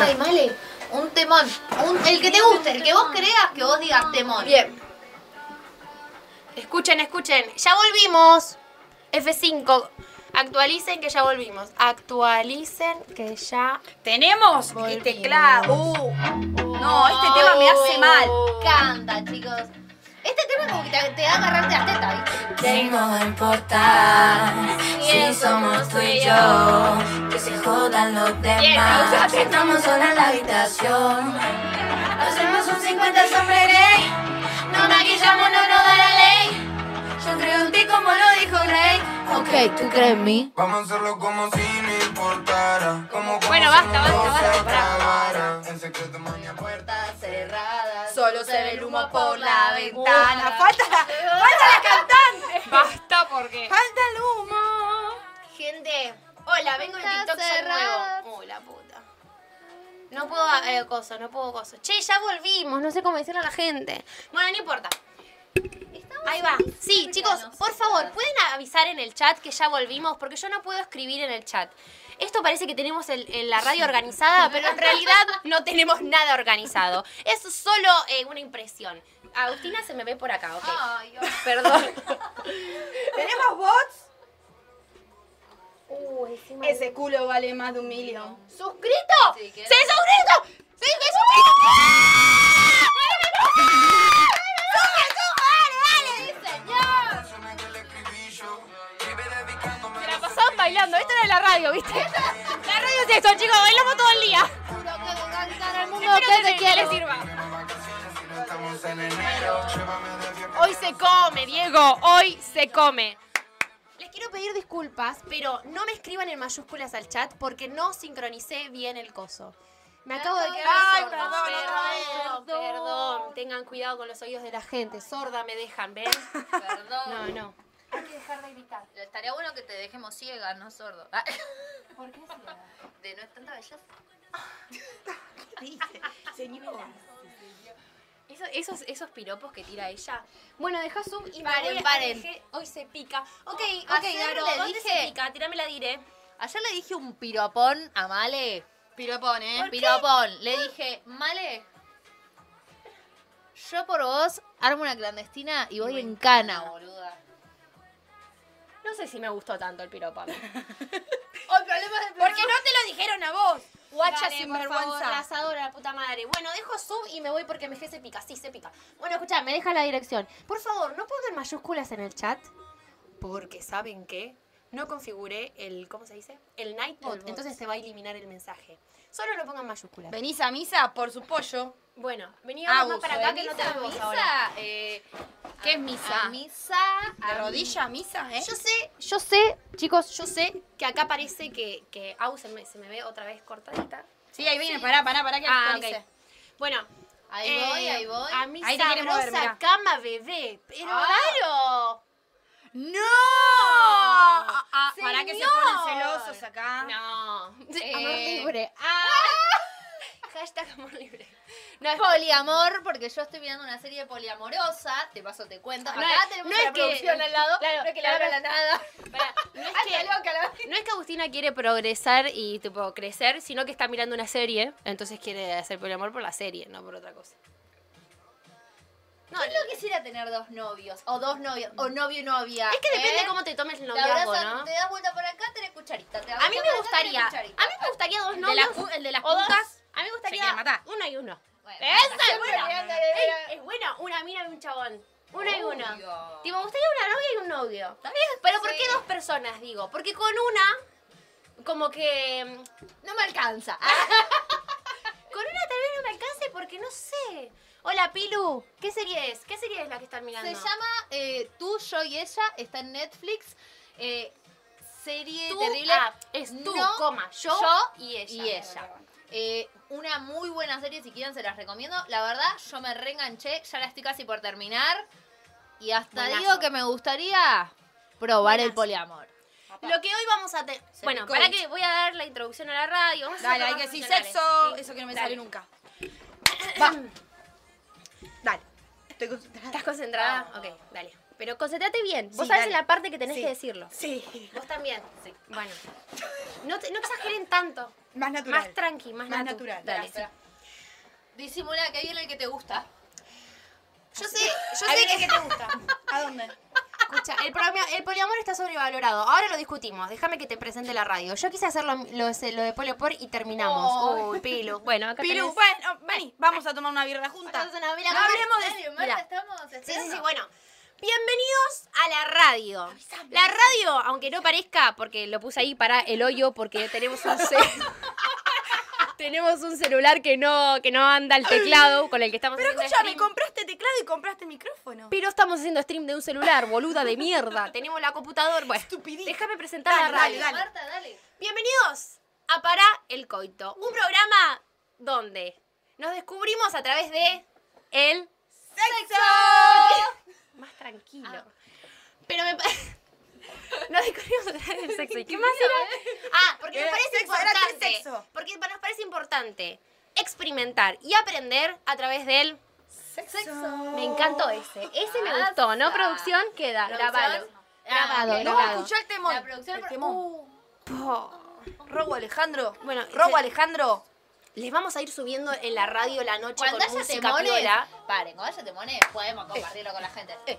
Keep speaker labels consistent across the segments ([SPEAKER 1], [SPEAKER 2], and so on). [SPEAKER 1] Ay, Male, un temón. Un- el que te guste, el que vos creas que vos digas temón.
[SPEAKER 2] Bien. Escuchen, escuchen. Ya volvimos. F5. Actualicen que ya volvimos. Actualicen que ya.
[SPEAKER 3] Tenemos el
[SPEAKER 2] Volvimos.
[SPEAKER 3] teclado. Uh, no, este tema me hace mal.
[SPEAKER 1] Canta, chicos. Este tema como que te, te da agarrarte las tetas, ¿viste?
[SPEAKER 4] Que no importa si somos tú y yo, que se jodan los demás. Estamos solas en la habitación. Hacemos un 50 sombra Grey. No maquillamos, no nos da la ley. Yo creo en ti como lo dijo Grey. Ok, ¿tú crees en mí?
[SPEAKER 5] Vamos a hacerlo como si no importara. Como, como
[SPEAKER 2] Bueno,
[SPEAKER 5] si
[SPEAKER 2] basta,
[SPEAKER 5] no
[SPEAKER 2] basta,
[SPEAKER 5] todo
[SPEAKER 2] basta,
[SPEAKER 5] se
[SPEAKER 2] pará.
[SPEAKER 5] acabara. En secreto, mañana puerta.
[SPEAKER 1] cerrada.
[SPEAKER 3] Solo se ve el humo por la ventana. Falta la, falta la cantante.
[SPEAKER 2] Basta porque.
[SPEAKER 3] Falta el humo.
[SPEAKER 2] Gente, hola, vengo de
[SPEAKER 1] Está
[SPEAKER 2] TikTok soy
[SPEAKER 1] cerrada.
[SPEAKER 2] nuevo. Uy, la puta. No puedo eh, coso, no puedo coso. Che, ya volvimos, no sé cómo decirle a la gente. Bueno, no importa. Ahí va. Sí, chicos, por favor, ¿pueden avisar en el chat que ya volvimos? Porque yo no puedo escribir en el chat. Esto parece que tenemos el- el- la radio organizada, pero en realidad no tenemos nada organizado. Es solo eh, una impresión. Agustina se me ve por acá, ok.
[SPEAKER 1] Ay, ay.
[SPEAKER 2] Perdón.
[SPEAKER 3] ¿Tenemos bots? Ese culo vale más de un millón.
[SPEAKER 2] ¡Suscrito!
[SPEAKER 1] Sí, que-
[SPEAKER 2] ¡Se suscrito! ¡Sí, se suscrito!
[SPEAKER 5] Suena que le escribí yo. Vive dedicándome
[SPEAKER 2] La
[SPEAKER 5] a los
[SPEAKER 2] pasaban bailando, esto era la radio, ¿viste? La radio es esto, chicos, bailamos todo el día.
[SPEAKER 1] Juro que voy a cantar al mundo que
[SPEAKER 2] Espero que
[SPEAKER 1] te
[SPEAKER 2] les-
[SPEAKER 1] quiere.
[SPEAKER 2] les sirva.
[SPEAKER 5] vacaciones y no estamos en enero. Llévame de viaje.
[SPEAKER 2] Hoy se come, Diego, hoy se come. Les quiero pedir disculpas, pero no me escriban en mayúsculas al chat porque no sincronicé bien el coso. Me acabo de quedar
[SPEAKER 3] Ay,
[SPEAKER 2] sorda.
[SPEAKER 3] perdón, otra vez.
[SPEAKER 2] perdón, perdón. Tengan cuidado con los oídos de la gente. Sorda me dejan, ¿ven?
[SPEAKER 1] Perdón.
[SPEAKER 2] No, no.
[SPEAKER 1] Estaría bueno que te dejemos ciega, no sordo. ¿Por qué ciega? De no es tanta belleza.
[SPEAKER 2] Eso- esos, esos piropos que tira ella. Bueno, deja zoom y me
[SPEAKER 1] Paren,
[SPEAKER 2] voy a-
[SPEAKER 1] paren.
[SPEAKER 2] dejé- Hoy se pica. Ok, ok,
[SPEAKER 1] ayer
[SPEAKER 2] Daro,
[SPEAKER 1] le
[SPEAKER 2] ¿dónde
[SPEAKER 1] dije-
[SPEAKER 2] se pica? Tírame la diré.
[SPEAKER 1] Ayer le dije un piropón a Male. Piropón, ¿eh?
[SPEAKER 2] ¿Por qué?
[SPEAKER 1] Piropón. Le dije, Male, yo por vos armo una clandestina y voy en cana, boluda.
[SPEAKER 2] No sé si me gustó tanto el piropo. a mí.
[SPEAKER 1] Hoy problemas de
[SPEAKER 3] Porque no te lo dijeron a vos. Guacha
[SPEAKER 2] Dale,
[SPEAKER 3] sin
[SPEAKER 2] por favor,
[SPEAKER 3] vergüenza.
[SPEAKER 2] las adoro, la puta madre. Bueno, dejo zoom y me voy porque MG se pica. Sí, se pica. Bueno, escuchá, me deja la dirección. Por favor, no pongan mayúsculas en el chat. Porque, ¿saben qué? No configuré el, ¿cómo se dice? El Nightbot.
[SPEAKER 1] El bot.
[SPEAKER 2] entonces se va a eliminar el mensaje. Solo no pongan mayúsculas.
[SPEAKER 3] ¿Venís a misa por su pollo?
[SPEAKER 2] Bueno, vení
[SPEAKER 3] Ah,
[SPEAKER 2] ahora más
[SPEAKER 3] uso,
[SPEAKER 2] para acá
[SPEAKER 3] ¿eh?
[SPEAKER 2] que no
[SPEAKER 1] Misa,
[SPEAKER 2] te voz
[SPEAKER 1] misa,
[SPEAKER 2] ahora.
[SPEAKER 3] eh, ¿Qué es misa?
[SPEAKER 1] A misa.
[SPEAKER 3] ¿De rodilla a misa, eh?
[SPEAKER 2] Yo sé, yo sé, chicos, yo sé que acá parece que, que Au se me, se me ve otra vez cortadita.
[SPEAKER 3] Sí, ahí viene, pará, pará, pará que
[SPEAKER 2] Ah,
[SPEAKER 3] actualice.
[SPEAKER 2] ok. Bueno.
[SPEAKER 1] Ahí
[SPEAKER 2] eh,
[SPEAKER 1] voy, ahí voy.
[SPEAKER 2] A mi
[SPEAKER 3] Ahí te quiere mover,
[SPEAKER 2] sabrosa
[SPEAKER 3] mirá.
[SPEAKER 2] cama, bebé. Pero
[SPEAKER 1] Ah.
[SPEAKER 2] claro.
[SPEAKER 3] ¡No!
[SPEAKER 2] Señor.
[SPEAKER 3] Ah, para que se ponen celosos acá.
[SPEAKER 2] No. Amor
[SPEAKER 1] Eh.
[SPEAKER 2] libre. Ah. Hashtag amor libre. No, es-
[SPEAKER 1] Poliamor, porque yo estoy mirando una serie poliamorosa. Te paso, te cuento.
[SPEAKER 2] No
[SPEAKER 1] Acá
[SPEAKER 2] es-
[SPEAKER 1] tenemos
[SPEAKER 2] no
[SPEAKER 1] la
[SPEAKER 2] es que-
[SPEAKER 1] producción al lado.
[SPEAKER 2] claro,
[SPEAKER 1] no es que la
[SPEAKER 2] claro.
[SPEAKER 1] abra la nada.
[SPEAKER 2] pará, no es
[SPEAKER 1] Hasta
[SPEAKER 2] que...
[SPEAKER 1] loca la
[SPEAKER 2] No es que Agustina quiere progresar y tipo crecer, sino que está mirando una serie, entonces quiere hacer poliamor por la serie, no por otra cosa.
[SPEAKER 1] No, yo quisiera tener dos novios, o dos novios, o novio y novia.
[SPEAKER 2] Es que depende
[SPEAKER 1] ¿eh?
[SPEAKER 2] cómo te tomes el
[SPEAKER 1] Te
[SPEAKER 2] noviazgo,
[SPEAKER 1] abrazan,
[SPEAKER 2] ¿no?
[SPEAKER 1] te das vuelta por acá, tenés cucharita. te
[SPEAKER 2] A mí
[SPEAKER 1] abrazan
[SPEAKER 2] me
[SPEAKER 1] por acá, tenés
[SPEAKER 2] gustaría. A
[SPEAKER 1] cucharita.
[SPEAKER 2] mí me gustaría dos
[SPEAKER 3] de la
[SPEAKER 2] novios.
[SPEAKER 3] pu- el de las
[SPEAKER 2] o dos.
[SPEAKER 3] puntas.
[SPEAKER 2] A mí me
[SPEAKER 3] quiere
[SPEAKER 2] gustaría
[SPEAKER 3] matar.
[SPEAKER 2] uno y uno.
[SPEAKER 1] Bueno,
[SPEAKER 2] esa
[SPEAKER 1] siempre
[SPEAKER 2] es buena.
[SPEAKER 1] anda
[SPEAKER 2] Ey,
[SPEAKER 1] de-
[SPEAKER 2] es buena, una mina y un chabón. Uno y uno.
[SPEAKER 1] Obvio.
[SPEAKER 2] Tipo, me gustaría una novia y un novio.
[SPEAKER 1] ¿Está bien?
[SPEAKER 2] Pero ¿por
[SPEAKER 1] Sí.
[SPEAKER 2] qué dos personas, digo? Porque con una, como que... mm,
[SPEAKER 1] No me alcanza.
[SPEAKER 2] Con una tal vez no me alcance porque no sé. Hola, Pilu. ¿Qué serie es? ¿Qué serie es la que están mirando?
[SPEAKER 1] Se llama eh, Tú, yo y ella, está en Netflix. Eh, serie
[SPEAKER 2] Tú,
[SPEAKER 1] terrible.
[SPEAKER 2] ah, es tú,
[SPEAKER 1] No,
[SPEAKER 2] coma, yo,
[SPEAKER 1] yo
[SPEAKER 2] y ella.
[SPEAKER 1] y ella. Eh, una muy buena serie, si quieren se las recomiendo. La verdad, yo me reenganché, ya la estoy casi por terminar. Y hasta
[SPEAKER 2] Buenazo.
[SPEAKER 1] digo que me gustaría probar el
[SPEAKER 2] Buenazo.
[SPEAKER 1] poliamor.
[SPEAKER 2] Lo que hoy vamos a tener.
[SPEAKER 3] Se
[SPEAKER 2] Bueno,
[SPEAKER 3] picó.
[SPEAKER 2] para que voy a dar la introducción a la radio. Vamos a
[SPEAKER 3] Dale,
[SPEAKER 2] ser
[SPEAKER 3] hay
[SPEAKER 2] más
[SPEAKER 3] que decir
[SPEAKER 2] profesionales.
[SPEAKER 3] sexo.
[SPEAKER 2] Sí.
[SPEAKER 3] Eso que no me
[SPEAKER 2] Dale.
[SPEAKER 3] sale nunca. Va. Dale. Estoy concentrada.
[SPEAKER 2] ¿Estás concentrada? Ok, dale. Pero concentrate bien. Vos
[SPEAKER 3] Sí,
[SPEAKER 2] sabés
[SPEAKER 3] dale.
[SPEAKER 2] la parte que tenés
[SPEAKER 3] Sí.
[SPEAKER 2] que decirlo.
[SPEAKER 3] Sí.
[SPEAKER 2] Vos también. Sí. Bueno. No, te- no exageren tanto.
[SPEAKER 3] Más natural.
[SPEAKER 2] Más tranqui, más,
[SPEAKER 3] Más
[SPEAKER 2] natu.
[SPEAKER 3] natural.
[SPEAKER 1] Dale, espera.
[SPEAKER 3] Gracias.
[SPEAKER 1] Disimula que viene el que te gusta.
[SPEAKER 2] Yo sé, yo
[SPEAKER 3] Ahí
[SPEAKER 2] sé que,
[SPEAKER 3] viene
[SPEAKER 2] te gusta.
[SPEAKER 3] ¿A dónde?
[SPEAKER 2] Escucha, el, polia- el poliamor está sobrevalorado. Ahora lo discutimos. Déjame que te presente la radio. Yo quise hacer lo, lo- lo de poliopor y terminamos.
[SPEAKER 1] Oh.
[SPEAKER 2] Uy, pelo. Bueno, acá
[SPEAKER 3] Pilu,
[SPEAKER 2] tenés-
[SPEAKER 3] bueno, vení, vamos a tomar una birra juntas.
[SPEAKER 2] Acá tenés una- mira,
[SPEAKER 3] No
[SPEAKER 2] acá-
[SPEAKER 3] hablemos de-
[SPEAKER 1] Dale, Marta,
[SPEAKER 2] mira.
[SPEAKER 1] estamos
[SPEAKER 2] Sí, sí, sí,
[SPEAKER 1] esperando.
[SPEAKER 2] bueno. Bienvenidos a la radio. La radio, aunque no parezca, porque lo puse ahí para el hoyo, porque tenemos un ce- tenemos un celular que no, que no anda el teclado con el que estamos
[SPEAKER 3] Pero
[SPEAKER 2] haciendo
[SPEAKER 3] escúchame,
[SPEAKER 2] stream.
[SPEAKER 3] compraste teclado y compraste micrófono.
[SPEAKER 2] Pero estamos haciendo stream de un celular, boluda de mierda. tenemos la computadora. Bueno,
[SPEAKER 3] Estupidez.
[SPEAKER 2] déjame presentar
[SPEAKER 3] Dale,
[SPEAKER 2] la
[SPEAKER 3] dale,
[SPEAKER 2] radio.
[SPEAKER 3] dale.
[SPEAKER 1] Marta, dale.
[SPEAKER 2] Bienvenidos a Para el Coito, un programa donde nos descubrimos a través de el
[SPEAKER 3] ¡Sexo!
[SPEAKER 2] más tranquilo.
[SPEAKER 1] Ah.
[SPEAKER 2] Pero me pa- Nos descubrimos a través del sexo. ¿Y qué más era? Ah, porque me
[SPEAKER 3] Era
[SPEAKER 2] parece
[SPEAKER 3] sexo, era
[SPEAKER 2] importante.
[SPEAKER 3] tres sexo.
[SPEAKER 2] Porque pa- nos parece importante experimentar y aprender a través del
[SPEAKER 3] Sexo.
[SPEAKER 2] Me encantó ese. Ese me gustó, ¿no?
[SPEAKER 1] Asa.
[SPEAKER 2] Producción queda.
[SPEAKER 1] Producción.
[SPEAKER 2] Grabado.
[SPEAKER 1] Ah,
[SPEAKER 2] Grabado,
[SPEAKER 1] ok.
[SPEAKER 3] No,
[SPEAKER 2] grabado.
[SPEAKER 3] escuchá el temón.
[SPEAKER 1] La producción
[SPEAKER 3] el
[SPEAKER 1] pro-
[SPEAKER 3] temón.
[SPEAKER 1] Uh,
[SPEAKER 3] Robo Alejandro.
[SPEAKER 2] Bueno,
[SPEAKER 3] Robo
[SPEAKER 2] se-
[SPEAKER 3] Alejandro.
[SPEAKER 2] Les vamos a ir subiendo en la radio la noche
[SPEAKER 1] cuando
[SPEAKER 2] con
[SPEAKER 1] haya
[SPEAKER 2] música
[SPEAKER 1] temones,
[SPEAKER 2] piola.
[SPEAKER 1] paren, cuando haya temones podemos compartirlo con la gente. Eh,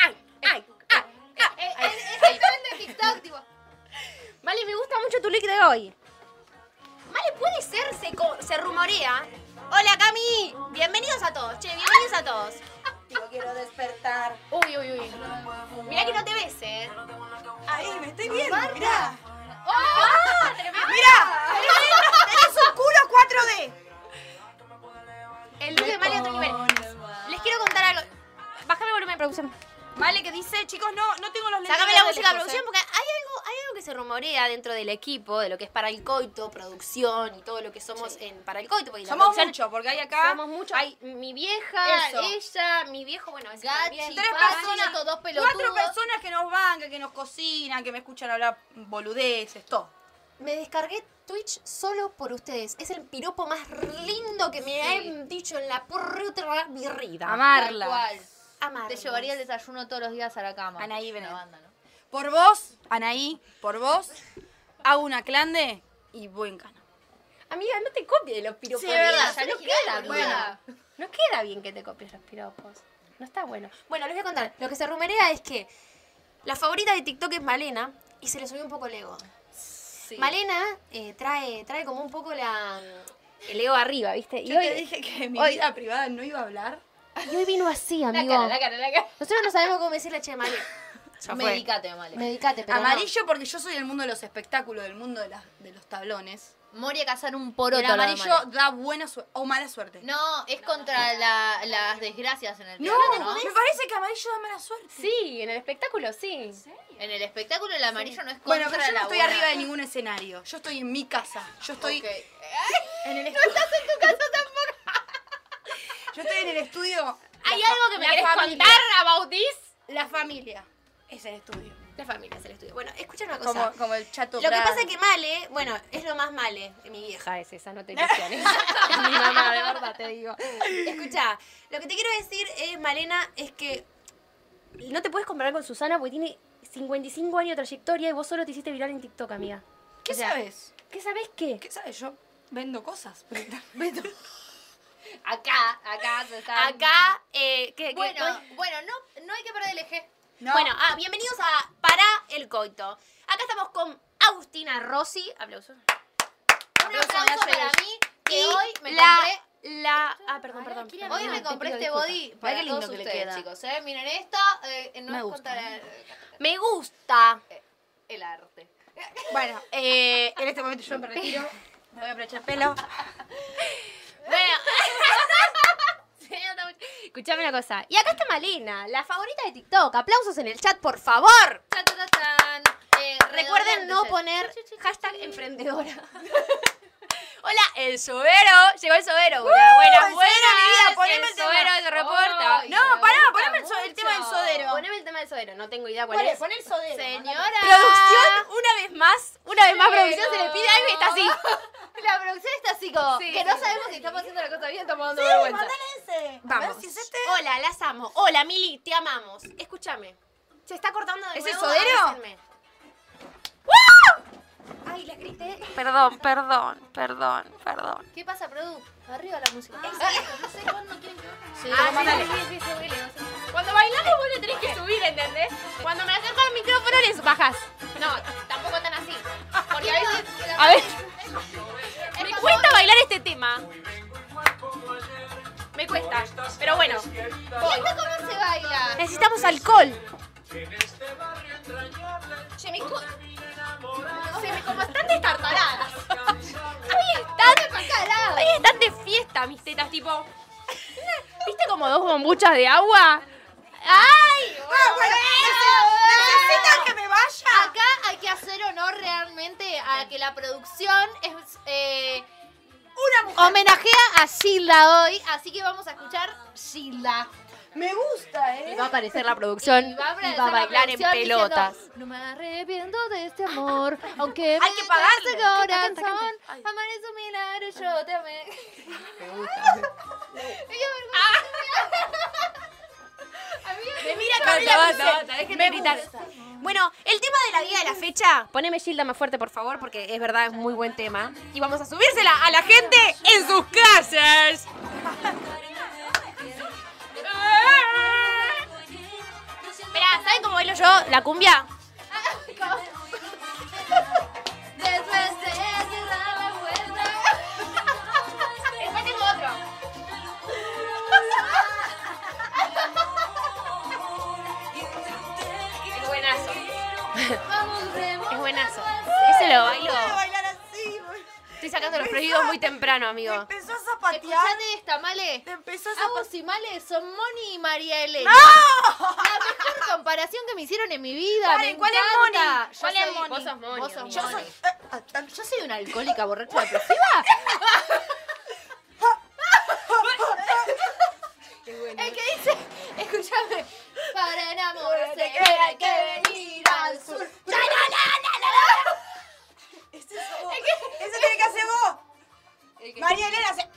[SPEAKER 2] Ay, ay, ay, ay.
[SPEAKER 1] eh, es el trend de TikTok, tipo.
[SPEAKER 2] Vale, me gusta mucho tu look de hoy. Vale, puede ser, se, co- se rumorea. Hola, Cami. Bienvenidos a todos, che, bienvenidos a todos.
[SPEAKER 3] Yo quiero despertar.
[SPEAKER 2] Uy, uy, uy. Mirá que no te ves, eh.
[SPEAKER 3] Ahí, me estoy viendo. Mirá.
[SPEAKER 2] ¡Ah!
[SPEAKER 3] ¡Oh!
[SPEAKER 2] tremendo.
[SPEAKER 3] Mirá. Tenés un culo 4D.
[SPEAKER 2] El look de Vale a otro nivel. Les quiero contar algo. Bájame el volumen, producción.
[SPEAKER 3] Vale, que dice, chicos, no, no tengo los lentes. eh.
[SPEAKER 2] Sácame la
[SPEAKER 3] verdes,
[SPEAKER 2] música,
[SPEAKER 3] José.
[SPEAKER 2] producción, porque hay algo, hay algo que se rumorea dentro del equipo, de lo que es para el coito, producción y todo lo que somos en para el coito. porque la
[SPEAKER 3] Somos
[SPEAKER 2] producción-
[SPEAKER 3] muchos, porque hay acá.
[SPEAKER 2] Somos muchos. Hay mi vieja,
[SPEAKER 1] Eso.
[SPEAKER 2] ella, mi viejo, bueno, ese también.
[SPEAKER 1] Gachi,
[SPEAKER 3] Tres
[SPEAKER 1] Pachi,
[SPEAKER 3] personas,
[SPEAKER 1] estos dos pelotudos.
[SPEAKER 3] cuatro personas que nos bancan, que nos cocinan, que me escuchan hablar boludeces, todo.
[SPEAKER 2] Me descargué Twitch solo por ustedes. Es el piropo más lindo que me
[SPEAKER 1] Sí.
[SPEAKER 2] han dicho en la porra birrida.
[SPEAKER 1] Tal
[SPEAKER 3] Amarla.
[SPEAKER 1] cual.
[SPEAKER 2] Amar.
[SPEAKER 1] Te llevaría el desayuno todos los días a la cama.
[SPEAKER 3] Anaí Benel.
[SPEAKER 1] La banda, ¿no?
[SPEAKER 3] Por vos, Anaí, por vos, hago una clande y buen cana.
[SPEAKER 2] Amiga, no te copies los piropos.
[SPEAKER 1] Sí, es verdad, ya
[SPEAKER 2] Eso no
[SPEAKER 1] le giré
[SPEAKER 2] queda
[SPEAKER 1] la boluda.
[SPEAKER 2] bien. No queda bien que te copies los piropos. No está bueno. Bueno, les voy a contar. Lo que se rumorea es que la favorita de TikTok es Malena y se le subió un poco el ego. Malena eh, trae, trae como un poco la, el ego arriba, ¿viste? Y
[SPEAKER 3] Yo
[SPEAKER 2] hoy,
[SPEAKER 3] te dije que mi
[SPEAKER 2] hoy-
[SPEAKER 3] vida privada no iba a hablar.
[SPEAKER 2] y hoy vino así,
[SPEAKER 1] La
[SPEAKER 2] amigo.
[SPEAKER 1] cara, la cara, la cara.
[SPEAKER 2] Nosotros no sabemos cómo decirle, che, Malena.
[SPEAKER 3] Ya fue.
[SPEAKER 1] Medicate, Male.
[SPEAKER 2] Medicate, pero no.
[SPEAKER 3] Amarillo porque yo soy del mundo de los espectáculos, del mundo de, las- de los tablones.
[SPEAKER 1] Moria cazar un
[SPEAKER 3] Pero
[SPEAKER 1] poroto.
[SPEAKER 3] el
[SPEAKER 1] lo de
[SPEAKER 3] amarillo
[SPEAKER 1] Male.
[SPEAKER 3] da buena suerte o mala suerte.
[SPEAKER 1] No, es contra la- las desgracias en el
[SPEAKER 3] No,
[SPEAKER 1] teatro, ¿no?
[SPEAKER 3] me parece que amarillo da mala suerte.
[SPEAKER 2] Sí, en el espectáculo sí.
[SPEAKER 1] En el espectáculo el amarillo no es contra
[SPEAKER 3] Bueno, pero yo
[SPEAKER 1] la
[SPEAKER 3] no estoy
[SPEAKER 1] buena.
[SPEAKER 3] arriba de ningún escenario. Yo estoy en mi casa. Yo estoy
[SPEAKER 1] Ok.
[SPEAKER 3] en el estudio. No estás en tu casa tampoco. Yo estoy en el estudio.
[SPEAKER 2] ¿Hay
[SPEAKER 3] La fa-
[SPEAKER 2] algo que me
[SPEAKER 3] la
[SPEAKER 2] querés
[SPEAKER 3] familia.
[SPEAKER 2] contar about this?
[SPEAKER 3] La familia es el estudio.
[SPEAKER 2] La familia es el estudio. Bueno, escucha una cosa.
[SPEAKER 3] Como, como el chato.
[SPEAKER 2] Lo que
[SPEAKER 3] Prado.
[SPEAKER 2] pasa es que Male, bueno, es lo más Male, mi vieja es esa, no te ilusiones. es mi mamá, de verdad te digo. Escucha, lo que te quiero decir, es, Malena, es que no te puedes comparar con Susana porque tiene 55 años de trayectoria y vos solo te hiciste viral en TikTok, amiga.
[SPEAKER 3] ¿Qué
[SPEAKER 2] o sea,
[SPEAKER 3] sabes?
[SPEAKER 2] ¿Qué sabés qué?
[SPEAKER 3] ¿Qué sabes? Yo vendo cosas.
[SPEAKER 1] Beto. Acá, acá se está.
[SPEAKER 2] Acá, eh, que, que-
[SPEAKER 1] Bueno, bueno, no, no hay que perder el eje.
[SPEAKER 3] No.
[SPEAKER 2] Bueno, ah, bienvenidos a Para el Coito. Acá estamos con Agustina Rossi. Aplausos.
[SPEAKER 1] Un
[SPEAKER 2] Aplauso
[SPEAKER 1] aplauso
[SPEAKER 2] me hace
[SPEAKER 1] para
[SPEAKER 2] Luis.
[SPEAKER 1] mí, que
[SPEAKER 2] Y
[SPEAKER 1] hoy me
[SPEAKER 2] la,
[SPEAKER 1] compré.
[SPEAKER 2] La. Ah, perdón, perdón. perdón.
[SPEAKER 1] Hoy me
[SPEAKER 2] Te
[SPEAKER 1] compré
[SPEAKER 2] pido
[SPEAKER 1] este
[SPEAKER 2] disculpas.
[SPEAKER 1] body
[SPEAKER 3] Mirá
[SPEAKER 1] para
[SPEAKER 3] qué lindo
[SPEAKER 1] todos
[SPEAKER 3] que le
[SPEAKER 1] ustedes,
[SPEAKER 3] queda.
[SPEAKER 1] chicos. ¿eh? Miren esto, eh, no
[SPEAKER 3] Me
[SPEAKER 1] es
[SPEAKER 3] gusta.
[SPEAKER 1] contra eh,
[SPEAKER 2] Me gusta.
[SPEAKER 1] el arte.
[SPEAKER 3] Bueno, eh, en este momento yo me retiro. Me voy a aprovechar el pelo.
[SPEAKER 2] Bueno. Escuchame una cosa. Y acá está Malena, la favorita de TikTok. Aplausos en el chat, por favor.
[SPEAKER 1] Chan, chan, chan. Eh,
[SPEAKER 2] Recuerden no
[SPEAKER 1] redoblantes.
[SPEAKER 2] poner hashtag emprendedora. Hola, el sobero. Llegó el sobero. Buenas, buenas,
[SPEAKER 3] el sobero,
[SPEAKER 2] buenas.
[SPEAKER 3] mi vida, poneme el tema.
[SPEAKER 2] sobero se reporta.
[SPEAKER 1] Ay,
[SPEAKER 3] No,
[SPEAKER 1] me
[SPEAKER 3] pará,
[SPEAKER 1] gusta
[SPEAKER 3] poneme el so- el tema del
[SPEAKER 1] mucho.
[SPEAKER 3] sodero.
[SPEAKER 2] Poneme el tema del sobero. No tengo idea cuál,
[SPEAKER 3] Ponle-
[SPEAKER 2] es.
[SPEAKER 3] pon el sodero.
[SPEAKER 1] Señora.
[SPEAKER 2] Producción, una vez más. Una vez más,
[SPEAKER 1] Pero-
[SPEAKER 2] producción se le pide algo y está así.
[SPEAKER 1] La producción está así como
[SPEAKER 2] Sí,
[SPEAKER 1] que
[SPEAKER 2] sí,
[SPEAKER 1] no
[SPEAKER 2] sí.
[SPEAKER 1] sabemos si estamos haciendo la cosa bien o estamos dando
[SPEAKER 3] Mandale
[SPEAKER 1] vergüenza.
[SPEAKER 3] ese. A
[SPEAKER 2] Vamos.
[SPEAKER 3] ver si es este.
[SPEAKER 2] Hola, las amo. Hola, Mili, te amamos. Escúchame. Se está cortando de
[SPEAKER 3] ¿Ese
[SPEAKER 2] nuevo,
[SPEAKER 3] sodero?
[SPEAKER 2] avísenme.
[SPEAKER 3] ¿A
[SPEAKER 6] Ay, la grité. Perdón, perdón, perdón, perdón.
[SPEAKER 1] ¿Qué pasa, Produ? Arriba la música.
[SPEAKER 2] Ah,
[SPEAKER 1] no sé cuándo quieren que...
[SPEAKER 3] Sí, vos mandale.
[SPEAKER 2] Cuando bailamos vos le tenés que subir, ¿entendés? Cuando me acerco al micrófono les bajas. No, tampoco tan así. Porque a veces... A ver. Me cuesta bailar este tema. Me cuesta. Pero bueno.
[SPEAKER 1] ¿Esto cómo se baila?
[SPEAKER 3] Necesitamos alcohol.
[SPEAKER 2] Che, mis co- Se me como están destartaladas. Hoy
[SPEAKER 1] Para
[SPEAKER 2] están,
[SPEAKER 1] acá, lado.
[SPEAKER 2] hoy están de fiesta mis tetas, tipo. ¿Viste como dos bombuchas de agua? ¡Ay!
[SPEAKER 1] Ah,
[SPEAKER 3] ¿Necesitan que me vaya?
[SPEAKER 1] Acá hay que hacer honor realmente a que la producción es... eh,
[SPEAKER 3] Una mujer.
[SPEAKER 1] homenajea a Gilda hoy, así que vamos a escuchar Gilda.
[SPEAKER 3] Me gusta,
[SPEAKER 2] Y
[SPEAKER 3] ¿eh?
[SPEAKER 2] va a aparecer la producción y va
[SPEAKER 1] aparecer
[SPEAKER 2] a
[SPEAKER 1] la
[SPEAKER 2] bailar en
[SPEAKER 1] producción diciendo,
[SPEAKER 2] pelotas.
[SPEAKER 1] no me arrepiento de este amor, aunque
[SPEAKER 3] Hay que pagarle.
[SPEAKER 1] este
[SPEAKER 3] Canta,
[SPEAKER 1] corazón,
[SPEAKER 3] canta, canta. Ay.
[SPEAKER 1] amar es un milagro, yo te amé.
[SPEAKER 2] Mira,
[SPEAKER 3] Camila,
[SPEAKER 2] basta,
[SPEAKER 3] dice,
[SPEAKER 2] basta, déjenme gritar.
[SPEAKER 6] Bueno, el tema de la vida de la fecha.
[SPEAKER 2] Poneme Gilda más fuerte, por favor, porque es verdad, es muy buen tema. Y vamos a subírsela a la gente en sus casas. Espera, ¿saben cómo bailo yo la cumbia?
[SPEAKER 1] Después de ese dar la vuelta.
[SPEAKER 2] Después tengo otro. Es buenazo. Es buenazo. Ese lo bailo.
[SPEAKER 3] bailar así, güey.
[SPEAKER 2] Estoy sacando los prohibidos muy temprano, amigo.
[SPEAKER 3] Empezó a zapatear.
[SPEAKER 1] Escuchate esta, Male.
[SPEAKER 3] Te empezó a ¡Ah! zapatear.
[SPEAKER 1] Agus y Male son Moni y María Elena.
[SPEAKER 2] Ah,
[SPEAKER 1] La mejor comparación que me hicieron en mi vida.
[SPEAKER 2] Paren,
[SPEAKER 1] me
[SPEAKER 2] ¿cuál es
[SPEAKER 1] encanta.
[SPEAKER 2] Moni?
[SPEAKER 1] Yo
[SPEAKER 2] ¿Cuál es
[SPEAKER 1] soy-
[SPEAKER 2] Moni?
[SPEAKER 1] Vos sos Moni.
[SPEAKER 2] Vos sos
[SPEAKER 1] amigo.
[SPEAKER 2] Moni.
[SPEAKER 1] Yo soy,
[SPEAKER 3] eh, ah,
[SPEAKER 1] yo soy una alcohólica borracha depresiva. El que dice, escúchame, para enamorarse hay que venir al sur.
[SPEAKER 3] Ese es vos. Ese tiene que hacer vos. María Elena hace.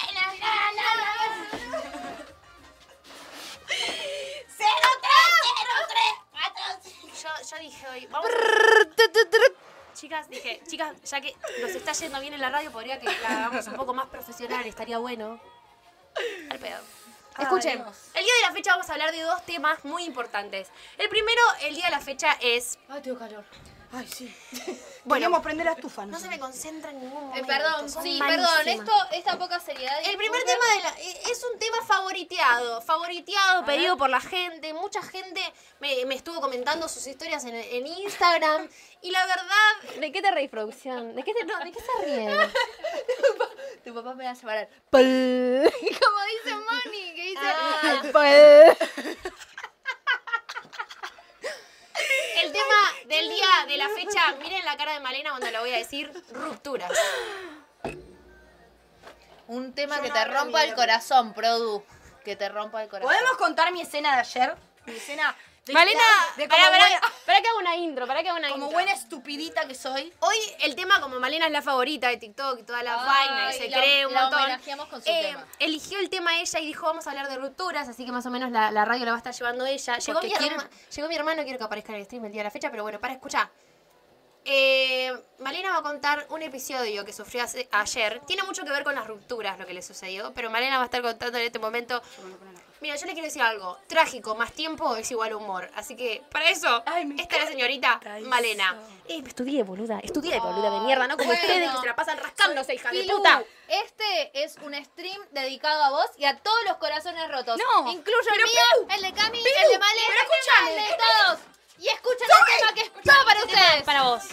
[SPEAKER 6] Yo, yo dije hoy, vamos.
[SPEAKER 2] Chicas, dije, chicas, ya que nos está yendo bien en la radio, podría que la hagamos un poco más profesional, estaría bueno. Al pedo.
[SPEAKER 6] Ah,
[SPEAKER 2] Escuchen, el día de la fecha vamos a hablar de dos temas muy importantes. El primero, el día de la fecha es...
[SPEAKER 1] Ay, tengo calor.
[SPEAKER 3] Ay, sí. Bueno, prender la estufa.
[SPEAKER 6] No se me concentra en
[SPEAKER 2] Eh,
[SPEAKER 6] ningún momento.
[SPEAKER 1] Eh, perdón,
[SPEAKER 6] son
[SPEAKER 1] sí,
[SPEAKER 6] malísimas.
[SPEAKER 1] perdón, esto, esta poca seriedad.
[SPEAKER 6] El primer
[SPEAKER 1] disculpen.
[SPEAKER 6] tema de la,
[SPEAKER 2] eh,
[SPEAKER 6] e- es un tema favoriteado, favoriteado, pedido por la gente. Mucha gente me, me estuvo comentando sus historias en, en Instagram. Y la verdad,
[SPEAKER 2] ¿De qué te reís, producción? ¿De qué, te, no, ¿de qué se ríen?
[SPEAKER 1] Tu papá me va a llamar. Como dice Moni, que dice.
[SPEAKER 2] El tema del día de la fecha, miren la cara de Malena cuando lo voy a decir, rupturas.
[SPEAKER 1] Un tema que te rompa el corazón, Produ. Que te rompa el corazón.
[SPEAKER 3] ¿Podemos contar mi escena de ayer? Mi escena. de-
[SPEAKER 2] Malena,
[SPEAKER 3] de como,
[SPEAKER 2] para,
[SPEAKER 3] buena,
[SPEAKER 2] que haga una intro, para que haga una
[SPEAKER 3] como
[SPEAKER 2] intro.
[SPEAKER 3] buena estupidita que soy.
[SPEAKER 2] Hoy el tema, como Malena es la favorita de TikTok y toda la
[SPEAKER 1] Ay,
[SPEAKER 2] vaina y se
[SPEAKER 1] la-
[SPEAKER 2] cree un
[SPEAKER 1] la
[SPEAKER 2] montón. eh,
[SPEAKER 1] homenajeamos con su tema.
[SPEAKER 2] Eligió el tema ella y dijo, vamos a hablar de rupturas, así que más o menos la, la radio la va a estar llevando ella. Llegó mi,
[SPEAKER 1] Porque quieren-
[SPEAKER 2] herma- llegó mi hermano, quiero que aparezca en el stream el día de la fecha, pero bueno, para escuchar. Eh, Malena va a contar un episodio que sufrió hace- ayer. Tiene mucho que ver con las rupturas, lo que le sucedió, pero Malena va a estar contando en este momento. Mira, yo le quiero decir algo. Trágico, más tiempo es igual humor. Así que, para eso,
[SPEAKER 3] Ay, me
[SPEAKER 2] esta es la señorita
[SPEAKER 3] encanta
[SPEAKER 2] Malena.
[SPEAKER 3] eso.
[SPEAKER 2] Eh, estudié, boluda. Estudié, boluda de mierda, ¿no? Como
[SPEAKER 1] Bueno.
[SPEAKER 2] ustedes que se la pasan rascándose, hija de
[SPEAKER 1] Pilu,
[SPEAKER 2] puta.
[SPEAKER 1] Este es un stream dedicado a vos y a todos los corazones rotos.
[SPEAKER 3] No,
[SPEAKER 1] Incluyo el
[SPEAKER 3] pero
[SPEAKER 1] mío,
[SPEAKER 3] Pilu,
[SPEAKER 1] el de Cami,
[SPEAKER 3] Pilu,
[SPEAKER 1] el de Male,
[SPEAKER 3] pero
[SPEAKER 1] el
[SPEAKER 3] escúchame. Este
[SPEAKER 1] de todos. Y escuchen el tema que es todo para ustedes.
[SPEAKER 2] Para vos.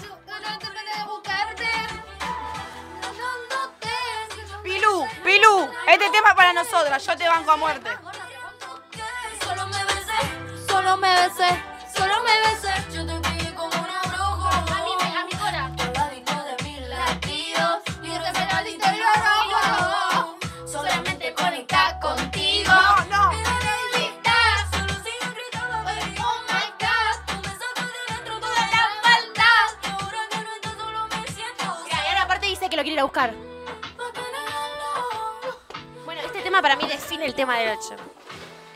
[SPEAKER 3] Pilu, Pilu, este tema es para nosotras. Yo te banco a muerte.
[SPEAKER 7] Solo me besé, solo me besé, solo me besé. Yo te pegué como un abrojo. A mí me a mi cora. de mil latidos y este penalito lo rojo. Solamente conecta contigo.
[SPEAKER 3] No, no.
[SPEAKER 7] Me da debilidad, solo sigo gritando, baby, oh my God. Tú me sacas de dentro toda la maldad. Y ahora que no estás solo me siento.
[SPEAKER 2] Y ahora aparte dice que lo quiere ir a buscar.
[SPEAKER 7] bacana, no.
[SPEAKER 2] Bueno, este tema para mí define el tema del 8.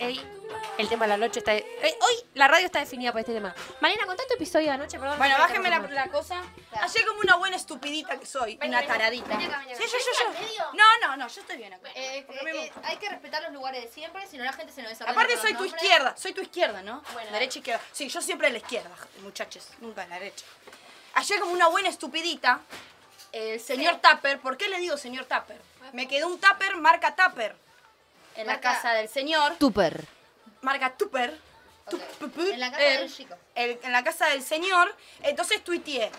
[SPEAKER 2] Ey, El tema de la noche está. eh, hoy la radio está definida por este tema. Malena, contá tu episodio de anoche, perdón.
[SPEAKER 3] Bueno,
[SPEAKER 2] no sé qué
[SPEAKER 3] bájeme la,
[SPEAKER 2] tema.
[SPEAKER 3] la cosa. Ayer como una buena estupidita que soy. una taradita. Sí, yo, yo, yo. No, no, no, yo estoy bien acá.
[SPEAKER 1] Eh,
[SPEAKER 3] Porque me
[SPEAKER 1] eh,
[SPEAKER 3] gusta.
[SPEAKER 1] hay que respetar los lugares de siempre, si no la gente se nos desordena.
[SPEAKER 3] Aparte
[SPEAKER 1] por
[SPEAKER 3] soy
[SPEAKER 1] los
[SPEAKER 3] tu
[SPEAKER 1] nombres.
[SPEAKER 3] izquierda, soy tu izquierda, ¿no? Derecha izquierda. Sí, yo siempre a la izquierda, muchachos, nunca a la derecha. Ayer como una buena estupidita, el señor Tapper, ¿por qué le digo señor Tapper? Me quedó un Tapper marca Tapper en la
[SPEAKER 1] Marca-
[SPEAKER 3] casa del señor,
[SPEAKER 1] Tupper.
[SPEAKER 3] marca Tupper.
[SPEAKER 1] Ok.
[SPEAKER 3] Tupper,
[SPEAKER 1] En la casa del chico.
[SPEAKER 3] el- en la casa del señor, entonces tuiteé.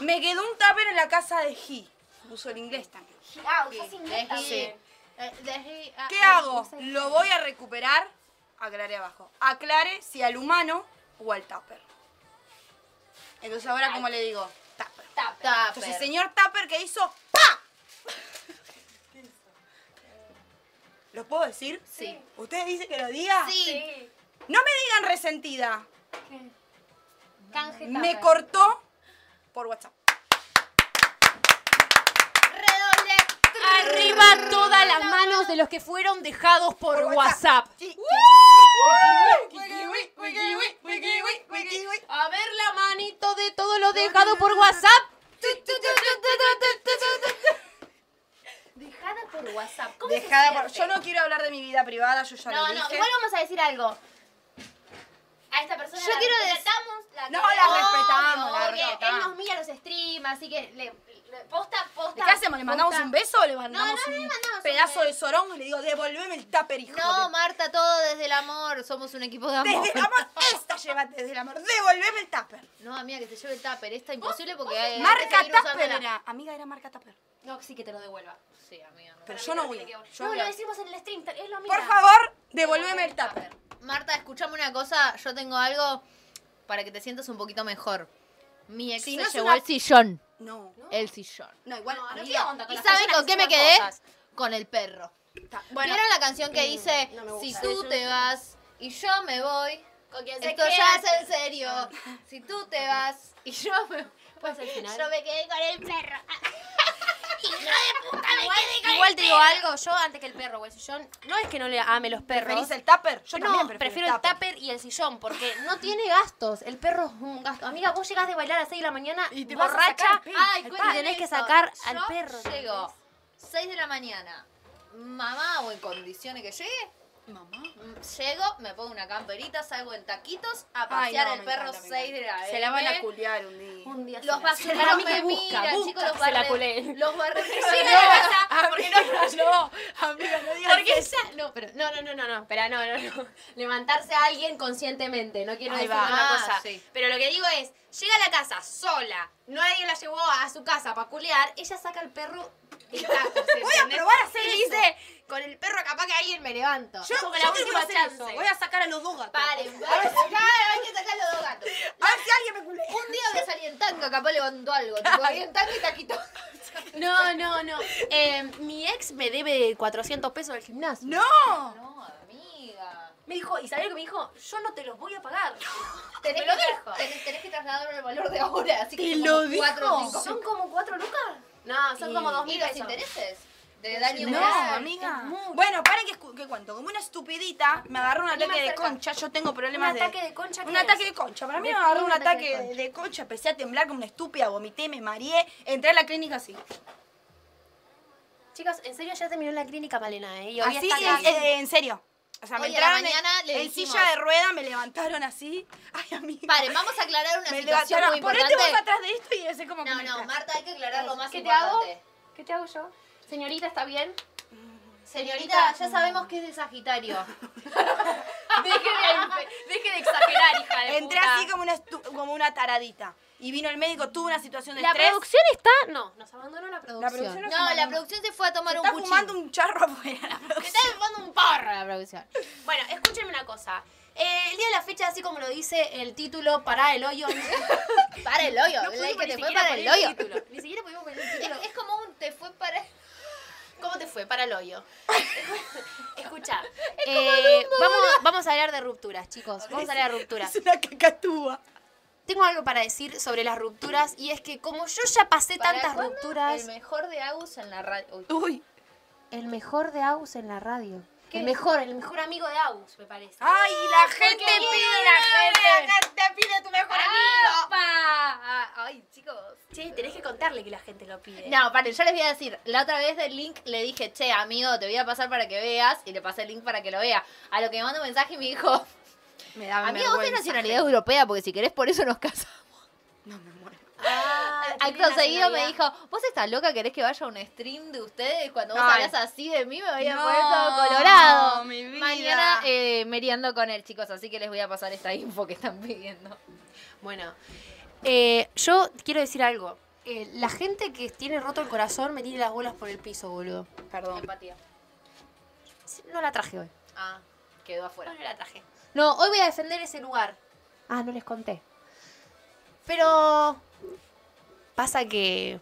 [SPEAKER 3] Me quedó un Tupper en la casa de He. Uso el inglés también.
[SPEAKER 1] Ah, usás inglés. eh, Ah,
[SPEAKER 3] ¿Qué hago? ¿Lo voy a recuperar? Aclaré abajo. Aclare si al humano o al tupper. Entonces ahora, ¿cómo le digo? Tupper. Entonces, el señor tupper que hizo ¡Pa! Eh, ¿Lo puedo decir?
[SPEAKER 1] Sí.
[SPEAKER 3] ¿Ustedes dicen que lo diga?
[SPEAKER 1] Sí.
[SPEAKER 3] No me digan resentida.
[SPEAKER 6] Canje
[SPEAKER 3] Me cortó por WhatsApp.
[SPEAKER 1] Redoble.
[SPEAKER 2] Arriba todas las manos de los que fueron dejados por, WhatsApp.
[SPEAKER 3] Sí.
[SPEAKER 2] A ver la manito de todo lo dejado por WhatsApp.
[SPEAKER 6] Dejada por WhatsApp. ¿Cómo
[SPEAKER 3] Dejada por- Yo no quiero hablar de mi vida privada, yo ya lo
[SPEAKER 6] No,
[SPEAKER 3] dije.
[SPEAKER 6] no, igual vamos a decir algo. A esta persona
[SPEAKER 1] Yo quiero decir-
[SPEAKER 6] la
[SPEAKER 3] No,
[SPEAKER 6] queremos,
[SPEAKER 3] la respetamos, la
[SPEAKER 6] porque Él
[SPEAKER 3] respetamos.
[SPEAKER 6] nos mira los streams, así que le, le- posta, posta.
[SPEAKER 3] ¿Qué hacemos? ¿Le mandamos
[SPEAKER 6] posta.
[SPEAKER 3] un beso o le
[SPEAKER 6] No,
[SPEAKER 3] mandamos
[SPEAKER 6] no, no le
[SPEAKER 3] un
[SPEAKER 6] mandamos un
[SPEAKER 3] pedazo
[SPEAKER 6] beso.
[SPEAKER 3] de sorongo y le digo, devolveme el tupper, hijo
[SPEAKER 1] No,
[SPEAKER 3] de...
[SPEAKER 1] Marta, todo desde el amor. Somos un equipo de amor.
[SPEAKER 3] Desde el amor, esta llévate desde el amor, devolveme el tupper.
[SPEAKER 1] No, amiga, que se lleve el tupper. Está imposible porque...
[SPEAKER 6] Eh,
[SPEAKER 1] hay- hay que
[SPEAKER 3] Marca
[SPEAKER 1] seguir
[SPEAKER 3] tupper
[SPEAKER 1] usándola.
[SPEAKER 3] era, amiga era marca tupper.
[SPEAKER 6] No, sí que te lo devuelva.
[SPEAKER 1] Sí, amiga. no.
[SPEAKER 3] Pero yo no voy, yo
[SPEAKER 6] no,
[SPEAKER 3] voy
[SPEAKER 6] lo
[SPEAKER 3] a-
[SPEAKER 6] decimos en el stream, él lo mira.
[SPEAKER 3] Por favor, devolveme el tupper.
[SPEAKER 1] Marta, escuchame una cosa. Yo tengo algo para que te sientas un poquito mejor. Mi ex
[SPEAKER 3] Si
[SPEAKER 1] se
[SPEAKER 3] no es
[SPEAKER 1] llevó
[SPEAKER 3] una-
[SPEAKER 1] el sillón.
[SPEAKER 3] No, Eh, no,
[SPEAKER 1] El sillón.
[SPEAKER 3] igual,
[SPEAKER 6] No, no
[SPEAKER 3] amiga,
[SPEAKER 6] quiero contar con
[SPEAKER 1] ¿Y
[SPEAKER 6] las
[SPEAKER 1] saben
[SPEAKER 6] personas
[SPEAKER 1] con
[SPEAKER 6] que
[SPEAKER 1] qué me
[SPEAKER 6] suman
[SPEAKER 1] quedé?
[SPEAKER 6] cosas.
[SPEAKER 1] Con el perro.
[SPEAKER 3] ta- bueno,
[SPEAKER 1] ¿Vieron la canción que dice
[SPEAKER 2] no me gusta.
[SPEAKER 1] Si tú te vas y yo me voy?
[SPEAKER 6] Con quien se
[SPEAKER 1] Esto
[SPEAKER 6] quede.
[SPEAKER 1] ya es en serio. Si tú te vas y yo me
[SPEAKER 6] Pues al final.
[SPEAKER 1] Yo me quedé con el perro.
[SPEAKER 2] Igual te digo algo, yo antes que el perro o el sillón, no es que no le ame los perros.
[SPEAKER 3] ¿preferís el tupper? Yo
[SPEAKER 2] no,
[SPEAKER 3] también
[SPEAKER 2] prefiero,
[SPEAKER 3] prefiero,
[SPEAKER 2] el tupper y el sillón porque no tiene gastos. El perro es un gasto. Amiga, vos llegás de bailar a las 6 de la mañana
[SPEAKER 3] Y te
[SPEAKER 2] vas
[SPEAKER 3] borracha.
[SPEAKER 2] borracha
[SPEAKER 3] Ay,
[SPEAKER 2] y
[SPEAKER 1] cuenten
[SPEAKER 2] tenés que
[SPEAKER 1] esto.
[SPEAKER 2] sacar al
[SPEAKER 1] Yo
[SPEAKER 2] perro.
[SPEAKER 1] Llego 6 de la mañana. Mamá o en condiciones que llegue.
[SPEAKER 3] Mamá.
[SPEAKER 1] mm, Llego, me pongo una camperita, salgo en taquitos a
[SPEAKER 3] Ay,
[SPEAKER 1] pasear
[SPEAKER 3] no,
[SPEAKER 1] el
[SPEAKER 3] me
[SPEAKER 1] perro
[SPEAKER 3] encanta, me
[SPEAKER 1] 6 de la
[SPEAKER 3] Se la van a
[SPEAKER 1] M.
[SPEAKER 3] culiar un día.
[SPEAKER 6] Un día se
[SPEAKER 1] Los
[SPEAKER 6] la-
[SPEAKER 1] basureros
[SPEAKER 2] mí
[SPEAKER 1] me
[SPEAKER 2] busca,
[SPEAKER 1] miran,
[SPEAKER 2] busca
[SPEAKER 1] chicos,
[SPEAKER 2] que
[SPEAKER 1] los
[SPEAKER 2] se la
[SPEAKER 1] barre-
[SPEAKER 2] culé.
[SPEAKER 1] Los barreros
[SPEAKER 3] Porque no, no, amiga, no digas
[SPEAKER 2] Porque
[SPEAKER 3] eso.
[SPEAKER 2] esa. No, pero. No, no, no, no, no. Espera, no, no, no. Levantarse a alguien conscientemente. No quiero
[SPEAKER 3] Ahí
[SPEAKER 2] decir
[SPEAKER 3] va.
[SPEAKER 2] otra
[SPEAKER 1] Ah,
[SPEAKER 2] cosa.
[SPEAKER 1] sí.
[SPEAKER 2] Pero lo que digo es: llega a la casa sola. No alguien la llevó a su casa para culear. Ella saca al perro. del taco, ¿se
[SPEAKER 3] Voy a
[SPEAKER 2] entiende?
[SPEAKER 3] probar a hacer
[SPEAKER 2] Y
[SPEAKER 3] eso.
[SPEAKER 2] dice: Con el perro capaz que alguien me levanto.
[SPEAKER 3] Yo,
[SPEAKER 2] Es como
[SPEAKER 3] yo
[SPEAKER 2] la
[SPEAKER 3] te voy
[SPEAKER 2] última
[SPEAKER 3] a hacer
[SPEAKER 2] chance.
[SPEAKER 3] eso. Voy a sacar a los dos gatos.
[SPEAKER 1] Paren, paren. Acá hay que sacar los dos gatos.
[SPEAKER 3] A ver si alguien me culea.
[SPEAKER 1] Un día voy a salir en tanga, capaz levantó algo. Tipo, ahí en tanga y taquito.
[SPEAKER 2] No, no, no. Eh,
[SPEAKER 6] Em,
[SPEAKER 2] mi ex me debe 400 pesos del gimnasio.
[SPEAKER 3] No.
[SPEAKER 1] No, amiga.
[SPEAKER 6] Me dijo, ¿y sabés lo que me dijo? Yo no te los voy a pagar.
[SPEAKER 1] Tenés,
[SPEAKER 6] Me lo
[SPEAKER 1] que,
[SPEAKER 6] dijo.
[SPEAKER 1] tenés, tenés que trasladar el valor de ahora. Así que
[SPEAKER 3] Te
[SPEAKER 1] como
[SPEAKER 3] lo
[SPEAKER 1] cuatro
[SPEAKER 3] dijo.
[SPEAKER 1] o cinco.
[SPEAKER 6] ¿Son como cuatro lucas?
[SPEAKER 2] No, son como
[SPEAKER 1] ¿Y
[SPEAKER 2] 2000
[SPEAKER 1] los
[SPEAKER 2] pesos.
[SPEAKER 1] intereses? De daño
[SPEAKER 3] No,
[SPEAKER 1] moral.
[SPEAKER 3] amiga. Bueno, para que, escu- que cuento. Como una estupidita, me agarró un
[SPEAKER 6] más
[SPEAKER 3] ataque de
[SPEAKER 6] cerca.
[SPEAKER 3] concha. Yo tengo
[SPEAKER 6] Un
[SPEAKER 3] problemas de.
[SPEAKER 6] ataque de concha.
[SPEAKER 3] Un
[SPEAKER 6] ¿qué es?
[SPEAKER 3] ataque de concha. Para mí me
[SPEAKER 6] Definí
[SPEAKER 3] agarró
[SPEAKER 6] un
[SPEAKER 3] un
[SPEAKER 6] ataque de
[SPEAKER 3] ataque de, de concha. Empecé a temblar como una estúpida, vomité, me mareé. Entré a la clínica así.
[SPEAKER 6] Chicas, en serio ya terminó la clínica, Malena, ¿eh? Y hoy
[SPEAKER 3] Así,
[SPEAKER 6] está acá.
[SPEAKER 3] eh, eh, en serio. O sea, me
[SPEAKER 1] Hoy a la
[SPEAKER 3] entraron en-
[SPEAKER 1] mañana le
[SPEAKER 3] en
[SPEAKER 1] dijimos-
[SPEAKER 3] silla de rueda, me levantaron así. Ay, amiga.
[SPEAKER 1] Paren, vamos a aclarar una
[SPEAKER 3] me
[SPEAKER 1] situación muy
[SPEAKER 3] levantaron. Ponete
[SPEAKER 1] importante.
[SPEAKER 3] vos atrás de esto y así como que
[SPEAKER 1] No,
[SPEAKER 3] me
[SPEAKER 1] no,
[SPEAKER 3] entra.
[SPEAKER 1] Marta, hay que aclarar lo más
[SPEAKER 6] ¿Qué te hago?
[SPEAKER 1] importante.
[SPEAKER 6] ¿Qué te hago yo? Señorita, ¿está bien?
[SPEAKER 1] Señorita, ya sabemos que es de Sagitario.
[SPEAKER 6] Deje de, deje de exagerar, hija de
[SPEAKER 3] Entré
[SPEAKER 6] puta.
[SPEAKER 3] así como una, estu- como una taradita. Y vino el médico, tuvo una situación de
[SPEAKER 6] La
[SPEAKER 3] estrés.
[SPEAKER 6] producción está... No, nos abandonó la producción.
[SPEAKER 3] producción
[SPEAKER 1] No,
[SPEAKER 3] se mandó.
[SPEAKER 1] la producción se fue a tomar
[SPEAKER 3] Se
[SPEAKER 1] un
[SPEAKER 3] está
[SPEAKER 1] cuchillo.
[SPEAKER 3] fumando un charro afuera la
[SPEAKER 6] Me
[SPEAKER 3] producción.
[SPEAKER 6] está llevando un porro la producción.
[SPEAKER 2] Bueno, escúchenme una cosa.
[SPEAKER 6] Eh, el día de la fecha, así como lo dice el título, para el hoyo.
[SPEAKER 1] Para el hoyo.
[SPEAKER 6] No
[SPEAKER 1] la
[SPEAKER 6] pudimos
[SPEAKER 1] que
[SPEAKER 6] ni
[SPEAKER 1] te fue
[SPEAKER 6] siquiera
[SPEAKER 1] para
[SPEAKER 6] poner
[SPEAKER 1] el hoyo.
[SPEAKER 6] título. Ni siquiera pudimos poner el título.
[SPEAKER 1] Es, es como un te fue para...
[SPEAKER 6] ¿Cómo te fue? Para el hoyo.
[SPEAKER 2] Escucha. eh, vamos, vamos a hablar de rupturas, chicos. Vamos a hablar de rupturas.
[SPEAKER 3] Es una cacatúa.
[SPEAKER 2] Tengo algo para decir sobre las rupturas y es que como yo ya pasé
[SPEAKER 1] ¿Para
[SPEAKER 2] tantas
[SPEAKER 1] cuándo
[SPEAKER 2] rupturas,
[SPEAKER 1] El mejor de Agus en la radio. Uy.
[SPEAKER 3] Uy.
[SPEAKER 2] el mejor de Aus en la radio. El mejor, el mejor amigo de Agus, me parece.
[SPEAKER 3] Ay, la gente
[SPEAKER 1] Porque
[SPEAKER 3] pide, la gente. te pide tu mejor
[SPEAKER 1] ¡Apa! Ah, Ay, chicos.
[SPEAKER 2] Che, tenés que contarle que la gente lo pide.
[SPEAKER 1] No, para, yo les voy a decir, la otra vez del link le dije, che, amigo, te voy a pasar para que veas, y le pasé el link para que lo vea. A lo que me mandó un mensaje y me dijo,
[SPEAKER 3] Me da
[SPEAKER 1] amigo, vos tenés
[SPEAKER 3] vergüenza,
[SPEAKER 1] nacionalidad
[SPEAKER 3] gente.
[SPEAKER 1] europea, porque si querés por eso nos casamos.
[SPEAKER 3] No me muero. Ah,
[SPEAKER 1] Acto seguido me dijo, vos estás loca, querés que vaya a un stream de ustedes, cuando vos
[SPEAKER 3] Ay.
[SPEAKER 1] hablas así de mí me voy a
[SPEAKER 3] No,
[SPEAKER 1] poner todo colorado.
[SPEAKER 3] mi vida.
[SPEAKER 1] Mañana eh, meriendo con él, chicos, así que les voy a pasar esta info que están pidiendo.
[SPEAKER 2] Bueno, eh, yo quiero decir algo. Eh, la gente que tiene roto el corazón me tiene las bolas por el piso, boludo.
[SPEAKER 3] Perdón.
[SPEAKER 1] Empatía.
[SPEAKER 2] No la traje hoy.
[SPEAKER 1] Ah, quedó afuera.
[SPEAKER 2] No la traje. No, hoy voy a defender ese lugar. Ah, no les conté. Pero pasa que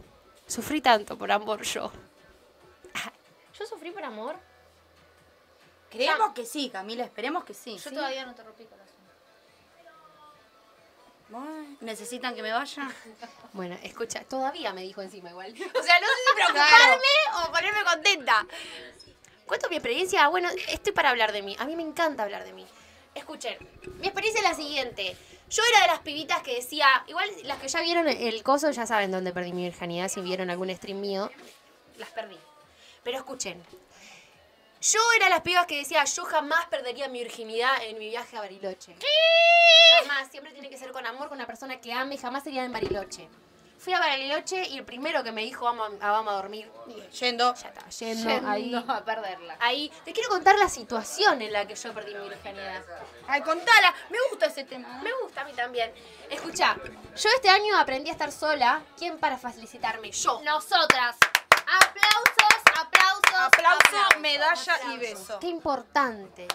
[SPEAKER 2] sufrí tanto por amor yo.
[SPEAKER 6] ¿Yo sufrí por amor?
[SPEAKER 3] Creemos que sí, Camila, esperemos que sí.
[SPEAKER 1] Yo todavía no te rompí corazón.
[SPEAKER 3] Bueno, ¿Necesitan que me vaya?
[SPEAKER 2] Bueno, escucha, todavía me dijo encima igual. O sea, no sé si preocuparme o ponerme contenta. Cuento mi experiencia. Bueno, estoy para hablar de mí. A mí me encanta hablar de mí. Escuchen, mi experiencia es la siguiente. Yo era de las pibitas que decía, igual las que ya vieron el coso ya saben dónde perdí mi virginidad, si vieron algún stream mío, las perdí. Pero escuchen, yo era de las pibas que decía, yo jamás perdería mi virginidad en mi viaje a Bariloche. Jamás, siempre tiene que ser con amor, con una persona que ame, jamás sería en Bariloche. Fui a Bariloche y el primero que me dijo, vamos a, ah, vamos a dormir, dije,
[SPEAKER 3] Yendo.
[SPEAKER 2] ya está, yendo, ahí.
[SPEAKER 1] Yendo a perderla.
[SPEAKER 2] Ahí, te quiero contar la situación en la que yo perdí mi virginidad.
[SPEAKER 3] Ay, contala. Me gusta ese tema.
[SPEAKER 2] Me gusta a mí también. Escucha, yo este año aprendí a estar sola. ¿Quién para felicitarme? Yo.
[SPEAKER 1] Nosotras. Aplausos, aplausos.
[SPEAKER 3] Aplauso, medalla y beso.
[SPEAKER 2] Qué importante.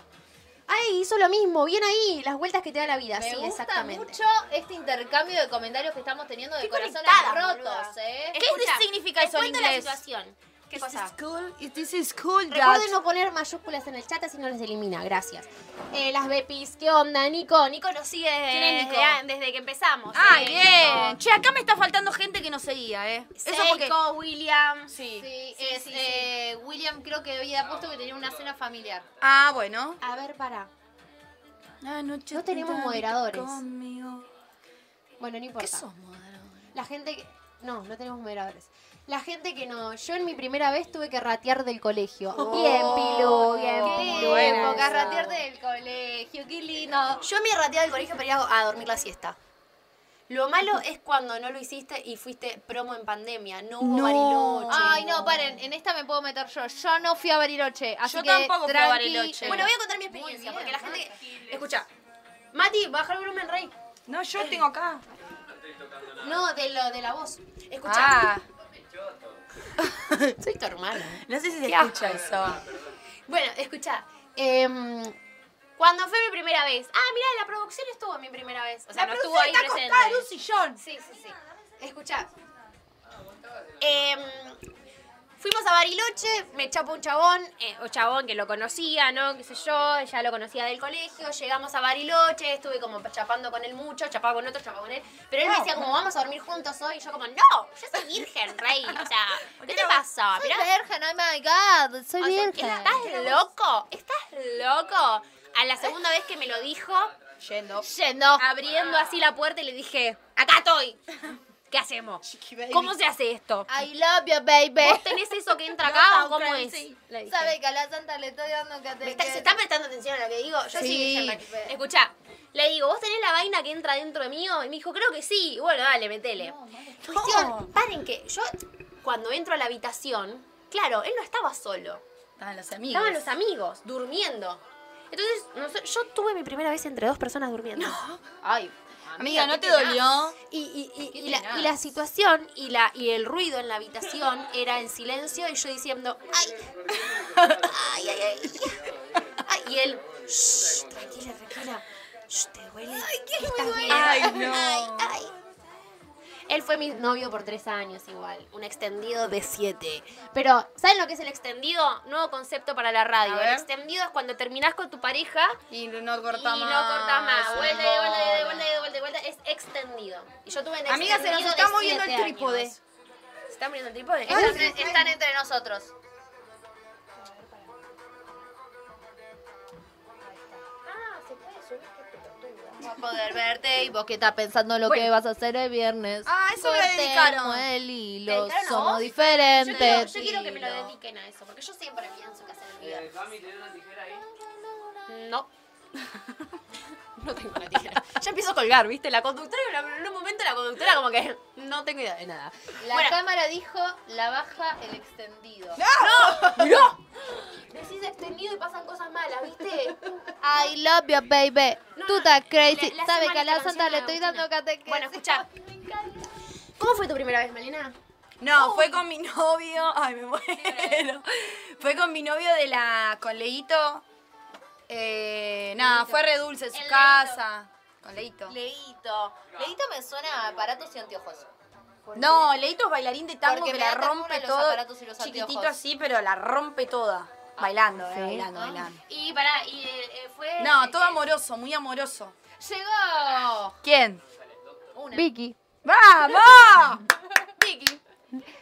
[SPEAKER 2] Ay, hizo lo mismo. Bien ahí. Las vueltas que te da la vida.
[SPEAKER 1] Me
[SPEAKER 2] sí,
[SPEAKER 1] gusta
[SPEAKER 2] exactamente.
[SPEAKER 1] mucho este intercambio de comentarios que estamos teniendo de corazones
[SPEAKER 6] conectadas,
[SPEAKER 1] rotos, ¿eh?
[SPEAKER 6] ¿Qué significa eso en inglés? la situación.
[SPEAKER 2] ¿Qué cosa?
[SPEAKER 3] Cool. Is this is cool,
[SPEAKER 2] Recuerden no poner mayúsculas en el chat, así no les elimina. Gracias. Eh, las Bepis, ¿qué onda? Nico, Nico nos sigue
[SPEAKER 6] ¿Quién es
[SPEAKER 2] desde,
[SPEAKER 6] Nico?
[SPEAKER 2] desde- desde que empezamos.
[SPEAKER 3] Ah,
[SPEAKER 2] Eh,
[SPEAKER 3] bien. Che, acá me está faltando gente que no seguía, ¿eh? Eso porque...
[SPEAKER 6] Seiko, William.
[SPEAKER 3] Sí.
[SPEAKER 1] Sí, es, eh, William creo que había puesto que tenía una cena familiar.
[SPEAKER 3] Ah, bueno.
[SPEAKER 2] A ver, para.
[SPEAKER 3] No
[SPEAKER 2] No tenemos moderadores.
[SPEAKER 3] Conmigo.
[SPEAKER 2] Bueno, no importa.
[SPEAKER 3] ¿Qué sos moderadores?
[SPEAKER 2] La gente que... No, no tenemos moderadores. La gente que no. Yo en mi primera vez tuve que ratear del colegio. Bien, Pilu, bien,
[SPEAKER 1] ¡Qué
[SPEAKER 2] Pilu.
[SPEAKER 1] época! Ratearte del colegio, qué lindo.
[SPEAKER 2] Yo me rateaba del colegio para ir a, a dormir la siesta. Lo malo es cuando no lo hiciste y fuiste promo en pandemia. No hubo
[SPEAKER 3] No.
[SPEAKER 2] Bariloche.
[SPEAKER 1] Ay, no, paren, en esta me puedo meter yo. Yo no fui a Bariloche, así
[SPEAKER 3] Yo
[SPEAKER 1] que
[SPEAKER 3] tampoco fui a
[SPEAKER 1] tranqui.
[SPEAKER 3] Bariloche.
[SPEAKER 2] Bueno, voy a contar mi experiencia porque la gente... Escucha. Mati, baja el volumen, Rey.
[SPEAKER 3] No, yo tengo acá.
[SPEAKER 2] No, de, lo, de la voz. Escucha.
[SPEAKER 3] Ah,
[SPEAKER 2] Soy tu hermana. ¿eh?
[SPEAKER 3] no sé si se escucha eso.
[SPEAKER 2] Bueno, escucha. cuando fue mi primera vez. Ah, mira, la producción estuvo mi primera vez. O sea, no estuvo ahí presente.
[SPEAKER 3] acostada en un sillón.
[SPEAKER 2] Sí, sí, sí. Escucha. fuimos a Bariloche, me chapó un chabón, eh, o chabón que lo conocía, ¿no? Qué sé yo, ya lo conocía del colegio. Llegamos a Bariloche, estuve como chapando con él mucho, chapaba con otro, chapaba con él. Pero él me decía, como, vamos a dormir juntos hoy. Y yo, como, no, yo soy virgen, rey. O sea, ¿qué te pasa?
[SPEAKER 1] Soy
[SPEAKER 2] Ah, Mirá,
[SPEAKER 1] virgen, oh my god, soy
[SPEAKER 2] o sea,
[SPEAKER 1] virgen.
[SPEAKER 2] ¿Estás loco? ¿Estás loco? A la segunda vez que me lo dijo,
[SPEAKER 3] Yendo.
[SPEAKER 1] Yendo.
[SPEAKER 2] Ah. abriendo así la puerta y le dije, acá estoy. ¿Qué hacemos? ¿Cómo se hace esto?
[SPEAKER 1] I love you, baby.
[SPEAKER 2] ¿Vos tenés eso que entra acá o cómo es? Le dije.
[SPEAKER 1] Sabe que a la santa le estoy dando que
[SPEAKER 2] Me
[SPEAKER 1] te
[SPEAKER 2] está- ¿Se está prestando atención a lo que digo? Yo sí.
[SPEAKER 1] Sí.
[SPEAKER 2] Escucha, le digo, ¿vos tenés la vaina que entra dentro mío? Y me dijo, creo que sí. Y Bueno, dale, metele. Cuestión, paren que yo cuando entro a la habitación, claro, él no estaba solo.
[SPEAKER 3] Estaban los amigos.
[SPEAKER 2] Estaban los amigos durmiendo. Entonces, no sé, yo tuve mi primera vez entre dos personas durmiendo.
[SPEAKER 1] Ay,
[SPEAKER 3] Amiga, ¿no te dolió?
[SPEAKER 2] Y, y- y-
[SPEAKER 1] Qué
[SPEAKER 2] y la,
[SPEAKER 1] tenaz.
[SPEAKER 2] y la situación y, la, y el ruido en la habitación era en silencio y yo diciendo, ¡ay! ¡ay, ay, ay! Ay, y él, "Shh, tranquila, tranquila! Shh, ¿Te duele? ¿Estás bien?
[SPEAKER 3] Ay, no.
[SPEAKER 2] Ay. Él fue mi novio por tres años igual, un extendido de siete. Pero, ¿saben lo que es el extendido? Nuevo concepto para la radio.
[SPEAKER 3] A ver.
[SPEAKER 2] El extendido es cuando terminás con tu pareja
[SPEAKER 3] Y no
[SPEAKER 2] y
[SPEAKER 3] corta
[SPEAKER 2] no
[SPEAKER 3] más.
[SPEAKER 2] cortás más.
[SPEAKER 3] Ay,
[SPEAKER 2] Vuelta y vuelta y vuelta
[SPEAKER 3] no.
[SPEAKER 2] y vuelta y vuelta. Es extendido. Y yo tuve en
[SPEAKER 3] Amiga, se nos
[SPEAKER 2] extendido
[SPEAKER 3] está
[SPEAKER 2] de
[SPEAKER 3] moviendo el
[SPEAKER 2] siete
[SPEAKER 3] trípode.
[SPEAKER 2] años. ¿Se está moviendo el trípode?
[SPEAKER 1] están, están entre nosotros. No poder verte y vos que estás pensando lo que vas a hacer el viernes.
[SPEAKER 3] Ah, eso me lo
[SPEAKER 1] Cortemos el
[SPEAKER 3] dedicaron.
[SPEAKER 6] ¿Te
[SPEAKER 1] hilo,
[SPEAKER 6] dedicaron a
[SPEAKER 1] somos
[SPEAKER 6] vos?
[SPEAKER 1] diferentes.
[SPEAKER 6] Yo quiero, yo quiero que me lo dediquen a eso, porque yo siempre pienso que hacer el video.
[SPEAKER 2] No. No tengo la tijera. Ya empiezo a colgar, ¿viste? La conductora, en un momento la conductora como que no tengo idea de nada.
[SPEAKER 1] La
[SPEAKER 2] Bueno.
[SPEAKER 1] cámara dijo la baja el extendido.
[SPEAKER 2] ¡No!
[SPEAKER 6] Decís extendido y pasan cosas malas, ¿viste?
[SPEAKER 1] I love you, baby. Tú estás crazy.
[SPEAKER 6] le- le hace
[SPEAKER 1] Sabe
[SPEAKER 6] mal
[SPEAKER 1] que a la
[SPEAKER 6] esta
[SPEAKER 1] santa
[SPEAKER 6] canción
[SPEAKER 1] le
[SPEAKER 6] a
[SPEAKER 1] estoy
[SPEAKER 6] Agustina.
[SPEAKER 1] dando catequesis.
[SPEAKER 6] Bueno, escuchá. ¿Cómo fue tu primera vez, Malena?
[SPEAKER 3] No, fue con mi novio. Ay, me muero. Fue con mi novio de la. con Leito. Eh, nada, fue re dulce en su
[SPEAKER 1] El
[SPEAKER 3] casa. Con Leito.
[SPEAKER 1] Leito. Leito me suena a aparatos y anteojos.
[SPEAKER 3] No, Leito es bailarín de tango
[SPEAKER 1] Porque
[SPEAKER 3] que
[SPEAKER 1] me
[SPEAKER 3] la
[SPEAKER 1] da ternura
[SPEAKER 3] rompe
[SPEAKER 1] los
[SPEAKER 3] todo.
[SPEAKER 1] aparatos y los
[SPEAKER 3] Chiquitito
[SPEAKER 1] anteojos.
[SPEAKER 3] así, pero la rompe toda. Bailando, eh, bailando, bailando.
[SPEAKER 6] Y pará, y eh, eh, fue.
[SPEAKER 3] No, todo amoroso, muy amoroso.
[SPEAKER 1] Llegó
[SPEAKER 3] ¿Quién?
[SPEAKER 1] una.
[SPEAKER 2] Vicky.
[SPEAKER 3] ¡Vamos!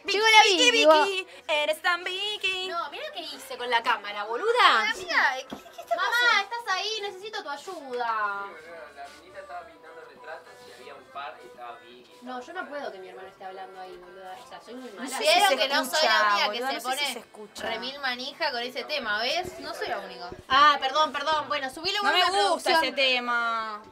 [SPEAKER 1] Llegó la
[SPEAKER 3] Vicky,
[SPEAKER 1] Vicky. vos.
[SPEAKER 3] Vicky, eres tan Vicky. Ah,
[SPEAKER 6] No, mira lo que hice con
[SPEAKER 2] La cámara, boluda.
[SPEAKER 1] Mira, ¿qué- qué está
[SPEAKER 6] Mamá, estás ahí, necesito tu ayuda.
[SPEAKER 8] La niñita estaba pintando retratos y había un par y estaba Vicky.
[SPEAKER 6] No, yo no puedo que mi hermano esté hablando ahí, boluda. O sea, soy muy mala.
[SPEAKER 3] No sé
[SPEAKER 1] Vieron
[SPEAKER 3] si se
[SPEAKER 1] que no soy
[SPEAKER 3] escucha,
[SPEAKER 1] la única
[SPEAKER 3] boluda,
[SPEAKER 1] que
[SPEAKER 3] no
[SPEAKER 1] se
[SPEAKER 3] sé si
[SPEAKER 1] pone
[SPEAKER 3] se escucha.
[SPEAKER 1] remil manija con ese tema, ¿ves? No soy la única.
[SPEAKER 6] Ah, perdón, perdón. Bueno, subile
[SPEAKER 3] No
[SPEAKER 6] volumen a
[SPEAKER 3] me gusta
[SPEAKER 6] producción.
[SPEAKER 3] ese tema.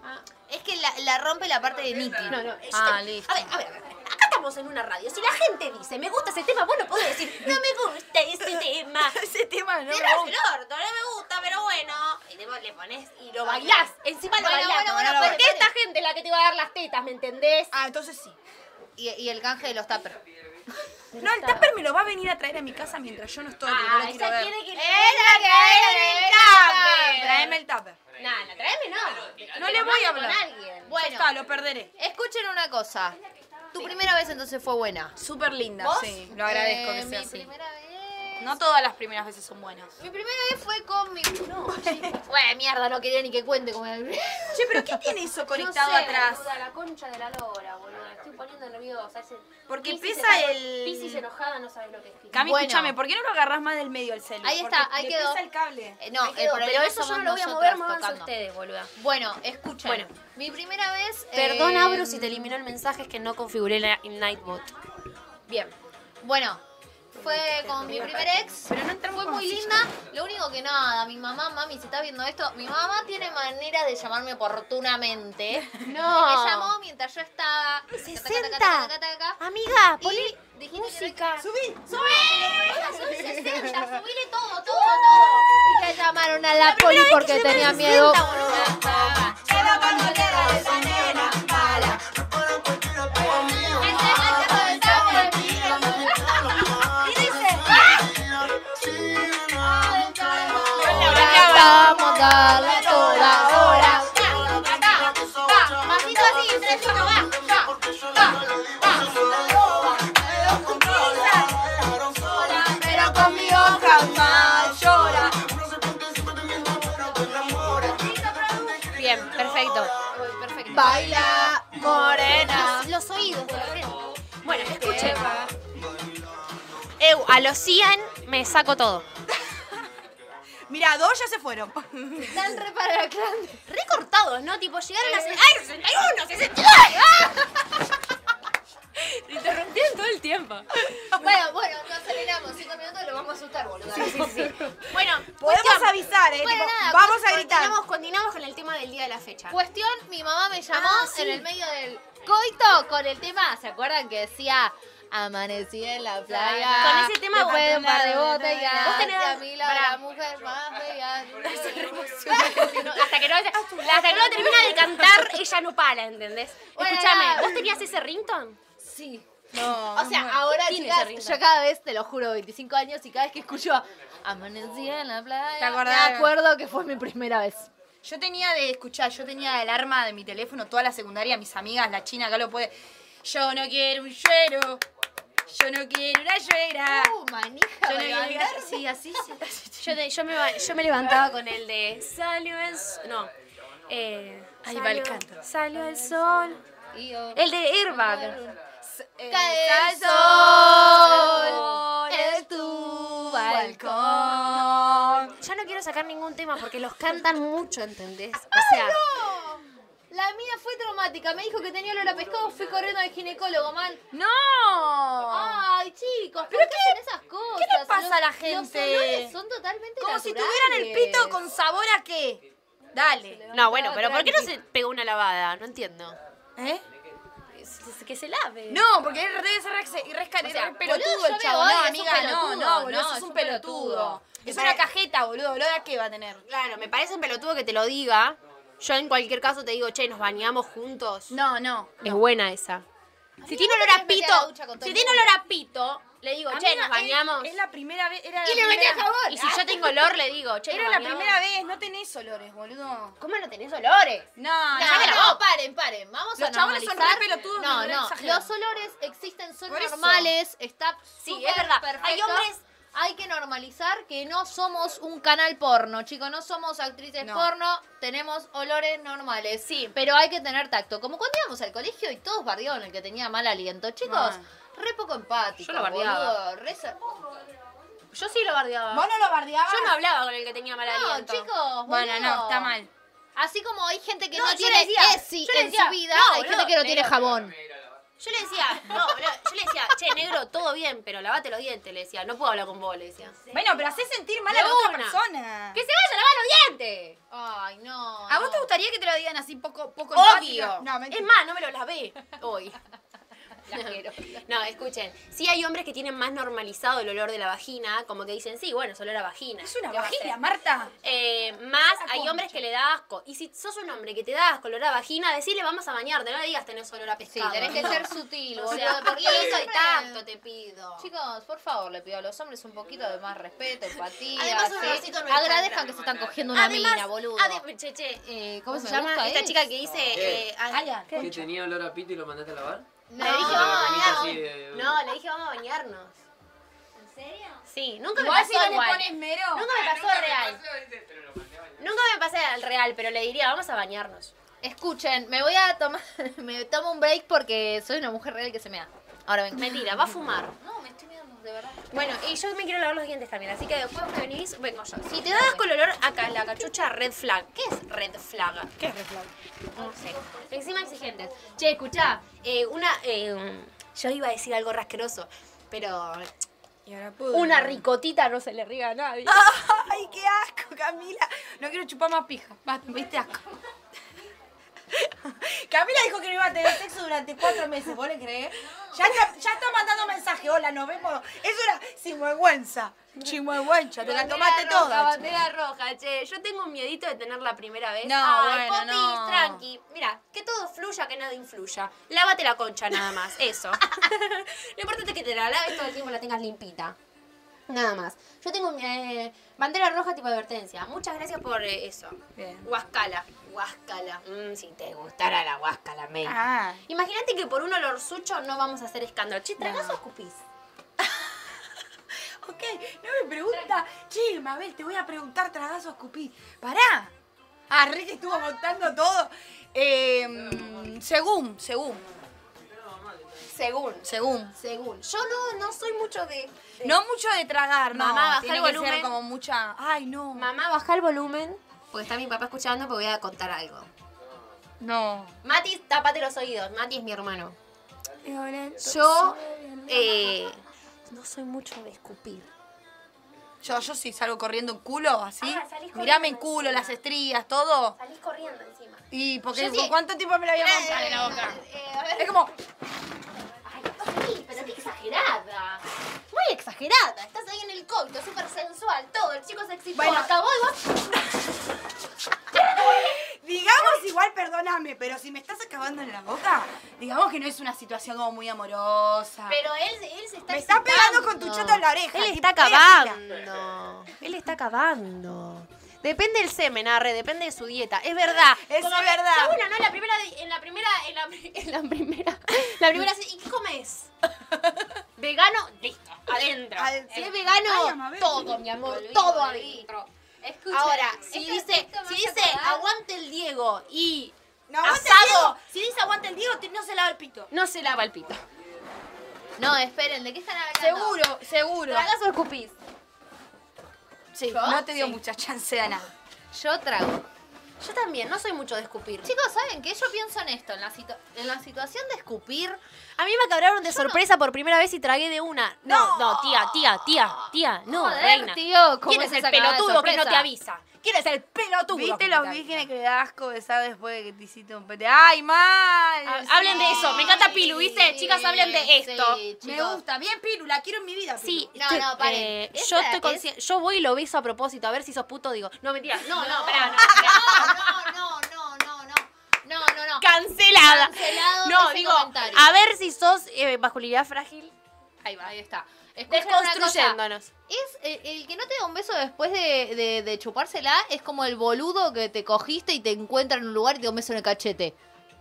[SPEAKER 1] Es que la, la rompe la parte de Nicky.
[SPEAKER 6] No, no, yo
[SPEAKER 3] Ah,
[SPEAKER 6] te-
[SPEAKER 3] listo.
[SPEAKER 6] A ver, a ver, a ver. Acá estamos en una radio. Si la gente dice, me gusta ese tema, vos no podés decir, no me gusta ese tema.
[SPEAKER 3] Ese tema no me
[SPEAKER 6] Te traes
[SPEAKER 3] gusta.
[SPEAKER 6] el orto, no me gusta, pero bueno. Y le, le pones y lo bailás. Encima lo
[SPEAKER 1] Bueno,
[SPEAKER 6] bailás.
[SPEAKER 1] bueno, bueno,
[SPEAKER 6] porque
[SPEAKER 1] pare,
[SPEAKER 6] esta gente es la que te va a dar las tetas, ¿me entendés?
[SPEAKER 3] Ah, entonces sí.
[SPEAKER 1] Y, y el canje de los tuppers.
[SPEAKER 3] No, el tupper me lo va a venir a traer a mi casa mientras yo no estoy. porque no lo quiero ver.
[SPEAKER 6] que
[SPEAKER 1] la que
[SPEAKER 3] Tupper, Traeme el tupper.
[SPEAKER 6] No, no, tráeme no.
[SPEAKER 3] No le voy a hablar.
[SPEAKER 6] Con alguien.
[SPEAKER 3] Ya
[SPEAKER 1] Bueno,
[SPEAKER 3] está, lo perderé.
[SPEAKER 1] escuchen una cosa. Tu primera vez entonces fue buena.
[SPEAKER 3] Súper linda.
[SPEAKER 1] ¿Vos?
[SPEAKER 3] Sí, lo agradezco
[SPEAKER 1] Eh,
[SPEAKER 3] que sea
[SPEAKER 1] mi
[SPEAKER 3] así.
[SPEAKER 1] Primera vez...
[SPEAKER 3] No todas las primeras veces son buenas.
[SPEAKER 1] Mi primera vez fue con mi. No, Bueno, mierda, no quería ni que cuente con el.
[SPEAKER 3] Che, pero ¿qué tiene eso conectado
[SPEAKER 6] no sé,
[SPEAKER 3] atrás?
[SPEAKER 6] boluda, la concha de la lora, boludo. Estoy poniendo nerviosa. Ese
[SPEAKER 3] Porque
[SPEAKER 6] Piscis
[SPEAKER 3] pesa
[SPEAKER 6] enojada-
[SPEAKER 3] el-
[SPEAKER 6] Piscis enojada no sabes lo que es Piscis.
[SPEAKER 3] Cami,
[SPEAKER 1] Bueno.
[SPEAKER 3] escúchame, ¿por qué no lo agarrás más del medio el celular?
[SPEAKER 1] Ahí está, ahí quedó.
[SPEAKER 3] el cable.
[SPEAKER 1] Eh, no,
[SPEAKER 6] Ahí
[SPEAKER 1] el
[SPEAKER 6] quedó,
[SPEAKER 1] problema
[SPEAKER 6] pero eso yo
[SPEAKER 1] somos
[SPEAKER 6] no lo voy a
[SPEAKER 1] nosotras
[SPEAKER 6] mover, muévanse
[SPEAKER 1] tocando.
[SPEAKER 6] ustedes, boluda.
[SPEAKER 1] Bueno, escuchen.
[SPEAKER 2] Bueno.
[SPEAKER 1] mi primera vez.
[SPEAKER 2] Perdón,
[SPEAKER 1] eh,
[SPEAKER 2] Abru, si te eliminó el mensaje, es que no configuré la Nightbot.
[SPEAKER 1] Bien. Bueno, fue con mi primer ex.
[SPEAKER 3] Pero no entramos
[SPEAKER 1] Fue
[SPEAKER 3] con
[SPEAKER 1] muy
[SPEAKER 3] la
[SPEAKER 1] linda. Lo único que nada, mi mamá, mami, si estás viendo esto, mi mamá tiene manera de llamarme oportunamente.
[SPEAKER 2] No.
[SPEAKER 1] Me llamó mientras yo estaba.
[SPEAKER 2] Se
[SPEAKER 1] taca, taca, taca,
[SPEAKER 2] senta.
[SPEAKER 1] taca, taca, taca,
[SPEAKER 6] Ah,
[SPEAKER 2] Amiga,
[SPEAKER 1] y
[SPEAKER 2] poné
[SPEAKER 1] dijiste que no-
[SPEAKER 2] música.
[SPEAKER 1] Hola, soy 60, subile todo, todo, todo. Y te llamaron a la, poli porque tenía miedo.
[SPEAKER 5] pues
[SPEAKER 1] Vamos a darle toda hora.
[SPEAKER 3] Pero conmigo jamás llora.
[SPEAKER 2] Bien, perfecto. Perfecto.
[SPEAKER 3] Baila morena.
[SPEAKER 2] Ah,
[SPEAKER 6] Los oídos de la gente.
[SPEAKER 2] Bueno, escuchen. Eu, a los 100 me saco todo.
[SPEAKER 3] Mira, dos ya se fueron.
[SPEAKER 1] Están re para la clan.
[SPEAKER 6] Recortados, ¿no? Tipo, llegaron a... ser- ¡Ay, 61, 62!
[SPEAKER 2] Interrumpían todo el tiempo.
[SPEAKER 1] Bueno, bueno, lo aceleramos. Cinco minutos lo vamos a asustar, boludo.
[SPEAKER 2] Bueno,
[SPEAKER 3] Podemos
[SPEAKER 2] cuestión.
[SPEAKER 3] avisar, eh.
[SPEAKER 1] Bueno,
[SPEAKER 3] tipo,
[SPEAKER 1] nada,
[SPEAKER 3] vamos a gritar.
[SPEAKER 2] Continuamos, continuamos con el tema del día de la fecha.
[SPEAKER 1] Cuestión, mi mamá me llamó
[SPEAKER 2] Ah, sí.
[SPEAKER 1] en el medio del coito con el tema, ¿se acuerdan que decía amanecí en la playa?
[SPEAKER 6] Con ese tema
[SPEAKER 1] después de un par de
[SPEAKER 3] vos-
[SPEAKER 1] botellas,
[SPEAKER 3] vos
[SPEAKER 1] y
[SPEAKER 6] tenés-
[SPEAKER 1] a mí la,
[SPEAKER 6] pará.
[SPEAKER 1] la mujer más bella.
[SPEAKER 6] No, hasta que no, hasta que no termina de cantar, ella no para, ¿entendés?
[SPEAKER 1] Bueno,
[SPEAKER 6] Escúchame,
[SPEAKER 1] nada.
[SPEAKER 6] ¿vos tenías ese rington?
[SPEAKER 1] Sí.
[SPEAKER 3] No,
[SPEAKER 1] O sea, ahora
[SPEAKER 2] Tiene
[SPEAKER 1] chicas,
[SPEAKER 2] esa rinda.
[SPEAKER 1] yo cada vez, te lo juro, 25 años y cada vez que escucho amanecí en la playa,
[SPEAKER 3] ¿Te
[SPEAKER 1] me
[SPEAKER 3] acordás?
[SPEAKER 1] acuerdo que fue mi primera vez.
[SPEAKER 3] Yo tenía de escuchar, yo tenía el arma de mi teléfono, toda la secundaria, mis amigas, la china, acá lo puede. Yo no quiero un suero. Yo no quiero una suegra.
[SPEAKER 1] Uh, manija,
[SPEAKER 3] Ah. yo no
[SPEAKER 1] para
[SPEAKER 3] quiero
[SPEAKER 1] bailar.
[SPEAKER 3] una Sí, así, sí, así.
[SPEAKER 2] Yo, te- yo me, va- yo me levantaba con el de salió el s- no. Eh,
[SPEAKER 3] Ahí
[SPEAKER 2] salió-
[SPEAKER 3] va el canto.
[SPEAKER 2] Salió el sol.
[SPEAKER 1] Y yo-
[SPEAKER 2] El de Airbag.
[SPEAKER 1] Cae
[SPEAKER 3] Eh,
[SPEAKER 1] el Eh.
[SPEAKER 3] sal-
[SPEAKER 1] sol, es tu
[SPEAKER 3] balcón.
[SPEAKER 6] no, ya no quiero sacar ningún tema porque los cantan mucho, ¿entendés? O sea,
[SPEAKER 1] La mía fue traumática. Me dijo que tenía olor a pescado. Fui corriendo al ginecólogo, mal.
[SPEAKER 6] ¡No!
[SPEAKER 1] Ay, chicos, ¿por
[SPEAKER 3] ¿Pero
[SPEAKER 1] qué
[SPEAKER 3] qué-
[SPEAKER 1] hacen esas cosas?
[SPEAKER 3] qué le pasa a la
[SPEAKER 1] Los
[SPEAKER 3] gente?
[SPEAKER 1] olores son totalmente
[SPEAKER 3] Como si
[SPEAKER 1] naturales.
[SPEAKER 3] tuvieran el pito con sabor a qué. Dale.
[SPEAKER 2] No, bueno, pero ¿por qué no se pegó una lavada? No entiendo.
[SPEAKER 3] ¿Eh?
[SPEAKER 6] Que se lave.
[SPEAKER 3] No, porque él debe ser re, re, esca- re pelotudo
[SPEAKER 1] boludo, yo
[SPEAKER 3] el
[SPEAKER 1] me
[SPEAKER 3] chavo.
[SPEAKER 1] voy,
[SPEAKER 3] No,
[SPEAKER 1] es un
[SPEAKER 3] amiga, no,
[SPEAKER 1] pelotudo.
[SPEAKER 3] no, boludo,
[SPEAKER 1] No,
[SPEAKER 3] sos un pelotudo. Es una
[SPEAKER 2] parece-
[SPEAKER 3] cajeta, boludo. ¿Olor a qué va a tener?
[SPEAKER 2] Claro, me parece un pelotudo que te lo diga. Yo en cualquier caso te digo, che, nos bañamos juntos.
[SPEAKER 3] No, no.
[SPEAKER 2] Es buena esa.
[SPEAKER 6] Si
[SPEAKER 1] no te
[SPEAKER 6] tiene olor a
[SPEAKER 1] querés meter a la ducha
[SPEAKER 6] pito,
[SPEAKER 1] con todo
[SPEAKER 6] si
[SPEAKER 1] el
[SPEAKER 6] tiene
[SPEAKER 1] mundo.
[SPEAKER 6] olor a pito, le digo, che, nos bañamos.
[SPEAKER 3] Es, la primera vez. Era la
[SPEAKER 1] Y le metí
[SPEAKER 3] primera-
[SPEAKER 1] jabón.
[SPEAKER 2] Y si yo tengo olor, le digo, che,
[SPEAKER 3] Era
[SPEAKER 2] nos
[SPEAKER 3] la
[SPEAKER 2] bañamos.
[SPEAKER 3] primera vez, no tenés olores, boludo. No,
[SPEAKER 1] ¿Cómo no tenés olores?
[SPEAKER 3] no.
[SPEAKER 1] No, no, paren, paren. Vamos
[SPEAKER 3] Los
[SPEAKER 1] a
[SPEAKER 3] chabones son
[SPEAKER 1] normalizar.
[SPEAKER 3] re pelotudos,
[SPEAKER 1] No,
[SPEAKER 3] re
[SPEAKER 1] no.
[SPEAKER 3] exagerados.
[SPEAKER 1] Los olores existen, son
[SPEAKER 3] Por eso.
[SPEAKER 1] normales. Está
[SPEAKER 6] Sí,
[SPEAKER 1] súper
[SPEAKER 6] es verdad.
[SPEAKER 1] perfecto.
[SPEAKER 6] Hay hombres-
[SPEAKER 1] Hay que normalizar que no somos un canal porno, chicos. No somos actrices
[SPEAKER 3] No.
[SPEAKER 1] porno. Tenemos olores normales. Sí. Pero hay que tener tacto. Como cuando íbamos al colegio y todos bardeaban el que tenía mal aliento. Chicos,
[SPEAKER 3] Mal.
[SPEAKER 1] re poco empático.
[SPEAKER 2] Yo lo bardeaba.
[SPEAKER 1] boludo, re so-
[SPEAKER 2] Yo sí lo bardeaba.
[SPEAKER 3] ¿Vos no lo bardeabas?
[SPEAKER 2] Yo no hablaba con el que tenía mal
[SPEAKER 1] No,
[SPEAKER 2] aliento.
[SPEAKER 1] chicos.
[SPEAKER 3] Bueno, no,
[SPEAKER 1] boludo.
[SPEAKER 3] está mal.
[SPEAKER 1] Así como hay gente que
[SPEAKER 2] No,
[SPEAKER 1] no,
[SPEAKER 2] yo
[SPEAKER 1] tiene
[SPEAKER 2] le decía-
[SPEAKER 1] ESI
[SPEAKER 2] yo le
[SPEAKER 1] en
[SPEAKER 2] decía,
[SPEAKER 1] su vida,
[SPEAKER 2] no,
[SPEAKER 1] hay gente
[SPEAKER 2] boludo,
[SPEAKER 1] que no tiene jabón.
[SPEAKER 2] Yo le decía, no, boludo, yo le decía, che, negro, todo bien, pero lavate los dientes, le decía, no puedo hablar con vos, le decía.
[SPEAKER 3] Bueno, pero hacés sentir mal
[SPEAKER 2] De
[SPEAKER 3] a la otra
[SPEAKER 2] una.
[SPEAKER 3] persona.
[SPEAKER 2] ¡Que se vaya a lavar los dientes!
[SPEAKER 1] Ay, no.
[SPEAKER 3] ¿A vos
[SPEAKER 1] no.
[SPEAKER 3] te gustaría que te lo digan así poco, poco
[SPEAKER 2] Obvio.
[SPEAKER 3] empático? No, mentira.
[SPEAKER 2] es más, no me lo lavé hoy. No, escuchen. Sí hay hombres que tienen más normalizado el olor de la vagina, como que dicen, sí, bueno, es olor a vagina.
[SPEAKER 3] Es una
[SPEAKER 2] ¿Qué va a
[SPEAKER 3] vagina,
[SPEAKER 2] hacer?
[SPEAKER 3] Marta.
[SPEAKER 2] Eh, más
[SPEAKER 3] Una
[SPEAKER 2] hay
[SPEAKER 3] concha.
[SPEAKER 2] hombres que le da asco. Y si sos un hombre que te da asco, olor a vagina, decirle vamos a bañarte, no le digas tenés olor a
[SPEAKER 1] Sí,
[SPEAKER 2] pescado.
[SPEAKER 1] tenés que ser sutil,
[SPEAKER 2] O
[SPEAKER 1] boludo.
[SPEAKER 2] sea, por
[SPEAKER 1] porque
[SPEAKER 2] eso y
[SPEAKER 1] siempre-
[SPEAKER 2] tacto te pido.
[SPEAKER 1] Chicos, por favor, le pido a los hombres un poquito de más respeto, empatía.
[SPEAKER 2] Además, un
[SPEAKER 1] ¿sí?
[SPEAKER 2] olorcito no es
[SPEAKER 1] Agradezcan que se están cogiendo una mina, boludo.
[SPEAKER 2] adem- Ah, che, che, eh, ¿cómo
[SPEAKER 1] Uy,
[SPEAKER 2] se
[SPEAKER 1] me
[SPEAKER 2] llama
[SPEAKER 1] gusta
[SPEAKER 2] esta
[SPEAKER 1] eso.
[SPEAKER 2] chica que dice? eh, a- ¿qué?
[SPEAKER 8] ¿Que tenía olor a pito y lo mandaste a lavar?
[SPEAKER 1] No,
[SPEAKER 2] Le dije,
[SPEAKER 8] no,
[SPEAKER 2] vamos a
[SPEAKER 8] no,
[SPEAKER 2] bañarnos.
[SPEAKER 8] sí, eh, de-
[SPEAKER 2] No, le dije, vamos a bañarnos. ¿En serio? Sí, nunca me
[SPEAKER 3] Igual
[SPEAKER 2] pasó
[SPEAKER 3] si no le
[SPEAKER 2] igual.
[SPEAKER 3] pones mero.
[SPEAKER 2] Nunca me pasó real. Nunca me pasé al real, pero le diría, vamos a bañarnos.
[SPEAKER 1] Escuchen, me voy a tomar, me tomo un break porque soy una mujer real que se me da. Ahora vengo.
[SPEAKER 2] Mentira, va a fumar.
[SPEAKER 1] No, me estoy mirando, de verdad.
[SPEAKER 2] Bueno, y yo me quiero lavar los dientes también, así que después que venís, vengo yo. Si te das con el olor a ca- la cachucha red flag, ¿qué es red flag?
[SPEAKER 3] ¿Qué es reflag?
[SPEAKER 2] No sé. Encima exigentes. Che, escuchá, eh, una. eh, yo iba a decir algo rasqueroso, pero.
[SPEAKER 3] Y ahora puedo.
[SPEAKER 2] Una ricotita no se le riega a nadie.
[SPEAKER 3] Ay, qué asco, Camila. No quiero chupar más pija. Basta, me diste asco. Camila dijo que no iba a tener sexo durante cuatro meses, ¿vos le crees? Ya está, ya está mandando mensaje, hola, nos vemos. Es una sinvergüenza. Sinvergüenza, te la tomaste
[SPEAKER 2] Bandera roja,
[SPEAKER 3] toda.
[SPEAKER 2] Bandera roja, che. Yo tengo un miedito de tener la primera vez.
[SPEAKER 3] No,
[SPEAKER 2] Ay,
[SPEAKER 3] bueno,
[SPEAKER 2] popis,
[SPEAKER 3] no.
[SPEAKER 2] tranqui. Mira, que todo fluya, que nada influya. Lávate la concha nada más, eso. Lo importante es que te la laves todo el tiempo y la tengas limpita. Nada más. Yo tengo eh, bandera roja tipo advertencia. Muchas gracias por eh, eso.
[SPEAKER 3] Bien.
[SPEAKER 2] Huascala. Huascala. Mm, si te gustara la huascala, me.
[SPEAKER 3] Ah.
[SPEAKER 2] Imagínate que por un olor sucho no vamos a hacer escándalo. Che, ¿tragas o escupís?
[SPEAKER 3] Ok, no me pregunta. Che, Mabel, te voy a preguntar, tragazo escupí. Pará. Ah, Ricky estuvo contando todo. Eh, mm, según, según,
[SPEAKER 2] Según.
[SPEAKER 3] según.
[SPEAKER 2] Según. Yo no, no soy mucho de.
[SPEAKER 3] No mucho de tragar, no.
[SPEAKER 2] Mamá, baja
[SPEAKER 3] Tiene
[SPEAKER 2] el
[SPEAKER 3] que
[SPEAKER 2] volumen.
[SPEAKER 3] ser como mucha. Ay, no.
[SPEAKER 2] Mamá, baja el volumen. Porque está mi papá escuchando, pero voy a contar algo.
[SPEAKER 3] No.
[SPEAKER 2] Mati, tapate los oídos. Mati es mi hermano. Yo.
[SPEAKER 3] Yo.
[SPEAKER 2] eh, no soy mucho de escupir.
[SPEAKER 3] Yo, yo sí salgo corriendo en culo, así.
[SPEAKER 2] Ah, salís corriendo
[SPEAKER 3] Mirame en culo,
[SPEAKER 2] encima.
[SPEAKER 3] las estrías, todo.
[SPEAKER 2] Salís corriendo encima.
[SPEAKER 3] Y porque
[SPEAKER 1] Yo sí.
[SPEAKER 3] ¿cuánto tiempo me la voy a montar en
[SPEAKER 2] Eh,
[SPEAKER 3] la boca? Es como,
[SPEAKER 2] Sí, pero qué exagerada. Muy exagerada. Estás ahí en el coito, súper sensual, todo. El chico se excitó.
[SPEAKER 3] Bueno.
[SPEAKER 2] acabó y vos.
[SPEAKER 3] digamos igual, perdóname, pero si me estás acabando en la boca, digamos que no es una situación como muy amorosa.
[SPEAKER 2] Pero él, él se está.
[SPEAKER 3] me estás pegando con tu
[SPEAKER 2] excitando.
[SPEAKER 3] chota en la oreja.
[SPEAKER 6] Él
[SPEAKER 3] tipo,
[SPEAKER 6] está
[SPEAKER 3] pega,
[SPEAKER 6] acabando. Él está acabando. Depende del semen, arre, depende de su dieta. Es verdad.
[SPEAKER 3] tira. Es
[SPEAKER 2] Como que-
[SPEAKER 3] verdad.
[SPEAKER 2] Seguro, ¿no? La primera, de- en la primera, en la, en la primera, la primera, ¿y qué comes? Vegano, listo, adentro.
[SPEAKER 3] Adentro.
[SPEAKER 2] Si es vegano,
[SPEAKER 3] Ay, Amabel.
[SPEAKER 2] todo, mi amor,
[SPEAKER 1] Volví,
[SPEAKER 2] todo
[SPEAKER 1] volví.
[SPEAKER 2] adentro.
[SPEAKER 1] Escuchen,
[SPEAKER 2] Ahora, si
[SPEAKER 1] esto-
[SPEAKER 2] dice,
[SPEAKER 1] esto me
[SPEAKER 2] si
[SPEAKER 1] hace
[SPEAKER 2] dice,
[SPEAKER 1] acordar-
[SPEAKER 2] aguante el Diego y
[SPEAKER 3] No, aguante el
[SPEAKER 2] asado,
[SPEAKER 3] Diego. Si dice aguanta el Diego, te- no se lava el pito.
[SPEAKER 2] no se lava el pito.
[SPEAKER 1] No, esperen, ¿de qué están hablando?
[SPEAKER 3] Seguro, seguro.
[SPEAKER 2] ¿Tragas o escupís?
[SPEAKER 3] Sí,
[SPEAKER 1] ¿Yo?
[SPEAKER 3] no te dio mucha chance a nada.
[SPEAKER 1] Yo trago.
[SPEAKER 2] Yo también, no soy mucho de escupir.
[SPEAKER 1] Chicos, ¿saben qué? Yo pienso en esto, en la, situ- en la situación de escupir.
[SPEAKER 2] A mí me cabraron de sorpresa por primera vez y tragué de una. No, no, tía, tía, tía, tía, no,
[SPEAKER 1] Joder,
[SPEAKER 2] reina.
[SPEAKER 1] tío, ¿cómo
[SPEAKER 2] ¿Quién es
[SPEAKER 1] se
[SPEAKER 2] el
[SPEAKER 1] sacaba de
[SPEAKER 2] pelotudo que no
[SPEAKER 1] sorpresa?
[SPEAKER 2] te avisa? ¿Quién es el pelotudo?
[SPEAKER 3] ¿Viste
[SPEAKER 2] que
[SPEAKER 3] los
[SPEAKER 2] te avisa?
[SPEAKER 3] vírgenes que le da asco besar después de que te hiciste un pete? ¡Ay, mal!
[SPEAKER 2] Ha- Ah, Hablen de eso, me encanta Pilu, ¿viste?
[SPEAKER 1] Sí,
[SPEAKER 2] Chicas, hablen de esto.
[SPEAKER 1] sí,
[SPEAKER 3] Me
[SPEAKER 1] chicos.
[SPEAKER 3] gusta, bien Pilu, la quiero en mi vida.
[SPEAKER 2] Sí,
[SPEAKER 1] No,
[SPEAKER 2] estoy-
[SPEAKER 1] no, paren.
[SPEAKER 2] eh,
[SPEAKER 1] Esa
[SPEAKER 2] yo estoy
[SPEAKER 1] es-
[SPEAKER 2] consciente. Yo voy y lo beso a propósito, a ver si sos puto, digo. No, mentira. No, no, pará, no.
[SPEAKER 1] No, no, no, no, no. No, no, no.
[SPEAKER 2] Cancelada.
[SPEAKER 1] Cancelado
[SPEAKER 2] no,
[SPEAKER 1] ese
[SPEAKER 2] digo,
[SPEAKER 1] comentario.
[SPEAKER 2] a ver si sos eh, masculinidad frágil.
[SPEAKER 1] Ahí va, ahí está. Escuchen una cosa.
[SPEAKER 2] Desconstruyéndonos.
[SPEAKER 1] Es el, el que no te da un beso después de, de- de chupársela es como el boludo que te cogiste y te encuentra en un lugar y te da un beso en el cachete.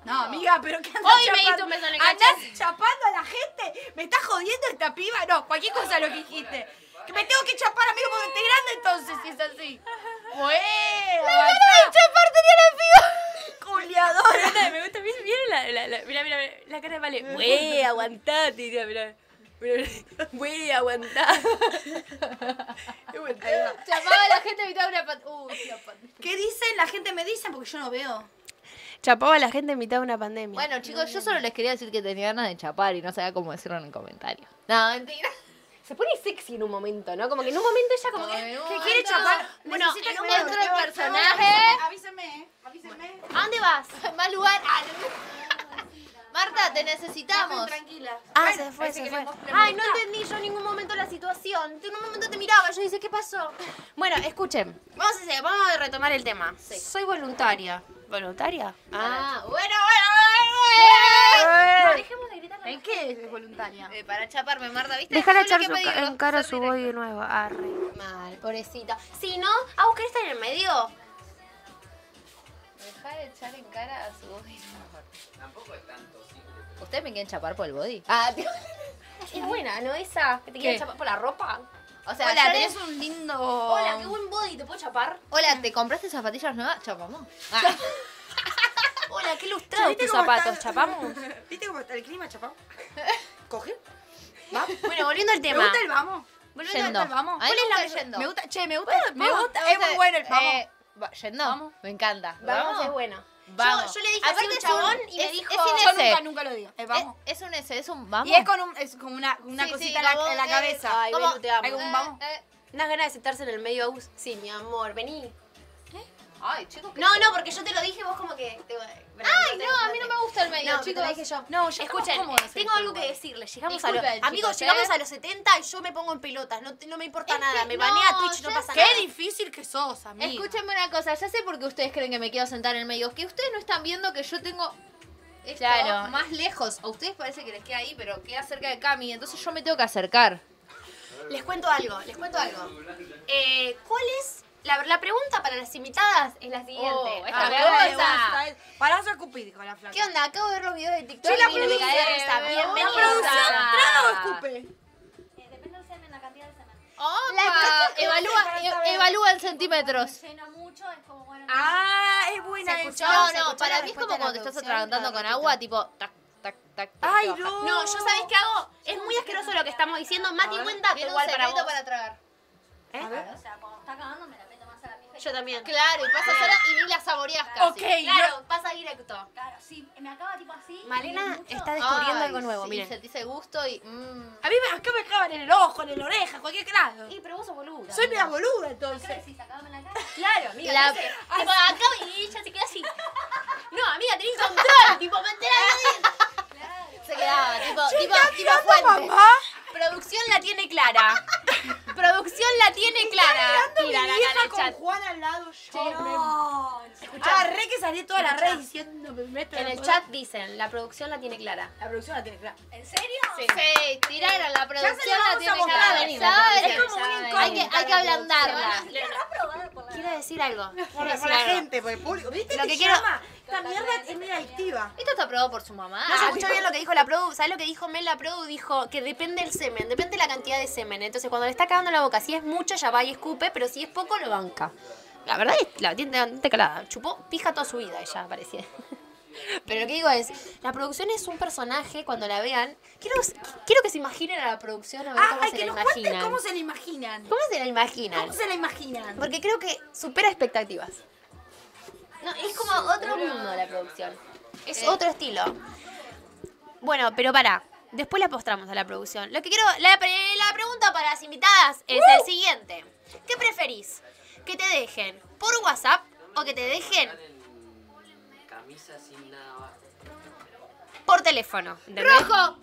[SPEAKER 3] No, amiga, pero ¿qué andas
[SPEAKER 2] Hoy me diste un beso en el
[SPEAKER 3] Andás
[SPEAKER 2] cachete.
[SPEAKER 3] chapando a la gente. ¿Me estás jodiendo esta piba? No, cualquier cosa lo que dijiste. Que me tengo que chapar, amigo, porque estoy grande entonces, si es así. Bueno,
[SPEAKER 1] chapar tenía la
[SPEAKER 3] culiadora.
[SPEAKER 2] me gusta, mira, la, la, la, mira, mira, mira, la cara de Vale. Güey, aguantate, mira, mira. mira, mira. Güey, aguantá.
[SPEAKER 1] Chapaba a la gente y me daba una pat... Uy, la pat-
[SPEAKER 3] ¿Qué dicen? La gente me dice porque yo no veo.
[SPEAKER 9] Chapaba a la gente en mitad de una pandemia.
[SPEAKER 1] Bueno, chicos, yo solo les quería decir que tenía ganas de chapar y no sabía cómo decirlo en el comentario. No, mentira.
[SPEAKER 9] se pone sexy en un momento, ¿no? Como que en un momento ella como que...
[SPEAKER 1] ¿Qué
[SPEAKER 3] ¿Quiere chapar?
[SPEAKER 1] Bueno,
[SPEAKER 3] Necesita
[SPEAKER 1] en
[SPEAKER 3] que
[SPEAKER 1] un
[SPEAKER 3] me-
[SPEAKER 1] otro
[SPEAKER 3] no,
[SPEAKER 1] personaje.
[SPEAKER 3] no, Avísame, eh, avísame.
[SPEAKER 2] ¿A dónde vas?
[SPEAKER 1] Mal lugar. Ah, no. Marta, te necesitamos.
[SPEAKER 3] Tranquila.
[SPEAKER 2] Ah, se fue, se fue. Ay, no entendí yo en ningún momento la situación. En un momento te miraba, yo dice, ¿qué pasó?
[SPEAKER 9] Bueno, escuchen. Vamos a, hacer- vamos a retomar el tema. Soy voluntaria. ¿Voluntaria?
[SPEAKER 1] Ah, bueno, bueno, bueno, bueno.
[SPEAKER 3] ¿En qué es voluntaria?
[SPEAKER 1] Eh, para chaparme, Marta, ¿viste?
[SPEAKER 9] Dejar
[SPEAKER 1] Yo lo
[SPEAKER 9] echar
[SPEAKER 1] que
[SPEAKER 9] su
[SPEAKER 1] pedí,
[SPEAKER 9] ca- en cara
[SPEAKER 1] ser
[SPEAKER 9] su
[SPEAKER 1] directa.
[SPEAKER 9] body de nuevo. Arre.
[SPEAKER 2] Mal, pobrecita. Si no, ah, vos querés estar en el medio.
[SPEAKER 1] Dejar de echar en cara a su body.
[SPEAKER 10] Tampoco es tanto simple.
[SPEAKER 1] ¿Ustedes me quieren chapar por el body? Ah, tío.
[SPEAKER 2] Es buena, ¿no? Esa que te quieren
[SPEAKER 1] ¿Qué?
[SPEAKER 2] chapar por la ropa.
[SPEAKER 1] O sea,
[SPEAKER 3] Hola,
[SPEAKER 1] ya
[SPEAKER 3] tenés
[SPEAKER 1] les-
[SPEAKER 3] un lindo.
[SPEAKER 2] Hola, qué buen body, ¿te puedo chapar?
[SPEAKER 1] Hola, ¿te compraste zapatillas nuevas? Chapamos. Ah.
[SPEAKER 2] Hola, qué lustrados
[SPEAKER 3] ¿Viste
[SPEAKER 2] tus
[SPEAKER 3] cómo
[SPEAKER 2] zapatos,
[SPEAKER 3] está-
[SPEAKER 2] ¿chapamos?
[SPEAKER 3] ¿Viste cómo está el clima, chapamos? ¿Coge?
[SPEAKER 2] Bueno, volviendo al
[SPEAKER 3] Me
[SPEAKER 2] tema.
[SPEAKER 3] gusta el vamos. Volviendo
[SPEAKER 1] Yendo.
[SPEAKER 3] al vamos.
[SPEAKER 1] A mí me gusta
[SPEAKER 3] mejor-
[SPEAKER 1] yendo.
[SPEAKER 3] Me gusta, che, me gusta, me
[SPEAKER 2] vamos,
[SPEAKER 3] gusta. Es muy bueno el vamos.
[SPEAKER 1] Eh, va- yendo.
[SPEAKER 3] Vamos.
[SPEAKER 1] Me encanta.
[SPEAKER 2] Vamos, es bueno.
[SPEAKER 1] Vamos.
[SPEAKER 2] Yo, yo le dije así a
[SPEAKER 1] Aparte
[SPEAKER 2] un
[SPEAKER 1] es
[SPEAKER 2] chabón
[SPEAKER 1] un-
[SPEAKER 2] y me
[SPEAKER 1] es-
[SPEAKER 2] dijo...
[SPEAKER 1] es sin
[SPEAKER 3] Yo
[SPEAKER 1] ese.
[SPEAKER 3] nunca, nunca lo digo. Es vamos.
[SPEAKER 1] Es, es un S, es un vamos.
[SPEAKER 3] Y es con, un, es con una, una
[SPEAKER 1] Sí, sí,
[SPEAKER 3] cosita en, la,
[SPEAKER 1] como,
[SPEAKER 3] en la
[SPEAKER 1] eh,
[SPEAKER 3] cabeza.
[SPEAKER 2] ay,
[SPEAKER 1] ¿Cómo?
[SPEAKER 2] Belu, te amo.
[SPEAKER 3] Hay un vamos.
[SPEAKER 1] Eh, eh.
[SPEAKER 2] Unas ganas de sentarse en el medio, Agus. Sí, mi amor, vení.
[SPEAKER 1] Ay, chicos.
[SPEAKER 2] No, no, porque yo te lo dije, vos como que... te-
[SPEAKER 1] Ay, no, a mí no me gusta el medio,
[SPEAKER 2] No, te
[SPEAKER 1] chicos.
[SPEAKER 2] lo dije yo.
[SPEAKER 3] No, ya
[SPEAKER 2] Escuchen,
[SPEAKER 3] estamos cómodos en
[SPEAKER 2] tengo
[SPEAKER 3] este
[SPEAKER 2] algo que
[SPEAKER 3] lugar.
[SPEAKER 2] decirles. Llegamos a los,
[SPEAKER 1] Disculpen,
[SPEAKER 2] amigos,
[SPEAKER 1] chicos,
[SPEAKER 2] llegamos
[SPEAKER 1] ¿eh?
[SPEAKER 2] a los 70 y yo me pongo en pelotas. No, te- no me importa
[SPEAKER 1] Es que
[SPEAKER 2] nada. me
[SPEAKER 1] no,
[SPEAKER 2] banea Twitch, no
[SPEAKER 1] ya
[SPEAKER 2] pasa
[SPEAKER 1] sé.
[SPEAKER 2] nada.
[SPEAKER 3] Qué difícil que sos, amigo.
[SPEAKER 1] Escúchame una cosa, ya sé por qué ustedes creen que me quiero sentar en el medio. Que ustedes no están viendo que yo tengo esto
[SPEAKER 2] Claro.
[SPEAKER 1] más lejos. A ustedes parece que les queda ahí, pero queda cerca de Cami. Entonces yo me tengo que acercar.
[SPEAKER 2] Les cuento algo, les cuento algo. Eh, ¿Cuál es la, la pregunta para las invitadas? Es la siguiente.
[SPEAKER 1] Oh, esta
[SPEAKER 2] Ah,
[SPEAKER 3] Ah,
[SPEAKER 1] me
[SPEAKER 2] ¿qué onda?
[SPEAKER 1] gusta.
[SPEAKER 3] eh. Pará, sos Cupid con la flaca.
[SPEAKER 2] ¿Qué onda? Acabo de ver los videos de TikTok
[SPEAKER 3] Sí, la
[SPEAKER 2] y me caí de
[SPEAKER 3] produce,
[SPEAKER 2] risa.
[SPEAKER 1] me
[SPEAKER 2] Bienvenida.
[SPEAKER 1] gusta.
[SPEAKER 3] ¿Producción traga o escupe?
[SPEAKER 7] Eh, Depende del semen, la cantidad del semen.
[SPEAKER 1] Opa, evalúa, e- evalúa en centímetros.
[SPEAKER 7] Lleno mucho, es como bueno.
[SPEAKER 3] Ah, es buena esa.
[SPEAKER 1] No,
[SPEAKER 2] se
[SPEAKER 1] no,
[SPEAKER 2] escuchó
[SPEAKER 1] para
[SPEAKER 2] la
[SPEAKER 1] mí es
[SPEAKER 2] respuesta
[SPEAKER 1] como
[SPEAKER 2] de la
[SPEAKER 1] cuando te estás
[SPEAKER 2] producción,
[SPEAKER 1] atragantando
[SPEAKER 2] cada
[SPEAKER 1] con
[SPEAKER 2] ratito.
[SPEAKER 1] agua, tipo, tac, tac, tac. tac,
[SPEAKER 3] Ay,
[SPEAKER 1] te baja.
[SPEAKER 3] no.
[SPEAKER 2] No, yo sabés qué hago. Es muy asqueroso lo que estamos diciendo. Mati, buen dato
[SPEAKER 1] Tiene un
[SPEAKER 2] igual para
[SPEAKER 1] secreto
[SPEAKER 2] vos.
[SPEAKER 1] para tragar.
[SPEAKER 7] O sea, cuando está acabando me la meto más a la pija. y-
[SPEAKER 2] Yo también.
[SPEAKER 1] Claro, y pasas sola y ni la saboreas casi.
[SPEAKER 3] Ok,
[SPEAKER 2] Claro, pasa directo.
[SPEAKER 7] Claro, sí, me acaba tipo así.
[SPEAKER 9] Malena
[SPEAKER 7] y mucho.
[SPEAKER 9] está descubriendo
[SPEAKER 1] Ay,
[SPEAKER 9] algo nuevo,
[SPEAKER 1] sí,
[SPEAKER 9] miren.
[SPEAKER 1] sentís el gusto y... mm.
[SPEAKER 3] A mí me, acá me acaban en el ojo, en la oreja, cualquier lado.
[SPEAKER 2] Y pero vos sos boluda.
[SPEAKER 3] Soy media boluda
[SPEAKER 7] Acá
[SPEAKER 3] entonces.
[SPEAKER 7] decís, acabame la cara.
[SPEAKER 2] Claro, amiga.
[SPEAKER 1] La-
[SPEAKER 2] entonces, tipo, acá y ella se queda así. No, amiga, tenés control. tipo, mantén la
[SPEAKER 1] Se quedaba, tipo, tipo, tipo
[SPEAKER 3] ¿Mirando
[SPEAKER 1] fuente.
[SPEAKER 3] mamá?
[SPEAKER 2] Producción la tiene clara. Producción la tiene clara.
[SPEAKER 3] Mirando
[SPEAKER 2] Tira la
[SPEAKER 3] mi vieja
[SPEAKER 2] cara al
[SPEAKER 3] con
[SPEAKER 2] chat.
[SPEAKER 3] Juan al lado. Yo
[SPEAKER 7] Oh,
[SPEAKER 2] Escuchá,
[SPEAKER 3] Ah, re que salí toda la red diciendo me meto
[SPEAKER 2] en
[SPEAKER 3] la
[SPEAKER 2] el
[SPEAKER 3] joda.
[SPEAKER 2] chat dicen, la producción la tiene clara.
[SPEAKER 3] La producción la tiene clara.
[SPEAKER 7] ¿En serio?
[SPEAKER 1] Sí, tiraron eh, la producción,
[SPEAKER 3] se la vamos
[SPEAKER 1] la
[SPEAKER 3] a
[SPEAKER 1] tiene
[SPEAKER 3] mostrar,
[SPEAKER 1] clara,
[SPEAKER 2] venimos,
[SPEAKER 1] ¿sabes?
[SPEAKER 2] la producción,
[SPEAKER 1] Es como
[SPEAKER 2] ya
[SPEAKER 1] un
[SPEAKER 2] venimos.
[SPEAKER 1] incógnito, Hay que, hay que ablandarla.
[SPEAKER 7] ¿Lo has probado por la
[SPEAKER 2] Quiero decir algo.
[SPEAKER 3] Por
[SPEAKER 2] quiero
[SPEAKER 3] la,
[SPEAKER 2] decir
[SPEAKER 3] por la
[SPEAKER 2] algo.
[SPEAKER 3] gente, por el público. ¿Viste?
[SPEAKER 2] Lo
[SPEAKER 3] Te
[SPEAKER 2] que quiero-
[SPEAKER 3] llama. Esta mierda es media adictiva.
[SPEAKER 1] Esto está aprobado por su mamá.
[SPEAKER 3] Ah,
[SPEAKER 2] No se escuchó bien lo que dijo la Produ. ¿Sabes lo que dijo Mel? La Produ dijo que depende del semen, depende de la cantidad de semen. Entonces, cuando le está cagando la boca, si es mucho, ya va y escupe, pero si es poco, lo banca. La verdad es la tiene bastante calada. Chupó pija toda su vida, ella parecía. Pero lo que digo es, la producción es un personaje, cuando la vean, quiero, quiero que se imaginen a la producción a ver
[SPEAKER 3] Ah,
[SPEAKER 2] cómo
[SPEAKER 3] hay
[SPEAKER 2] se
[SPEAKER 3] que
[SPEAKER 2] la
[SPEAKER 3] nos cuenten
[SPEAKER 2] imaginan.
[SPEAKER 3] cómo se la imaginan.
[SPEAKER 2] ¿Cómo se la imaginan?
[SPEAKER 3] ¿Cómo se la imaginan?
[SPEAKER 2] Porque creo que supera expectativas.
[SPEAKER 6] No, es como otro mundo.
[SPEAKER 1] la producción.
[SPEAKER 2] Es otro estilo. Bueno, pero para. Después la postramos a la producción. Lo que quiero. La, pre- la pregunta para las invitadas es el siguiente: ¿Qué preferís? ¿Que te dejen por WhatsApp o que te dejen
[SPEAKER 8] en camisa sin nada abajo.
[SPEAKER 2] por teléfono? ¿Entendés?
[SPEAKER 1] ¡Rojo!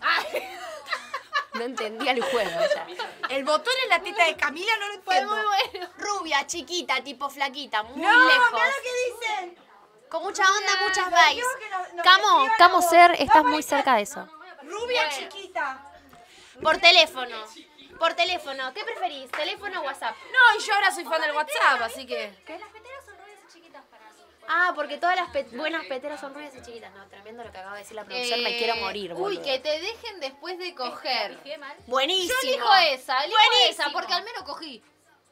[SPEAKER 2] No entendía el juego ya.
[SPEAKER 3] El botón en la teta de Camila no lo entiendo.
[SPEAKER 6] Rubia, chiquita, tipo flaquita, muy
[SPEAKER 3] No,
[SPEAKER 6] lejos.
[SPEAKER 3] mirá lo que dicen.
[SPEAKER 6] Con mucha onda, muchas
[SPEAKER 3] Digo que
[SPEAKER 6] vibes.
[SPEAKER 3] nos- nos
[SPEAKER 2] Camo,
[SPEAKER 3] escriban a
[SPEAKER 2] Camo
[SPEAKER 3] vos.
[SPEAKER 2] Ser, estás
[SPEAKER 3] Vamos a
[SPEAKER 2] muy
[SPEAKER 3] estar-
[SPEAKER 2] cerca de eso.
[SPEAKER 3] Rubia chiquita.
[SPEAKER 6] Por teléfono. Por teléfono. ¿Qué preferís? ¿Teléfono o WhatsApp?
[SPEAKER 3] No, y yo ahora soy fan del WhatsApp, así que.
[SPEAKER 11] Las peteras son rubias y chiquitas para mí.
[SPEAKER 6] Ah, porque todas las pe- buenas peteras son rubias y chiquitas. No, tremendo lo que acaba de decir la producción. me
[SPEAKER 1] Eh,
[SPEAKER 6] quiero morir,
[SPEAKER 1] Uy,
[SPEAKER 6] boludo.
[SPEAKER 1] que te dejen después de coger.
[SPEAKER 11] Fijé mal.
[SPEAKER 1] Yo
[SPEAKER 6] Buenísimo.
[SPEAKER 1] elijo esa, elijo
[SPEAKER 6] Buenísimo.
[SPEAKER 1] esa, porque al menos cogí.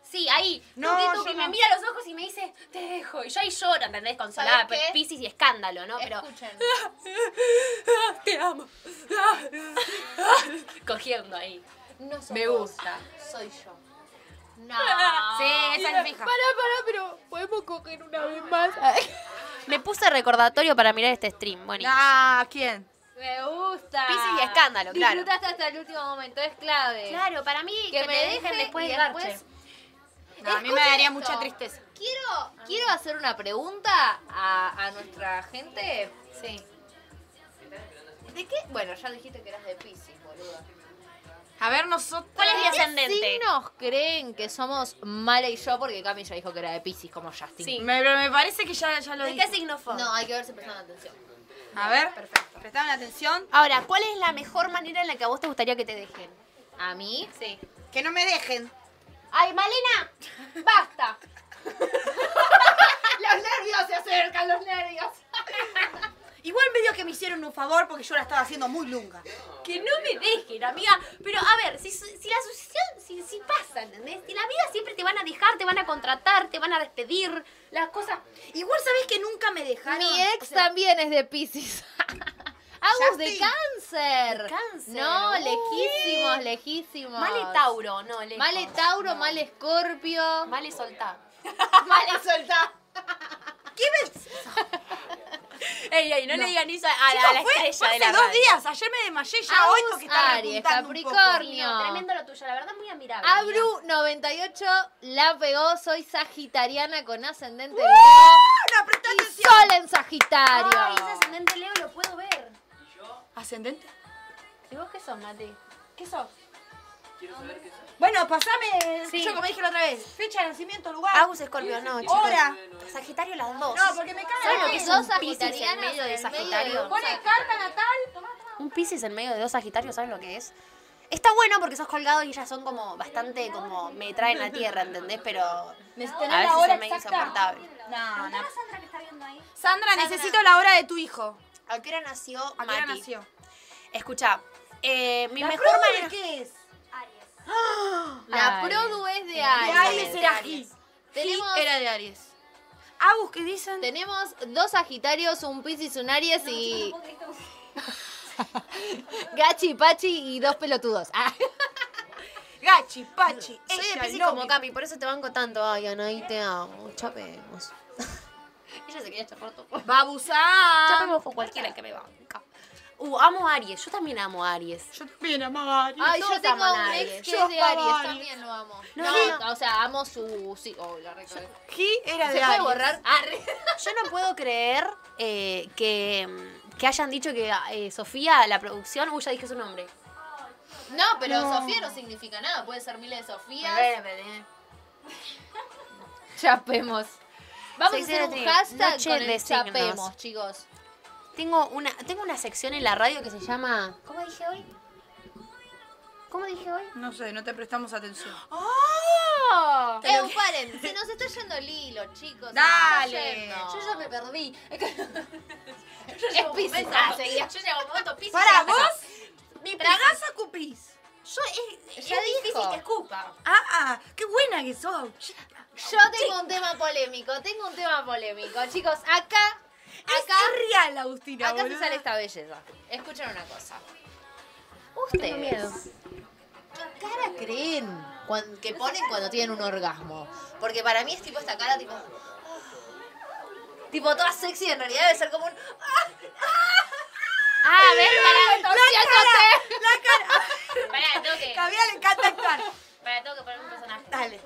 [SPEAKER 6] Sí, ahí.
[SPEAKER 3] No,
[SPEAKER 6] No,
[SPEAKER 3] yo
[SPEAKER 6] que me
[SPEAKER 3] no.
[SPEAKER 6] mira a los ojos y me dice, te dejo. Y yo ahí lloro, ¿entendés? Consolada,
[SPEAKER 1] ¿Sabés qué?
[SPEAKER 6] piscis y escándalo, ¿no? Pero
[SPEAKER 1] Escuchen.
[SPEAKER 6] te amo. Cogiendo ahí.
[SPEAKER 1] No sos
[SPEAKER 6] Me
[SPEAKER 1] vos,
[SPEAKER 6] gusta.
[SPEAKER 1] Soy yo. No.
[SPEAKER 3] Ah,
[SPEAKER 6] Sí, esa es fija.
[SPEAKER 1] pará, pero podemos coger una vez más.
[SPEAKER 2] Me puse recordatorio para mirar este stream. Bueno,
[SPEAKER 3] Ah, ¿quién?
[SPEAKER 1] Me gusta.
[SPEAKER 2] Piscis y escándalo, claro.
[SPEAKER 1] Disfrutaste hasta el último momento, es clave.
[SPEAKER 6] Claro, para mí
[SPEAKER 1] Que, me dejen, después de garche.
[SPEAKER 3] No, a mí me
[SPEAKER 1] Escuchen
[SPEAKER 3] daría
[SPEAKER 1] esto.
[SPEAKER 3] mucha tristeza.
[SPEAKER 1] Quiero, quiero hacer una pregunta a, a nuestra gente. Sí. ¿De qué? Bueno, ya dijiste que eras de Piscis, boluda.
[SPEAKER 3] A ver, nosotros.
[SPEAKER 6] ¿Cuál es mi
[SPEAKER 1] ¿Qué
[SPEAKER 6] ascendente?
[SPEAKER 1] signos creen que somos Male y yo? Porque Cami ya dijo que era de Piscis, como Justin.
[SPEAKER 6] Sí.
[SPEAKER 3] Me, me parece que ya, ya lo
[SPEAKER 6] ¿De qué
[SPEAKER 3] dije.
[SPEAKER 6] signo fue?
[SPEAKER 1] No, hay que ver si prestan atención.
[SPEAKER 3] A ver, perfecto. Prestaron atención.
[SPEAKER 2] Ahora, ¿cuál es la mejor manera en la que a vos te gustaría que te dejen?
[SPEAKER 1] ¿A mí?
[SPEAKER 6] Sí.
[SPEAKER 3] Que no me dejen.
[SPEAKER 6] Ay, Malena, basta.
[SPEAKER 1] Los nervios se acercan, los nervios.
[SPEAKER 3] Igual medio que me hicieron un favor porque yo la estaba haciendo muy lunga.
[SPEAKER 6] Que no me dejen, amiga. Pero a ver, si, su- si la sucesión, si, si pasa, ¿entendés? Si la vida siempre te van a dejar, te van a contratar, te van a despedir, las cosas.
[SPEAKER 3] Igual sabés que nunca me dejaron.
[SPEAKER 1] Mi ex
[SPEAKER 3] O sea,
[SPEAKER 1] también es de Pisces. Agus de
[SPEAKER 3] Justin.
[SPEAKER 1] cáncer.
[SPEAKER 6] De cáncer.
[SPEAKER 1] No,
[SPEAKER 6] Uy.
[SPEAKER 1] lejísimos, lejísimos.
[SPEAKER 6] Male Tauro, no, lejos.
[SPEAKER 1] Male Tauro, mal Escorpio.
[SPEAKER 6] Male soltá.
[SPEAKER 1] Male soltá.
[SPEAKER 6] Ey, ey, no, le digan eso a, a la- a la
[SPEAKER 3] fue-
[SPEAKER 6] estrella
[SPEAKER 3] fue
[SPEAKER 6] de la
[SPEAKER 3] hace dos
[SPEAKER 6] radio.
[SPEAKER 3] días. Ayer me desmayé ya
[SPEAKER 1] Agus,
[SPEAKER 3] hoy tengo que estar
[SPEAKER 1] Aries,
[SPEAKER 3] repuntando un poco.
[SPEAKER 1] Capricornio.
[SPEAKER 6] Sí, no, tremendo lo tuyo, la verdad muy admirable. amiga.
[SPEAKER 1] Abru 98 la pegó, soy sagitariana con ascendente
[SPEAKER 3] ¡Uh! No, presta
[SPEAKER 1] Leo y
[SPEAKER 3] atención.
[SPEAKER 1] sol en Sagitario.
[SPEAKER 6] Ay, ese ascendente Leo lo puedo ver.
[SPEAKER 3] ¿Ascendente?
[SPEAKER 6] ¿Y vos qué sos, Nati?
[SPEAKER 3] Bueno, pasame.
[SPEAKER 6] Sí.
[SPEAKER 3] Yo como dije la otra vez. Fecha de nacimiento, lugar.
[SPEAKER 2] Agus Escorpio, no, chicos.
[SPEAKER 3] Hora.
[SPEAKER 2] Sagitario las dos.
[SPEAKER 3] No, porque me cae
[SPEAKER 1] ¿Sabes lo que
[SPEAKER 3] la-
[SPEAKER 1] sos
[SPEAKER 2] Piscis en
[SPEAKER 1] sagitariana?
[SPEAKER 2] medio de Sagitario.
[SPEAKER 3] Pone carta natal.
[SPEAKER 2] Un Pisces en medio de dos Sagitarios, ¿sabes lo que es? Está bueno porque sos colgado y ellas son como bastante como me traen a tierra, ¿entendés? Pero
[SPEAKER 3] Necesito
[SPEAKER 2] a
[SPEAKER 3] la
[SPEAKER 2] veces
[SPEAKER 3] hora
[SPEAKER 2] es medio
[SPEAKER 3] exacta.
[SPEAKER 2] insoportable.
[SPEAKER 3] No, no.
[SPEAKER 11] Preguntale a Sandra que está viendo ahí.
[SPEAKER 3] Sandra, necesito la hora de tu hijo.
[SPEAKER 2] ¿A qué hora nació
[SPEAKER 3] ¿A qué
[SPEAKER 2] Mati?
[SPEAKER 3] hora nació?
[SPEAKER 2] Escuchá, eh, mi
[SPEAKER 3] ¿La
[SPEAKER 2] mejor
[SPEAKER 3] produ de
[SPEAKER 2] manera...
[SPEAKER 3] qué es?
[SPEAKER 11] Aries.
[SPEAKER 1] La
[SPEAKER 2] Aries.
[SPEAKER 1] produ es de
[SPEAKER 3] De
[SPEAKER 1] Aries.
[SPEAKER 3] Aries era Gis.
[SPEAKER 1] Tenemos-
[SPEAKER 3] era de Aries. Agus, ¿qué dicen?
[SPEAKER 1] Tenemos dos Sagitarios, un Piscis, un Aries y
[SPEAKER 11] Porque esto-
[SPEAKER 1] Gachi, Pachi y dos pelotudos. Ah.
[SPEAKER 3] Gachi, Pachi,
[SPEAKER 2] Soy de
[SPEAKER 3] ella,
[SPEAKER 2] Pisces
[SPEAKER 3] Loki.
[SPEAKER 2] como Cami, por eso te banco tanto. Ay, Anaí, te amo. Chapemos. Ella se quería chapar todo.
[SPEAKER 3] Babusá.
[SPEAKER 2] Chapemos con cualquiera que me banca. Uh, amo a Aries. Yo también amo a Aries.
[SPEAKER 3] Yo también amaba a Aries.
[SPEAKER 1] Ay,
[SPEAKER 2] todos
[SPEAKER 1] yo tengo
[SPEAKER 2] aman
[SPEAKER 1] un
[SPEAKER 2] a
[SPEAKER 1] ex
[SPEAKER 2] Aries.
[SPEAKER 1] que
[SPEAKER 3] Yo
[SPEAKER 1] es de
[SPEAKER 3] amaba a
[SPEAKER 1] Aries,
[SPEAKER 3] Aries.
[SPEAKER 1] también lo amo.
[SPEAKER 2] No,
[SPEAKER 1] No, o sea, amo su... Sí, oh, la recagué.
[SPEAKER 3] G era
[SPEAKER 1] ¿Se
[SPEAKER 3] de
[SPEAKER 1] puede
[SPEAKER 3] Aries.
[SPEAKER 1] borrar? Arre.
[SPEAKER 2] Yo no puedo creer eh, que, mm, que hayan dicho que eh, Sofía, la producción, uy, ya dije su nombre.
[SPEAKER 1] No, pero Sofía no significa nada. Puede ser miles de Sofías. Chapemos. Vamos
[SPEAKER 2] Sí,
[SPEAKER 1] a hacer
[SPEAKER 2] sí,
[SPEAKER 1] un
[SPEAKER 2] sí.
[SPEAKER 1] hashtag
[SPEAKER 2] Noche
[SPEAKER 1] con el
[SPEAKER 2] de signos.
[SPEAKER 1] chapemos, chicos.
[SPEAKER 2] Tengo una, tengo una sección en la radio que se llama.
[SPEAKER 6] ¿Cómo dije hoy? ¿Cómo dije hoy?
[SPEAKER 3] No sé, no te prestamos atención.
[SPEAKER 1] Eh, paren, se nos está yendo el hilo, chicos. se nos está
[SPEAKER 3] Dale.
[SPEAKER 1] yendo.
[SPEAKER 6] Yo ya me perdí.
[SPEAKER 1] Es Piscis. Ah, seguía.
[SPEAKER 6] Yo llego a un momento Pisces.
[SPEAKER 3] ¿Para vos? ¿Mi tragás o cupís?
[SPEAKER 6] Yo es,
[SPEAKER 1] Ya
[SPEAKER 6] es difícil
[SPEAKER 1] dijo.
[SPEAKER 6] que escupa.
[SPEAKER 3] Ah, ah, qué buena que sos. chica.
[SPEAKER 1] Yo tengo un tema polémico, tengo un tema polémico. Chicos, acá Acá,
[SPEAKER 3] Es real, Agustina,
[SPEAKER 1] acá se
[SPEAKER 3] boluda.
[SPEAKER 1] sale esta belleza. Escuchen una cosa. Ustedes. ¿Qué cara creen cuan- que ponen cuando tienen un orgasmo? Porque para mí es tipo esta cara, tipo. ah. Tipo toda sexy, en realidad debe ser como un. ¡Ah!
[SPEAKER 2] Ah, a ver,
[SPEAKER 1] ¡Para! eh. ¡Torciéndose!
[SPEAKER 2] pará, pará, tengo que,
[SPEAKER 3] Gabriel le encanta actuar.
[SPEAKER 2] pará, tengo que poner un personaje.
[SPEAKER 3] Dale.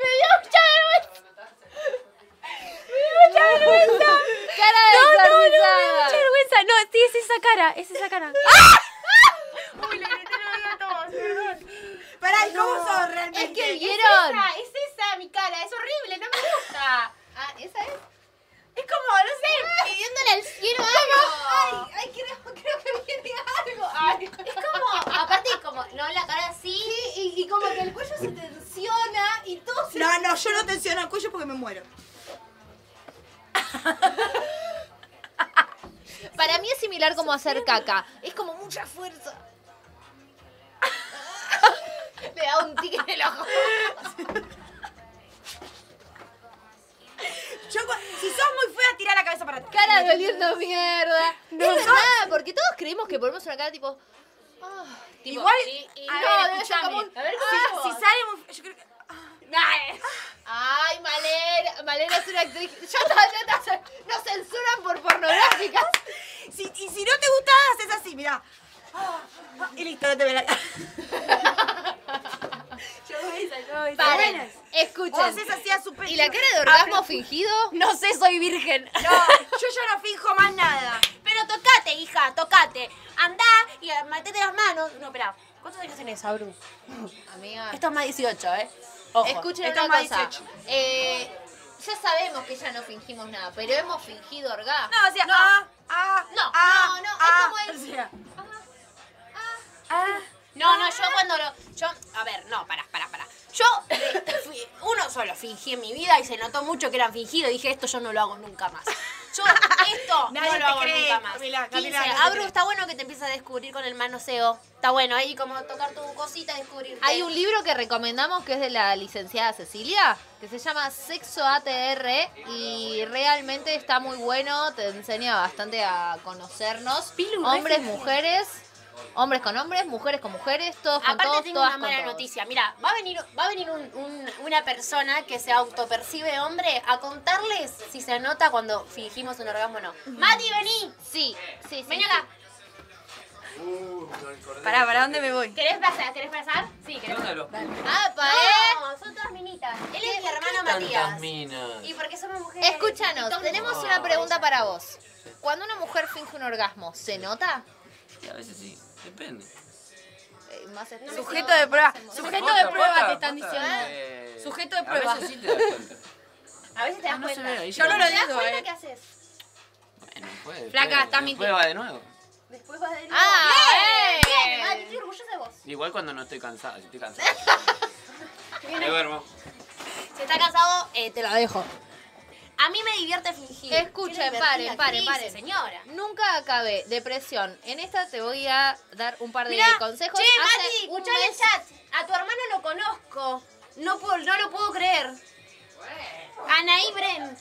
[SPEAKER 1] ¡Me dio mucha vergüenza! ¡Me dio mucha vergüenza! ¡Cara de
[SPEAKER 2] Mucha vergüenza, no, sí, es esa cara, es esa cara.
[SPEAKER 3] ¡Ah! Pará, ¿y cómo sos realmente?
[SPEAKER 1] Es que vieron.
[SPEAKER 2] es esa mi cara, es horrible, no me gusta.
[SPEAKER 1] Ah, esa es.
[SPEAKER 2] Es como, no sé, pidiéndole al cielo algo.
[SPEAKER 1] Ay, ay, creo, creo que viene algo. Ay.
[SPEAKER 2] Es como, aparte, como, no, la cara así.
[SPEAKER 1] Y, y como que el cuello se tensiona y todo se.
[SPEAKER 3] No, no, yo no tensiono el cuello porque me muero.
[SPEAKER 1] Para mí es similar como hacer caca. Es como mucha fuerza. Le da un tique en el ojo.
[SPEAKER 3] Yo, cu- si sos muy fea, tirá la cabeza para atrás.
[SPEAKER 1] Cara doliendo mierda. No, es verdad, porque todos creemos que ponemos una cara tipo. ah, tipo,
[SPEAKER 3] Igual,
[SPEAKER 1] y- y
[SPEAKER 3] a
[SPEAKER 1] no,
[SPEAKER 3] ver,
[SPEAKER 1] debe ser
[SPEAKER 3] escuchame.
[SPEAKER 1] como un-
[SPEAKER 3] A ver,
[SPEAKER 1] ah,
[SPEAKER 3] si,
[SPEAKER 1] si
[SPEAKER 3] si sale muy fea, yo creo que...
[SPEAKER 1] Ay, Malena, Malena es una actriz. Ya está, ya está. Nos censuran por pornográficas.
[SPEAKER 3] Si, y si no te gusta, haces así, mirá. Ah, ah, Y listo, no te ve la cara.
[SPEAKER 1] Para,
[SPEAKER 3] Buenas. O
[SPEAKER 1] escuchen.
[SPEAKER 3] haces así a su pecho.
[SPEAKER 1] ¿Y la cara de orgasmo fingido?
[SPEAKER 2] No sé, soy virgen.
[SPEAKER 3] No, yo ya no finjo más nada.
[SPEAKER 2] Pero tocate, hija, tocate. Andá y matete las manos. No, espera. ¿Cuántos años tenés, Abru?
[SPEAKER 1] Amiga.
[SPEAKER 2] Esto es más 18, ¿eh? Ojo.
[SPEAKER 1] Escuchen
[SPEAKER 3] esto
[SPEAKER 1] una
[SPEAKER 3] es más
[SPEAKER 1] cosa. Eh, ya sabemos que ya no fingimos nada, pero hemos fingido orgasmo.
[SPEAKER 3] No, o sea, ah, ah,
[SPEAKER 1] No,
[SPEAKER 3] ah,
[SPEAKER 1] no, no, es
[SPEAKER 3] ah,
[SPEAKER 1] como el-
[SPEAKER 3] o sea,
[SPEAKER 2] No, no, yo cuando lo. Yo, a ver, no, pará, pará, pará. Yo, eh, fui- uno solo fingí en mi vida y se notó mucho que eran fingido. Dije, esto yo no lo hago nunca más. Yo, esto
[SPEAKER 3] Nadie
[SPEAKER 2] no
[SPEAKER 3] te
[SPEAKER 2] lo hago
[SPEAKER 3] cree,
[SPEAKER 2] nunca más.
[SPEAKER 3] Camila, Camila,
[SPEAKER 2] 15,
[SPEAKER 3] no te
[SPEAKER 2] Abru,
[SPEAKER 3] cree.
[SPEAKER 2] está bueno que te empieces a descubrir con el manoseo. Está bueno, ahí como tocar tu cosita, descubrir.
[SPEAKER 1] Hay un libro que recomendamos que es de la licenciada Cecilia, que se llama Sexo ATR y realmente está muy bueno, te enseña bastante a conocernos, hombres, mujeres, hombres con hombres, mujeres con mujeres, todos con
[SPEAKER 2] Aparte
[SPEAKER 1] todos,
[SPEAKER 2] tengo
[SPEAKER 1] todas
[SPEAKER 2] una
[SPEAKER 1] con
[SPEAKER 2] mala
[SPEAKER 1] todos.
[SPEAKER 2] noticia. Mira, va a venir, va a venir un- un- una persona que se autopercibe hombre a contarles si se nota cuando fingimos un orgasmo o no. Mati, vení.
[SPEAKER 1] Sí, sí, sí.
[SPEAKER 2] Vení
[SPEAKER 1] sí.
[SPEAKER 2] acá.
[SPEAKER 3] Pará, ¿para dónde me voy?
[SPEAKER 2] ¿Querés pasar? ¿Querés pasar? Sí, querés pasar.
[SPEAKER 1] ¡Apa, eh!
[SPEAKER 2] No, son todas minitas. Él es mi hermano Matías.
[SPEAKER 8] minas.
[SPEAKER 2] ¿Y por qué somos mujeres?
[SPEAKER 1] Escúchanos,
[SPEAKER 2] Somos-
[SPEAKER 1] tenemos una pregunta para vos. Cuando una mujer finge un orgasmo, ¿se nota?
[SPEAKER 8] Sí, a veces sí, depende.
[SPEAKER 1] Eh, más espe-
[SPEAKER 3] Sujeto de prueba. Sujeto de prueba, te están
[SPEAKER 8] Posta,
[SPEAKER 3] diciendo.
[SPEAKER 8] eh,
[SPEAKER 3] Sujeto de prueba.
[SPEAKER 8] A veces sí te das cuenta.
[SPEAKER 2] A veces te das
[SPEAKER 8] Ah, No se ve
[SPEAKER 2] cuenta.
[SPEAKER 8] ahí.
[SPEAKER 3] Yo no lo
[SPEAKER 2] ¿Te das
[SPEAKER 3] digo,
[SPEAKER 2] cuenta
[SPEAKER 3] eh.
[SPEAKER 2] qué haces?
[SPEAKER 8] Bueno, puede.
[SPEAKER 3] Flaca,
[SPEAKER 8] puede,
[SPEAKER 3] estás
[SPEAKER 8] Después
[SPEAKER 3] mintiendo.
[SPEAKER 8] va de nuevo.
[SPEAKER 2] Después vas de nuevo.
[SPEAKER 1] ¡Ah! eh.
[SPEAKER 2] Bien, bien, Mati, estoy orgullosa de vos.
[SPEAKER 8] Igual cuando no estoy cansada, si estoy cansada. Me duermo.
[SPEAKER 2] Si está casado, eh, te lo dejo. A mí me divierte fingir.
[SPEAKER 1] Escuchen,
[SPEAKER 2] Quiero divertir
[SPEAKER 1] paren,
[SPEAKER 2] a
[SPEAKER 1] paren,
[SPEAKER 2] Cris,
[SPEAKER 1] paren.
[SPEAKER 2] señora.
[SPEAKER 1] Nunca acabé. Depresión. En esta te voy a dar un par de
[SPEAKER 2] Mirá,
[SPEAKER 1] consejos.
[SPEAKER 2] Che,
[SPEAKER 1] Hace
[SPEAKER 2] Mati,
[SPEAKER 1] un
[SPEAKER 2] escuchá el
[SPEAKER 1] mes-
[SPEAKER 2] chat. A tu hermano lo conozco. No, puedo, no lo puedo creer. Anaí Bren.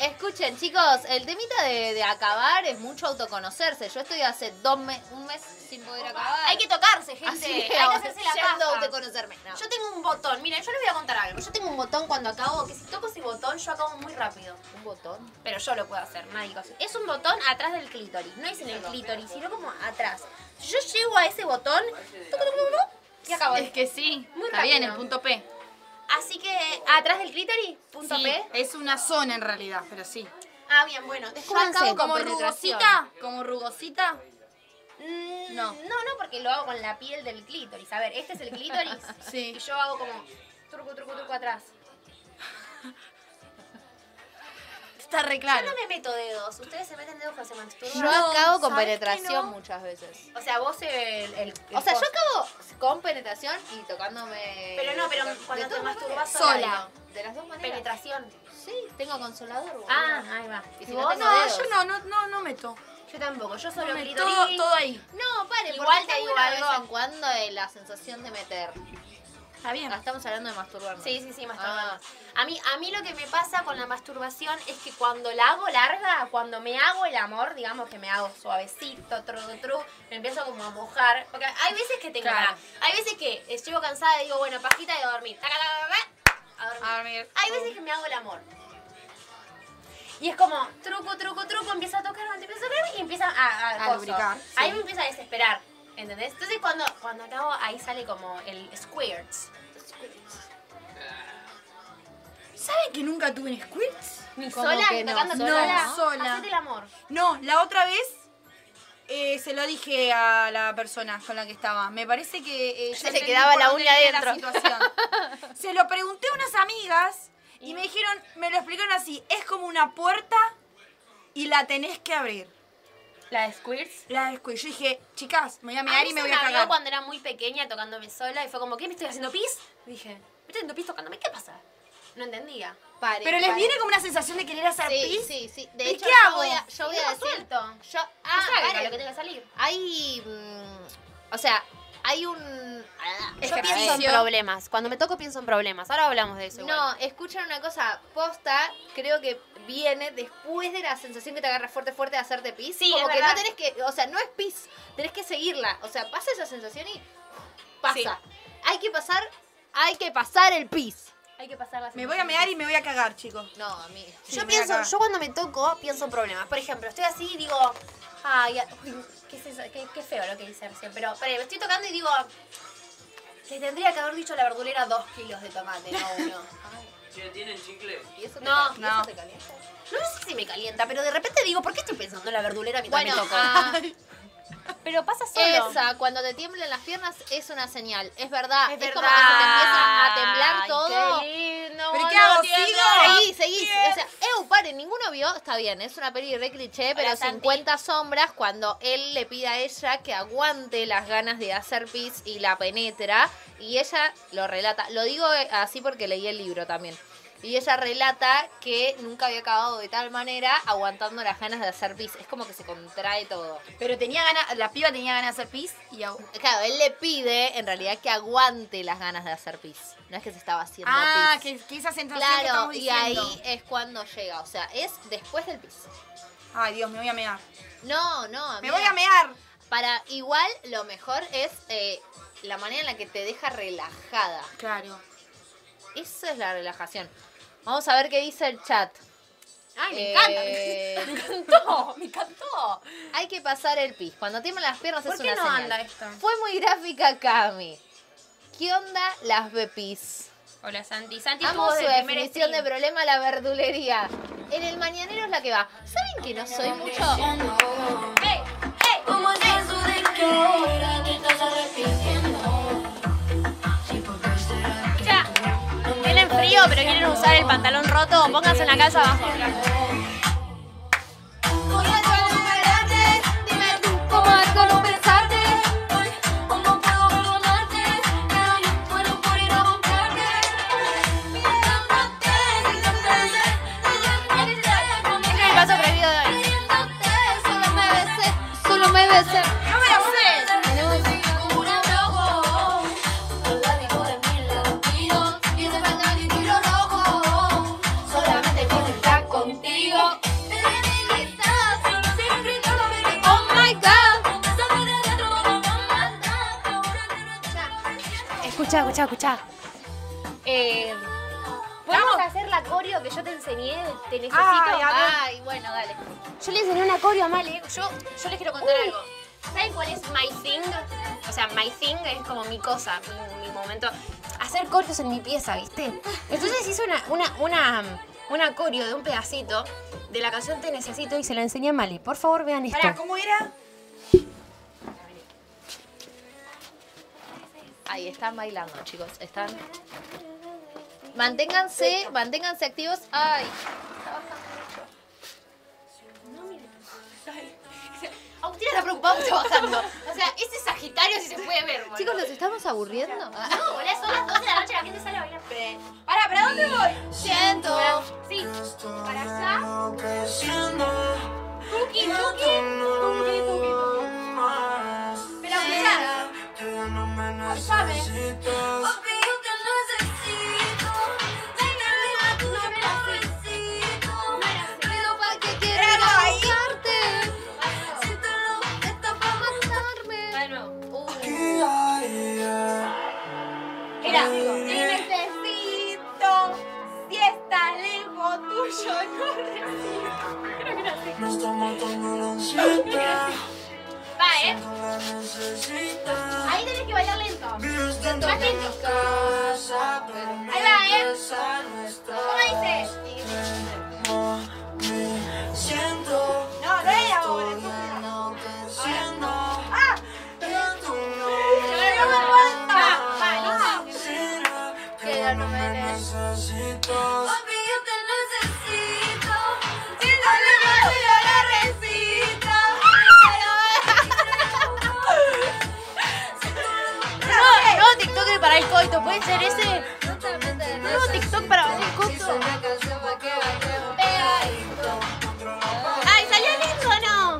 [SPEAKER 1] Escuchen, chicos, el temita de, de acabar es mucho autoconocerse. Yo estoy hace dos me- un mes sin poder acabar.
[SPEAKER 2] Hay que tocarse, gente.
[SPEAKER 1] Así
[SPEAKER 2] Hay
[SPEAKER 1] que
[SPEAKER 2] que hacerse la
[SPEAKER 1] yendo a
[SPEAKER 2] paja.
[SPEAKER 1] autoconocerme. No.
[SPEAKER 2] Yo tengo un botón. Miren, yo les voy a contar algo. Yo tengo un botón cuando acabo, que si toco ese botón, yo acabo muy rápido.
[SPEAKER 1] Un botón.
[SPEAKER 2] Pero yo lo puedo hacer, nadie lo hace. Es un botón atrás del clítoris. No es en el clítoris, sino como atrás. Yo llego a ese botón toco, toco, toco, toco, y acabo.
[SPEAKER 12] Es que sí,
[SPEAKER 2] Muy
[SPEAKER 12] está bien,
[SPEAKER 2] rápido.
[SPEAKER 12] el punto P.
[SPEAKER 2] Así que atrás del clítoris, punto
[SPEAKER 12] Sí.
[SPEAKER 2] P.
[SPEAKER 3] Es una zona en realidad, pero sí.
[SPEAKER 2] Ah, bien, bueno.
[SPEAKER 1] Descúbranse. Como
[SPEAKER 2] Descúbranse.
[SPEAKER 3] Como
[SPEAKER 1] penetración.
[SPEAKER 3] rugosita, como rugosita.
[SPEAKER 2] no.
[SPEAKER 3] No.
[SPEAKER 2] Mm, No, no, porque lo hago con la piel del clítoris. A ver, este es el clítoris.
[SPEAKER 3] Sí.
[SPEAKER 2] Y yo hago como truco, truco, truco atrás.
[SPEAKER 3] Está re
[SPEAKER 2] Yo
[SPEAKER 3] claro.
[SPEAKER 2] no me meto dedos. Ustedes se meten dedos cuando se masturban.
[SPEAKER 1] Yo acabo con
[SPEAKER 3] ¿sabes que no?
[SPEAKER 1] penetración muchas veces.
[SPEAKER 2] O sea, vos el. el- el
[SPEAKER 1] O sea, yo
[SPEAKER 2] coso.
[SPEAKER 1] acabo con penetración y tocándome.
[SPEAKER 2] Pero no, pero
[SPEAKER 1] de
[SPEAKER 2] cuando te
[SPEAKER 1] todas
[SPEAKER 2] masturbas
[SPEAKER 1] maneras.
[SPEAKER 2] sola.
[SPEAKER 1] De las dos maneras.
[SPEAKER 2] Penetración.
[SPEAKER 1] Sí, tengo consolador.
[SPEAKER 2] Ah,
[SPEAKER 1] boludo.
[SPEAKER 2] ahí va.
[SPEAKER 1] Y si
[SPEAKER 2] ¿Y
[SPEAKER 1] no
[SPEAKER 2] vos?
[SPEAKER 1] tengo
[SPEAKER 3] No,
[SPEAKER 1] dedos.
[SPEAKER 3] yo no, no, no, no meto.
[SPEAKER 2] Yo tampoco, yo solo
[SPEAKER 3] No meto,
[SPEAKER 2] grito.
[SPEAKER 3] todo, todo ahí.
[SPEAKER 1] No, pare,
[SPEAKER 2] Igual
[SPEAKER 1] porque
[SPEAKER 2] te
[SPEAKER 1] está
[SPEAKER 2] digo
[SPEAKER 1] bueno de
[SPEAKER 2] algo.
[SPEAKER 1] vez en cuando eh, la sensación de meter.
[SPEAKER 3] Está bien.
[SPEAKER 1] Ah, estamos hablando de masturbarnos.
[SPEAKER 2] Sí, sí, sí, masturbarnos.
[SPEAKER 1] Ah.
[SPEAKER 2] A, mí, a mí lo que me pasa con la masturbación es que cuando la hago larga, cuando me hago el amor, digamos que me hago suavecito, tru, tru, tru, me empiezo como a mojar. Porque hay veces que tengo,
[SPEAKER 3] Claro.
[SPEAKER 2] hay veces que estoy cansada y digo, bueno, pajita y a dormir. Taca, taca, taca, taca, a dormir.
[SPEAKER 3] A dormir.
[SPEAKER 2] Hay veces que me hago el amor. Y es como truco, truco, truco, empieza a tocar, empieza a tocar y empieza a,
[SPEAKER 3] A
[SPEAKER 2] coso.
[SPEAKER 3] lubricar,
[SPEAKER 2] Ahí
[SPEAKER 3] sí.
[SPEAKER 2] me empieza a desesperar. ¿Entendés? Entonces cuando, cuando acabo, ahí sale como el squirts.
[SPEAKER 3] ¿Saben que nunca tuve un squirt?
[SPEAKER 2] Ni
[SPEAKER 1] ¿Cómo
[SPEAKER 2] sola,
[SPEAKER 1] que no?
[SPEAKER 2] tocándote
[SPEAKER 3] No,
[SPEAKER 2] sola.
[SPEAKER 3] sola.
[SPEAKER 2] Hacete el amor.
[SPEAKER 3] No, la otra vez eh, se lo dije a la persona con la que estaba. Me parece que eh, yo
[SPEAKER 6] Se le
[SPEAKER 3] entendí
[SPEAKER 6] quedaba
[SPEAKER 3] por
[SPEAKER 6] la
[SPEAKER 3] dónde
[SPEAKER 6] uña
[SPEAKER 3] venía la
[SPEAKER 6] adentro.
[SPEAKER 3] situación. se lo pregunté a unas amigas y me dijeron, me lo explicaron así, es como una puerta y la tenés que abrir.
[SPEAKER 6] La de Squirts.
[SPEAKER 3] La descu- Yo dije, chicas, me voy a
[SPEAKER 2] A
[SPEAKER 3] mirar
[SPEAKER 2] mí
[SPEAKER 3] y me
[SPEAKER 2] se
[SPEAKER 3] voy
[SPEAKER 2] me
[SPEAKER 3] a
[SPEAKER 2] abrió
[SPEAKER 3] cagar.
[SPEAKER 2] cuando era muy pequeña tocándome sola y fue como, ¿qué me estoy haciendo pis? Dije, ¿me estoy haciendo pis tocándome? ¿Qué pasa? No entendía.
[SPEAKER 1] Paren,
[SPEAKER 3] Pero les
[SPEAKER 1] paren.
[SPEAKER 3] viene como una sensación de querer hacer
[SPEAKER 1] Sí,
[SPEAKER 3] pis.
[SPEAKER 1] sí, sí.
[SPEAKER 3] ¿Y
[SPEAKER 1] De hecho,
[SPEAKER 3] qué
[SPEAKER 1] yo
[SPEAKER 3] hago?
[SPEAKER 1] voy a, yo voy a decir.
[SPEAKER 2] suelto.
[SPEAKER 1] Yo,
[SPEAKER 2] Ah,
[SPEAKER 1] ah,
[SPEAKER 2] salga
[SPEAKER 1] paren.
[SPEAKER 2] lo que tenga que salir.
[SPEAKER 1] Hay. mm, o sea, hay un. ah,
[SPEAKER 2] Yo pienso en problemas. Cuando me toco pienso en problemas. Ahora hablamos de eso.
[SPEAKER 1] No, escuchan una cosa, posta creo que viene después de la sensación que te agarra fuerte fuerte de hacerte pis.
[SPEAKER 2] Sí,
[SPEAKER 1] como
[SPEAKER 2] es
[SPEAKER 1] que
[SPEAKER 2] verdad.
[SPEAKER 1] no tenés que, o sea, no es pis, tenés que seguirla. O sea, pasa esa sensación y pasa. Hay que pasar, hay que pasar el pis.
[SPEAKER 2] Hay que pasar la
[SPEAKER 3] Me voy a mirar y me voy a cagar, chicos.
[SPEAKER 1] No, a mí.
[SPEAKER 3] Sí,
[SPEAKER 2] yo
[SPEAKER 3] me voy a
[SPEAKER 2] pienso,
[SPEAKER 3] cagar.
[SPEAKER 2] yo cuando me toco, pienso en problemas. Por ejemplo, estoy así y digo, ay, a- uy, qué, es eso? qué- qué feo lo que hice recién. Pero, pero me estoy tocando y digo, le tendría que haber dicho a la verdulera dos kilos de tomate, no uno.
[SPEAKER 8] Che, ¿tienen chicle?
[SPEAKER 1] ¿Y eso te
[SPEAKER 2] No,
[SPEAKER 1] cal- y eso
[SPEAKER 3] no.
[SPEAKER 1] te calienta?
[SPEAKER 2] No sé si me calienta, pero de repente digo, ¿por qué estoy pensando en la verdulera mientras
[SPEAKER 1] Bueno,
[SPEAKER 2] me toco?
[SPEAKER 1] ah,
[SPEAKER 6] Pero pasa solo.
[SPEAKER 1] esa, cuando te tiemblan las piernas, es una señal. Es verdad. Es,
[SPEAKER 2] Es
[SPEAKER 1] como que se te empieza a temblar
[SPEAKER 2] Ay,
[SPEAKER 1] todo.
[SPEAKER 2] qué lindo,
[SPEAKER 3] ¿Pero qué
[SPEAKER 2] no
[SPEAKER 3] hago?
[SPEAKER 2] tiene-
[SPEAKER 3] ¿Sigo?
[SPEAKER 1] Seguí, seguí. O sea, eu, paren, ninguno vio, está bien, es una peli re cliché, pero
[SPEAKER 2] Hola, Santi.
[SPEAKER 1] 50 sombras cuando él le pide a ella que aguante las ganas de hacer pis y la penetra y ella lo relata. Lo digo eh, así porque leí el libro también. Y ella relata que nunca había acabado de tal manera aguantando las ganas de hacer pis. Es como que se contrae todo.
[SPEAKER 3] Pero tenía ganas, la piba tenía ganas de hacer pis y hago.
[SPEAKER 1] Claro, él le pide en realidad que aguante las ganas de hacer pis. No es que se estaba haciendo
[SPEAKER 3] Ah,
[SPEAKER 1] pis.
[SPEAKER 3] que, que esa sensación que
[SPEAKER 1] Claro,
[SPEAKER 3] estamos
[SPEAKER 1] y
[SPEAKER 3] diciendo.
[SPEAKER 1] ahí es cuando llega, o sea, es después del piso.
[SPEAKER 3] Ay, Dios, me voy a mear.
[SPEAKER 1] No, no,
[SPEAKER 3] Me
[SPEAKER 1] amiga.
[SPEAKER 3] voy a mear.
[SPEAKER 1] Para igual lo mejor es eh, la manera en la que te deja relajada.
[SPEAKER 3] Claro.
[SPEAKER 1] Eso es la relajación. Vamos a ver qué dice el chat.
[SPEAKER 2] Ay, me
[SPEAKER 1] Eh,
[SPEAKER 2] encanta. Me encantó, me encantó.
[SPEAKER 1] Hay que pasar el pis. Cuando tiemblan las piernas
[SPEAKER 2] ¿Por
[SPEAKER 1] es
[SPEAKER 2] qué
[SPEAKER 1] una
[SPEAKER 2] no
[SPEAKER 1] señal.
[SPEAKER 2] anda esto?
[SPEAKER 1] Fue muy gráfica, Cami. ¿Qué onda las bepis?
[SPEAKER 2] Hola Santi. Santi
[SPEAKER 1] Amo
[SPEAKER 2] tuvo
[SPEAKER 1] su
[SPEAKER 2] de primer
[SPEAKER 1] definición de
[SPEAKER 2] stream.
[SPEAKER 1] problema la verdulería. En el mañanero es la que va. ¿Saben que no soy mucho?
[SPEAKER 2] ¡Ey! ¡Ey!
[SPEAKER 7] Como el censo de que ahora te estás arrepintiendo. Sí, porque será que
[SPEAKER 2] Ya.
[SPEAKER 7] no me
[SPEAKER 2] Tienen frío, pero quieren usar el pantalón roto. Pónganse en la calza abajo.
[SPEAKER 7] Voy a recuperarte, dime tú cómo hago no pensarte. Hoy aún no puedo perdonarte, pero yo muero por ir a buscarte. Mirándote, sintiéndote, sintiéndote con mi
[SPEAKER 2] El paso prohibido de hoy.
[SPEAKER 7] Riéndote, solo me besé, solo me besé. ¡No me la uses! Como un abrojo, el látigo de mil latidos y ese pantalón de tiro rojo. Solamente por estar contigo. Oh Te debilitas, siempre todo me digo, Oh my God. Sácame de adentro como una maldad, ahora que no te lo resiento.
[SPEAKER 2] Escucha, escucha, escucha. Eh, ¿Podemos hacer la coreo que yo te enseñé? Te necesito. Ah.
[SPEAKER 3] Ay, a ver.
[SPEAKER 1] Ay, bueno, dale.
[SPEAKER 2] Yo le enseñé una coreo a Male. Yo, yo les quiero contar algo. ¿Saben cuál es my thing? O sea, my thing es como mi cosa, mi, mi momento. Hacer coreos en mi pieza, ¿viste? Entonces hice una, una, una, una coreo de un pedacito de la canción Te Necesito y se la enseñé a Male. Por favor, vean esto.
[SPEAKER 3] Pará, ¿cómo era?
[SPEAKER 1] Ahí están bailando, chicos. Están. Manténganse, manténganse activos. Ay,
[SPEAKER 2] Agustina está preocupada mucho bajando. O sea, ese Sagitario sí se puede ver, boludo.
[SPEAKER 1] chicos, los estamos aburriendo. Ah.
[SPEAKER 2] no, boludo, son las 12 de la noche, la gente sale a bailar.
[SPEAKER 3] Pará, ¿para dónde voy?
[SPEAKER 1] Siento.
[SPEAKER 2] Sí, para allá. Tuki, tuki.
[SPEAKER 7] Pero escuchá. Avísame. Papi, yo te
[SPEAKER 2] Mira,
[SPEAKER 3] Te necesito. Si estás lejos tuyo, no resisto.
[SPEAKER 5] Nos tomamos una cita.
[SPEAKER 2] va, ¿eh?
[SPEAKER 5] Necesita.
[SPEAKER 2] Ahí tenés que bailar lento.
[SPEAKER 5] Vives dentro de
[SPEAKER 2] Bajito.
[SPEAKER 5] mi casa, pero me
[SPEAKER 2] Ahí va, ¿eh?
[SPEAKER 5] interesa no estar.
[SPEAKER 2] ¿Cómo dices?
[SPEAKER 5] No me siento.
[SPEAKER 3] No, no era ahora.
[SPEAKER 5] Todavía no te siento. En tu
[SPEAKER 2] Pero no me
[SPEAKER 5] nombre.
[SPEAKER 2] importa. Va, va, listo.
[SPEAKER 5] Será que ya no me necesitas.
[SPEAKER 7] Papi, yo te necesito. Si no le vas yo la recito.
[SPEAKER 2] No, no, TikTok para el coito. Puede ser ese.
[SPEAKER 7] No,
[SPEAKER 2] TikTok para bailar el
[SPEAKER 7] Hice
[SPEAKER 2] coito.
[SPEAKER 7] una canción pa' que bailemos pegadito.
[SPEAKER 2] Ay, ¿salió lindo o no?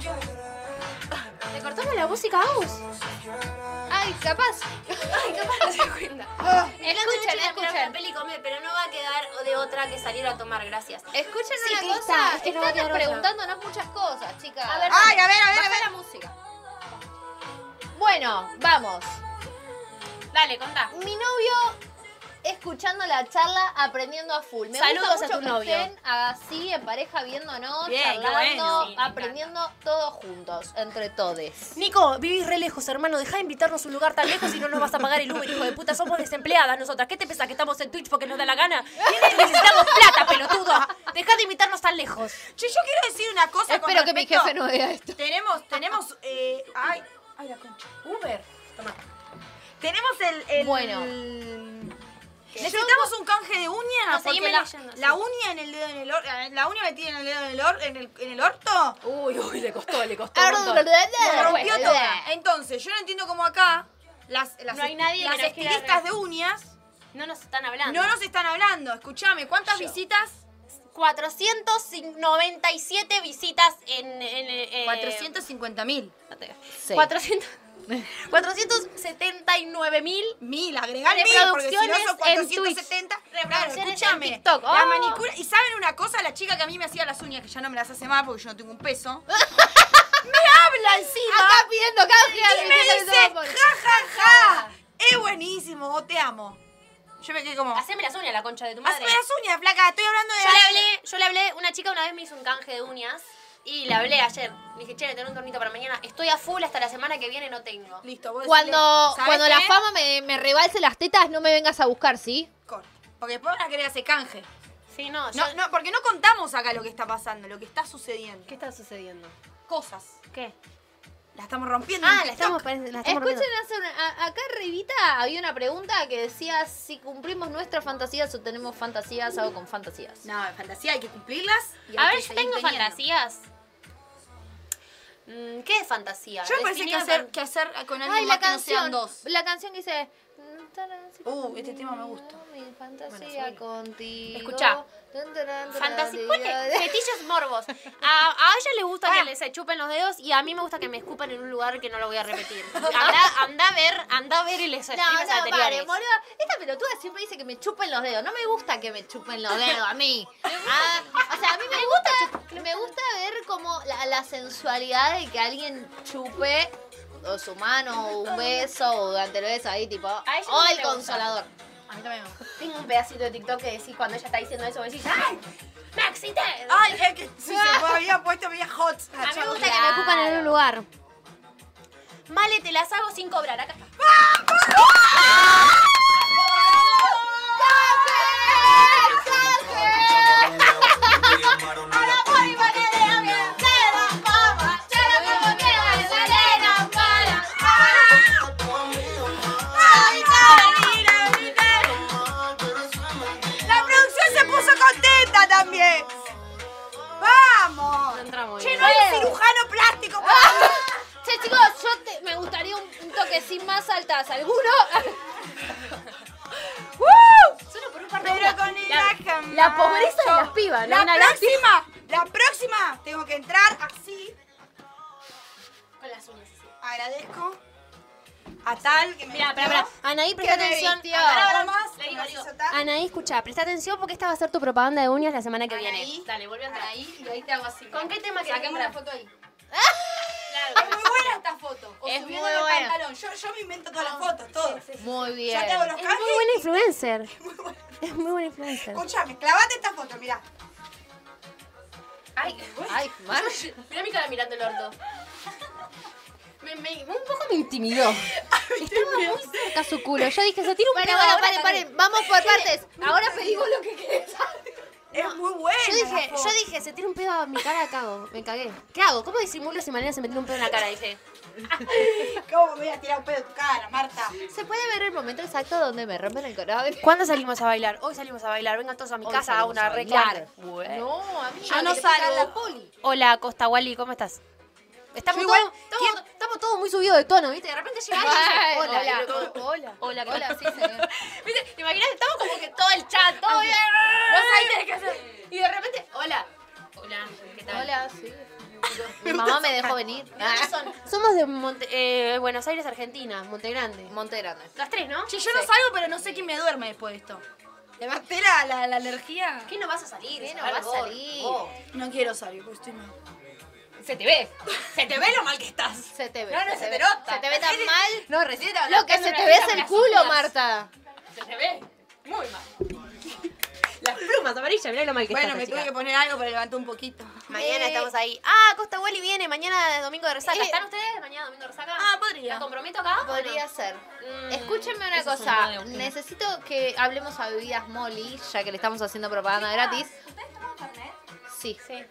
[SPEAKER 2] ¿Le cortamos la música a vos? Ay, capaz. Ay, capaz no se cuenta.
[SPEAKER 13] Escuchen,
[SPEAKER 2] Escuchen,
[SPEAKER 13] escuchen.
[SPEAKER 2] escuchen.
[SPEAKER 13] peli come, pero no va a quedar de otra que salir a tomar, gracias.
[SPEAKER 2] Escuchen
[SPEAKER 1] Sí,
[SPEAKER 2] una
[SPEAKER 1] Crista,
[SPEAKER 2] cosa.
[SPEAKER 1] es que no va a
[SPEAKER 2] Están
[SPEAKER 1] quedar otra.
[SPEAKER 2] preguntándonos muchas cosas, chicas.
[SPEAKER 1] A ver,
[SPEAKER 3] Ay, a ver, a ver,
[SPEAKER 2] baja
[SPEAKER 3] a ver.
[SPEAKER 2] la música.
[SPEAKER 1] Bueno, vamos.
[SPEAKER 13] Dale, contá.
[SPEAKER 1] Mi novio escuchando la charla, aprendiendo a full. Me
[SPEAKER 2] Saludos
[SPEAKER 1] gusta mucho
[SPEAKER 2] a tu
[SPEAKER 1] que
[SPEAKER 2] novio.
[SPEAKER 1] estén así en pareja viéndonos,
[SPEAKER 3] Bien, qué
[SPEAKER 1] charlando,
[SPEAKER 3] bueno.
[SPEAKER 13] Sí, me
[SPEAKER 1] aprendiendo todos juntos, entre todes.
[SPEAKER 13] Nico, vivís re lejos, hermano. Deja de invitarnos a un lugar tan lejos y no nos vas a pagar el Uber, hijo de puta. Somos desempleadas nosotras. ¿Qué te pensás que estamos en Twitch porque nos da la gana? Necesitamos plata, pelotudo. Deja de invitarnos tan lejos.
[SPEAKER 3] Che, yo quiero decir una cosa. con
[SPEAKER 1] Espero que mi
[SPEAKER 3] respecto-
[SPEAKER 1] jefe no vea esto.
[SPEAKER 3] Tenemos, tenemos, eh, ay, ay la concha. Uber. Toma. Tenemos el, el-
[SPEAKER 1] Bueno.
[SPEAKER 3] Necesitamos un canje de uña
[SPEAKER 2] No,
[SPEAKER 3] porque
[SPEAKER 2] seguime
[SPEAKER 3] la,
[SPEAKER 2] leyendo, sí.
[SPEAKER 3] la uña en el dedo en el or, eh, la uña metida en el dedo en el, or- en el, en el orto
[SPEAKER 1] Uh,
[SPEAKER 13] Uy, uy, le costó, le costó.
[SPEAKER 3] me rompió toda. Entonces, yo no entiendo cómo acá las las,
[SPEAKER 2] No hay nadie que
[SPEAKER 3] las
[SPEAKER 2] nos quiera
[SPEAKER 3] estilistas
[SPEAKER 2] re-
[SPEAKER 3] de uñas
[SPEAKER 2] No nos están hablando.
[SPEAKER 3] no nos están hablando. Escuchame, ¿cuántas visitas?
[SPEAKER 2] 497 visitas en. en eh,
[SPEAKER 3] 450 mil.
[SPEAKER 2] no te digo.
[SPEAKER 1] Sí.
[SPEAKER 2] 400 479 mil.
[SPEAKER 3] Mil, agregar mil, porque si no
[SPEAKER 2] Reproducciones
[SPEAKER 3] son
[SPEAKER 2] en
[SPEAKER 3] 470. Claro,
[SPEAKER 2] en
[SPEAKER 3] escúchame.
[SPEAKER 2] TikTok.
[SPEAKER 3] La
[SPEAKER 2] Oh.
[SPEAKER 3] manicura. Y saben una cosa, la chica que a mí me hacía las uñas, que ya no me las hace más porque yo no tengo un peso. me habla encima.
[SPEAKER 1] Acá pidiendo canje a
[SPEAKER 3] y me dice, ja, ja, ja. Es buenísimo, vos te amo. Yo me quedé como, hazme
[SPEAKER 2] Haceme las uñas, la concha de tu madre.
[SPEAKER 3] las uñas, flaca, estoy hablando de.
[SPEAKER 2] Yo le hablé, yo le hablé, una chica una vez me hizo un canje de uñas y le hablé ayer. Le dije, che, tengo un tornito para mañana. Estoy a full hasta la semana que viene, no tengo.
[SPEAKER 3] Listo, vos
[SPEAKER 1] Cuando,
[SPEAKER 3] decile,
[SPEAKER 1] cuando la
[SPEAKER 3] ¿sabés qué?
[SPEAKER 1] fama me, me rebalse las tetas, no me vengas a buscar, ¿sí?
[SPEAKER 3] Corta. Porque después van a querer hacer canje.
[SPEAKER 2] Sí, no, yo.
[SPEAKER 3] No, no, porque no contamos acá lo que está pasando, lo que está sucediendo.
[SPEAKER 13] ¿Qué está sucediendo?
[SPEAKER 3] Cosas.
[SPEAKER 13] ¿Qué?
[SPEAKER 3] La estamos rompiendo.
[SPEAKER 2] Ah,
[SPEAKER 3] en
[SPEAKER 2] la
[SPEAKER 3] TikTok.
[SPEAKER 2] estamos, parece- la estamos
[SPEAKER 1] Escuchen,
[SPEAKER 2] rompiendo.
[SPEAKER 1] hace una- a- acá arribita había una pregunta que decía si cumplimos nuestras fantasías o tenemos fantasías o con fantasías.
[SPEAKER 3] No, de fantasía hay que cumplirlas. y
[SPEAKER 2] A ver,
[SPEAKER 3] hay que
[SPEAKER 2] yo
[SPEAKER 3] seguir
[SPEAKER 2] tengo
[SPEAKER 3] teniendo.
[SPEAKER 2] fantasías. Mm, ¿Qué es fantasía?
[SPEAKER 3] Yo me parece que
[SPEAKER 2] Definime
[SPEAKER 3] hacer,
[SPEAKER 2] fan-
[SPEAKER 3] que hacer con alguien
[SPEAKER 1] Ay,
[SPEAKER 3] más
[SPEAKER 1] la
[SPEAKER 3] que no sean
[SPEAKER 1] canción.
[SPEAKER 3] dos.
[SPEAKER 1] La canción que dice.
[SPEAKER 3] Uh, este tema me gusta.
[SPEAKER 1] Mi fantasía contigo.
[SPEAKER 2] Escuchá.
[SPEAKER 1] Dun, dun, dun, dun,
[SPEAKER 2] Fantasía,
[SPEAKER 1] dun,
[SPEAKER 2] ponle
[SPEAKER 1] dun.
[SPEAKER 2] fetiches morbos. A, a ella le gusta que les chupen los dedos y a mí me gusta que me escupan en un lugar que no lo voy a repetir. Anda, anda a ver, anda a ver y les
[SPEAKER 1] No, no,
[SPEAKER 2] escribes
[SPEAKER 1] pare,
[SPEAKER 2] anteriores.
[SPEAKER 1] boludo. Esta pelotuda siempre dice que me chupen los dedos. No me gusta que me chupen los dedos a mí. Ah, o sea, a mí me gusta, me gusta ver como la, la sensualidad de que alguien chupe o su mano o un beso o durante el beso ahí tipo,
[SPEAKER 2] ella
[SPEAKER 1] o
[SPEAKER 2] no
[SPEAKER 1] el
[SPEAKER 2] le gusta.
[SPEAKER 1] consolador.
[SPEAKER 3] A mí también me gusta.
[SPEAKER 2] Tengo un pedacito de TikTok que decís cuando ella está diciendo eso, vos decís, ¡ay! ¡Maxi te! A
[SPEAKER 3] Ay, es que si se me había puesto bien hot.
[SPEAKER 2] mí me gusta que me
[SPEAKER 1] Claro.
[SPEAKER 2] ocupan en un lugar. Male, te las hago sin cobrar. Acá está.
[SPEAKER 3] La producción se puso contenta también. ¡Vamos!
[SPEAKER 13] Entramos.
[SPEAKER 3] Che, no hay un cirujano plástico
[SPEAKER 2] Ah.
[SPEAKER 3] para
[SPEAKER 1] Che, chicos, yo te- me gustaría un, un toquecín más altas. ¿Alguno?
[SPEAKER 3] ¡Uh!
[SPEAKER 2] Solo por un par de
[SPEAKER 3] Pero
[SPEAKER 2] horas.
[SPEAKER 3] con el
[SPEAKER 2] La-
[SPEAKER 3] ajo
[SPEAKER 13] la pobreza de
[SPEAKER 3] macho.
[SPEAKER 13] las pibas, ¿no?
[SPEAKER 3] La
[SPEAKER 13] Una
[SPEAKER 3] próxima, la próxima tengo que entrar así.
[SPEAKER 2] Con las uñas. así.
[SPEAKER 3] Agradezco a tal que me
[SPEAKER 2] Mirá, pará, pará. Anaí, presta
[SPEAKER 1] me
[SPEAKER 2] atención.
[SPEAKER 1] vistió?
[SPEAKER 2] Pará, pará,
[SPEAKER 3] Nada
[SPEAKER 2] pará.
[SPEAKER 3] más,
[SPEAKER 2] Le
[SPEAKER 3] que
[SPEAKER 2] digo,
[SPEAKER 3] me
[SPEAKER 2] le digo.
[SPEAKER 3] hizo tal.
[SPEAKER 13] Anaí, escucha, presta atención porque esta va a ser tu propaganda de uñas la
[SPEAKER 2] Ah,
[SPEAKER 13] semana que viene.
[SPEAKER 3] Anaí,
[SPEAKER 2] Dale, volví a entrar.
[SPEAKER 3] ahí y ahí te hago así.
[SPEAKER 2] ¿Con qué tema
[SPEAKER 3] Saquemos
[SPEAKER 2] querés?
[SPEAKER 3] foto ahí. Es muy buena esta foto. O
[SPEAKER 6] Es
[SPEAKER 3] subiendo
[SPEAKER 6] muy
[SPEAKER 3] el
[SPEAKER 6] buena.
[SPEAKER 3] pantalón. Yo, yo me invento todas las fotos, todo.
[SPEAKER 1] Muy bien.
[SPEAKER 3] Ya te hago los
[SPEAKER 6] Es muy buena influencer.
[SPEAKER 3] cambios.
[SPEAKER 6] Es muy buena influencer.
[SPEAKER 3] Escuchame, clavate esta foto, mirá.
[SPEAKER 6] Ay,
[SPEAKER 1] Ay, Mar,
[SPEAKER 6] mira mi cara mirando el orto. Me, me,
[SPEAKER 1] un poco me intimidó.
[SPEAKER 6] estaba muy cerca su culo. Yo dije, se tira un
[SPEAKER 1] Bueno,
[SPEAKER 6] pedo
[SPEAKER 1] bueno,
[SPEAKER 6] ahora
[SPEAKER 1] paren,
[SPEAKER 6] también.
[SPEAKER 1] paren. Vamos por partes. Ahora pedimos lo que querés.
[SPEAKER 3] Es muy buena.
[SPEAKER 6] Yo dije,
[SPEAKER 3] la
[SPEAKER 6] yo
[SPEAKER 3] foto.
[SPEAKER 6] dije, se tira un pedo a mi cara, cago. Me cagué. ¿Qué hago? ¿Cómo disimulo si Malena se me tira un pedo en la cara? Dije,
[SPEAKER 3] ¿Cómo me voy a tirar un pedo de tu cara, Marta?
[SPEAKER 1] ¿Se puede ver el momento exacto donde me rompen el corazón?
[SPEAKER 2] ¿Cuándo salimos a bailar? Hoy salimos a bailar. Vengan todos a mi
[SPEAKER 1] Hoy
[SPEAKER 2] casa a
[SPEAKER 1] salimos
[SPEAKER 2] una
[SPEAKER 1] a
[SPEAKER 2] reclar.
[SPEAKER 1] bailar. Ah, No, a mí
[SPEAKER 3] Yo no salgo.
[SPEAKER 1] La poli.
[SPEAKER 2] Hola, Costa Wally, ¿cómo estás?
[SPEAKER 6] estamos,
[SPEAKER 3] Yo
[SPEAKER 6] todos,
[SPEAKER 3] igual-
[SPEAKER 6] estamos, estamos todos muy subidos de tono, ¿viste? De repente llega alguien.
[SPEAKER 1] hola,
[SPEAKER 6] y dice,
[SPEAKER 1] hola, hola, hola, sí, señor.
[SPEAKER 6] ¿Viste? ¿Te imaginas? Estamos como que todo el chat, todo bien. Vos ahí tenés que hacer. Y de repente, hola. Hola, ¿qué tal?
[SPEAKER 1] Hola, sí. Mi mamá me dejó venir.
[SPEAKER 6] Somos de Monte- eh, Buenos Aires, Argentina, Monte Grande.
[SPEAKER 1] Monte Grande.
[SPEAKER 6] Las tres, ¿no?
[SPEAKER 3] Che, yo no salgo, pero no sé quién me duerme después de esto. ¿Le va a la, la alergia?
[SPEAKER 6] ¿Qué no vas a salir?
[SPEAKER 1] ¿Qué no va a
[SPEAKER 6] Vos,
[SPEAKER 1] salir?
[SPEAKER 6] vos.
[SPEAKER 3] No quiero salir, porque estoy mal.
[SPEAKER 6] Se te ve.
[SPEAKER 3] Se te ve lo mal que estás.
[SPEAKER 1] Se te ve.
[SPEAKER 3] No, no, se te
[SPEAKER 1] ve.
[SPEAKER 3] nota.
[SPEAKER 1] Se te ve tan mal.
[SPEAKER 3] No, recién te
[SPEAKER 1] Lo que se te ve es el culo, Marta.
[SPEAKER 6] Se te ve. Muy mal. Las plumas amarillas, mirá lo mal que
[SPEAKER 3] Bueno,
[SPEAKER 6] estás,
[SPEAKER 3] me
[SPEAKER 6] chica.
[SPEAKER 3] tuve que poner algo para levantar un poquito.
[SPEAKER 2] Mañana
[SPEAKER 1] Eh.
[SPEAKER 2] estamos ahí. Ah, Costa Wally viene. Mañana es domingo de resaca.
[SPEAKER 6] Eh,
[SPEAKER 2] ¿Están
[SPEAKER 6] ¿Están
[SPEAKER 2] ustedes?
[SPEAKER 6] ustedes mañana domingo resaca?
[SPEAKER 3] Ah, podría.
[SPEAKER 6] ¿La comprometo acá? o
[SPEAKER 1] Podría
[SPEAKER 6] no?
[SPEAKER 1] ser.
[SPEAKER 6] Mm,
[SPEAKER 1] Escúchenme una
[SPEAKER 6] eso es un
[SPEAKER 1] cosa.
[SPEAKER 6] nuevo, creo.
[SPEAKER 1] Necesito que hablemos a bebidas Molly, ya que le estamos haciendo propaganda gratis.
[SPEAKER 11] ¿Ustedes toman internet?
[SPEAKER 1] Sí.
[SPEAKER 6] Sí.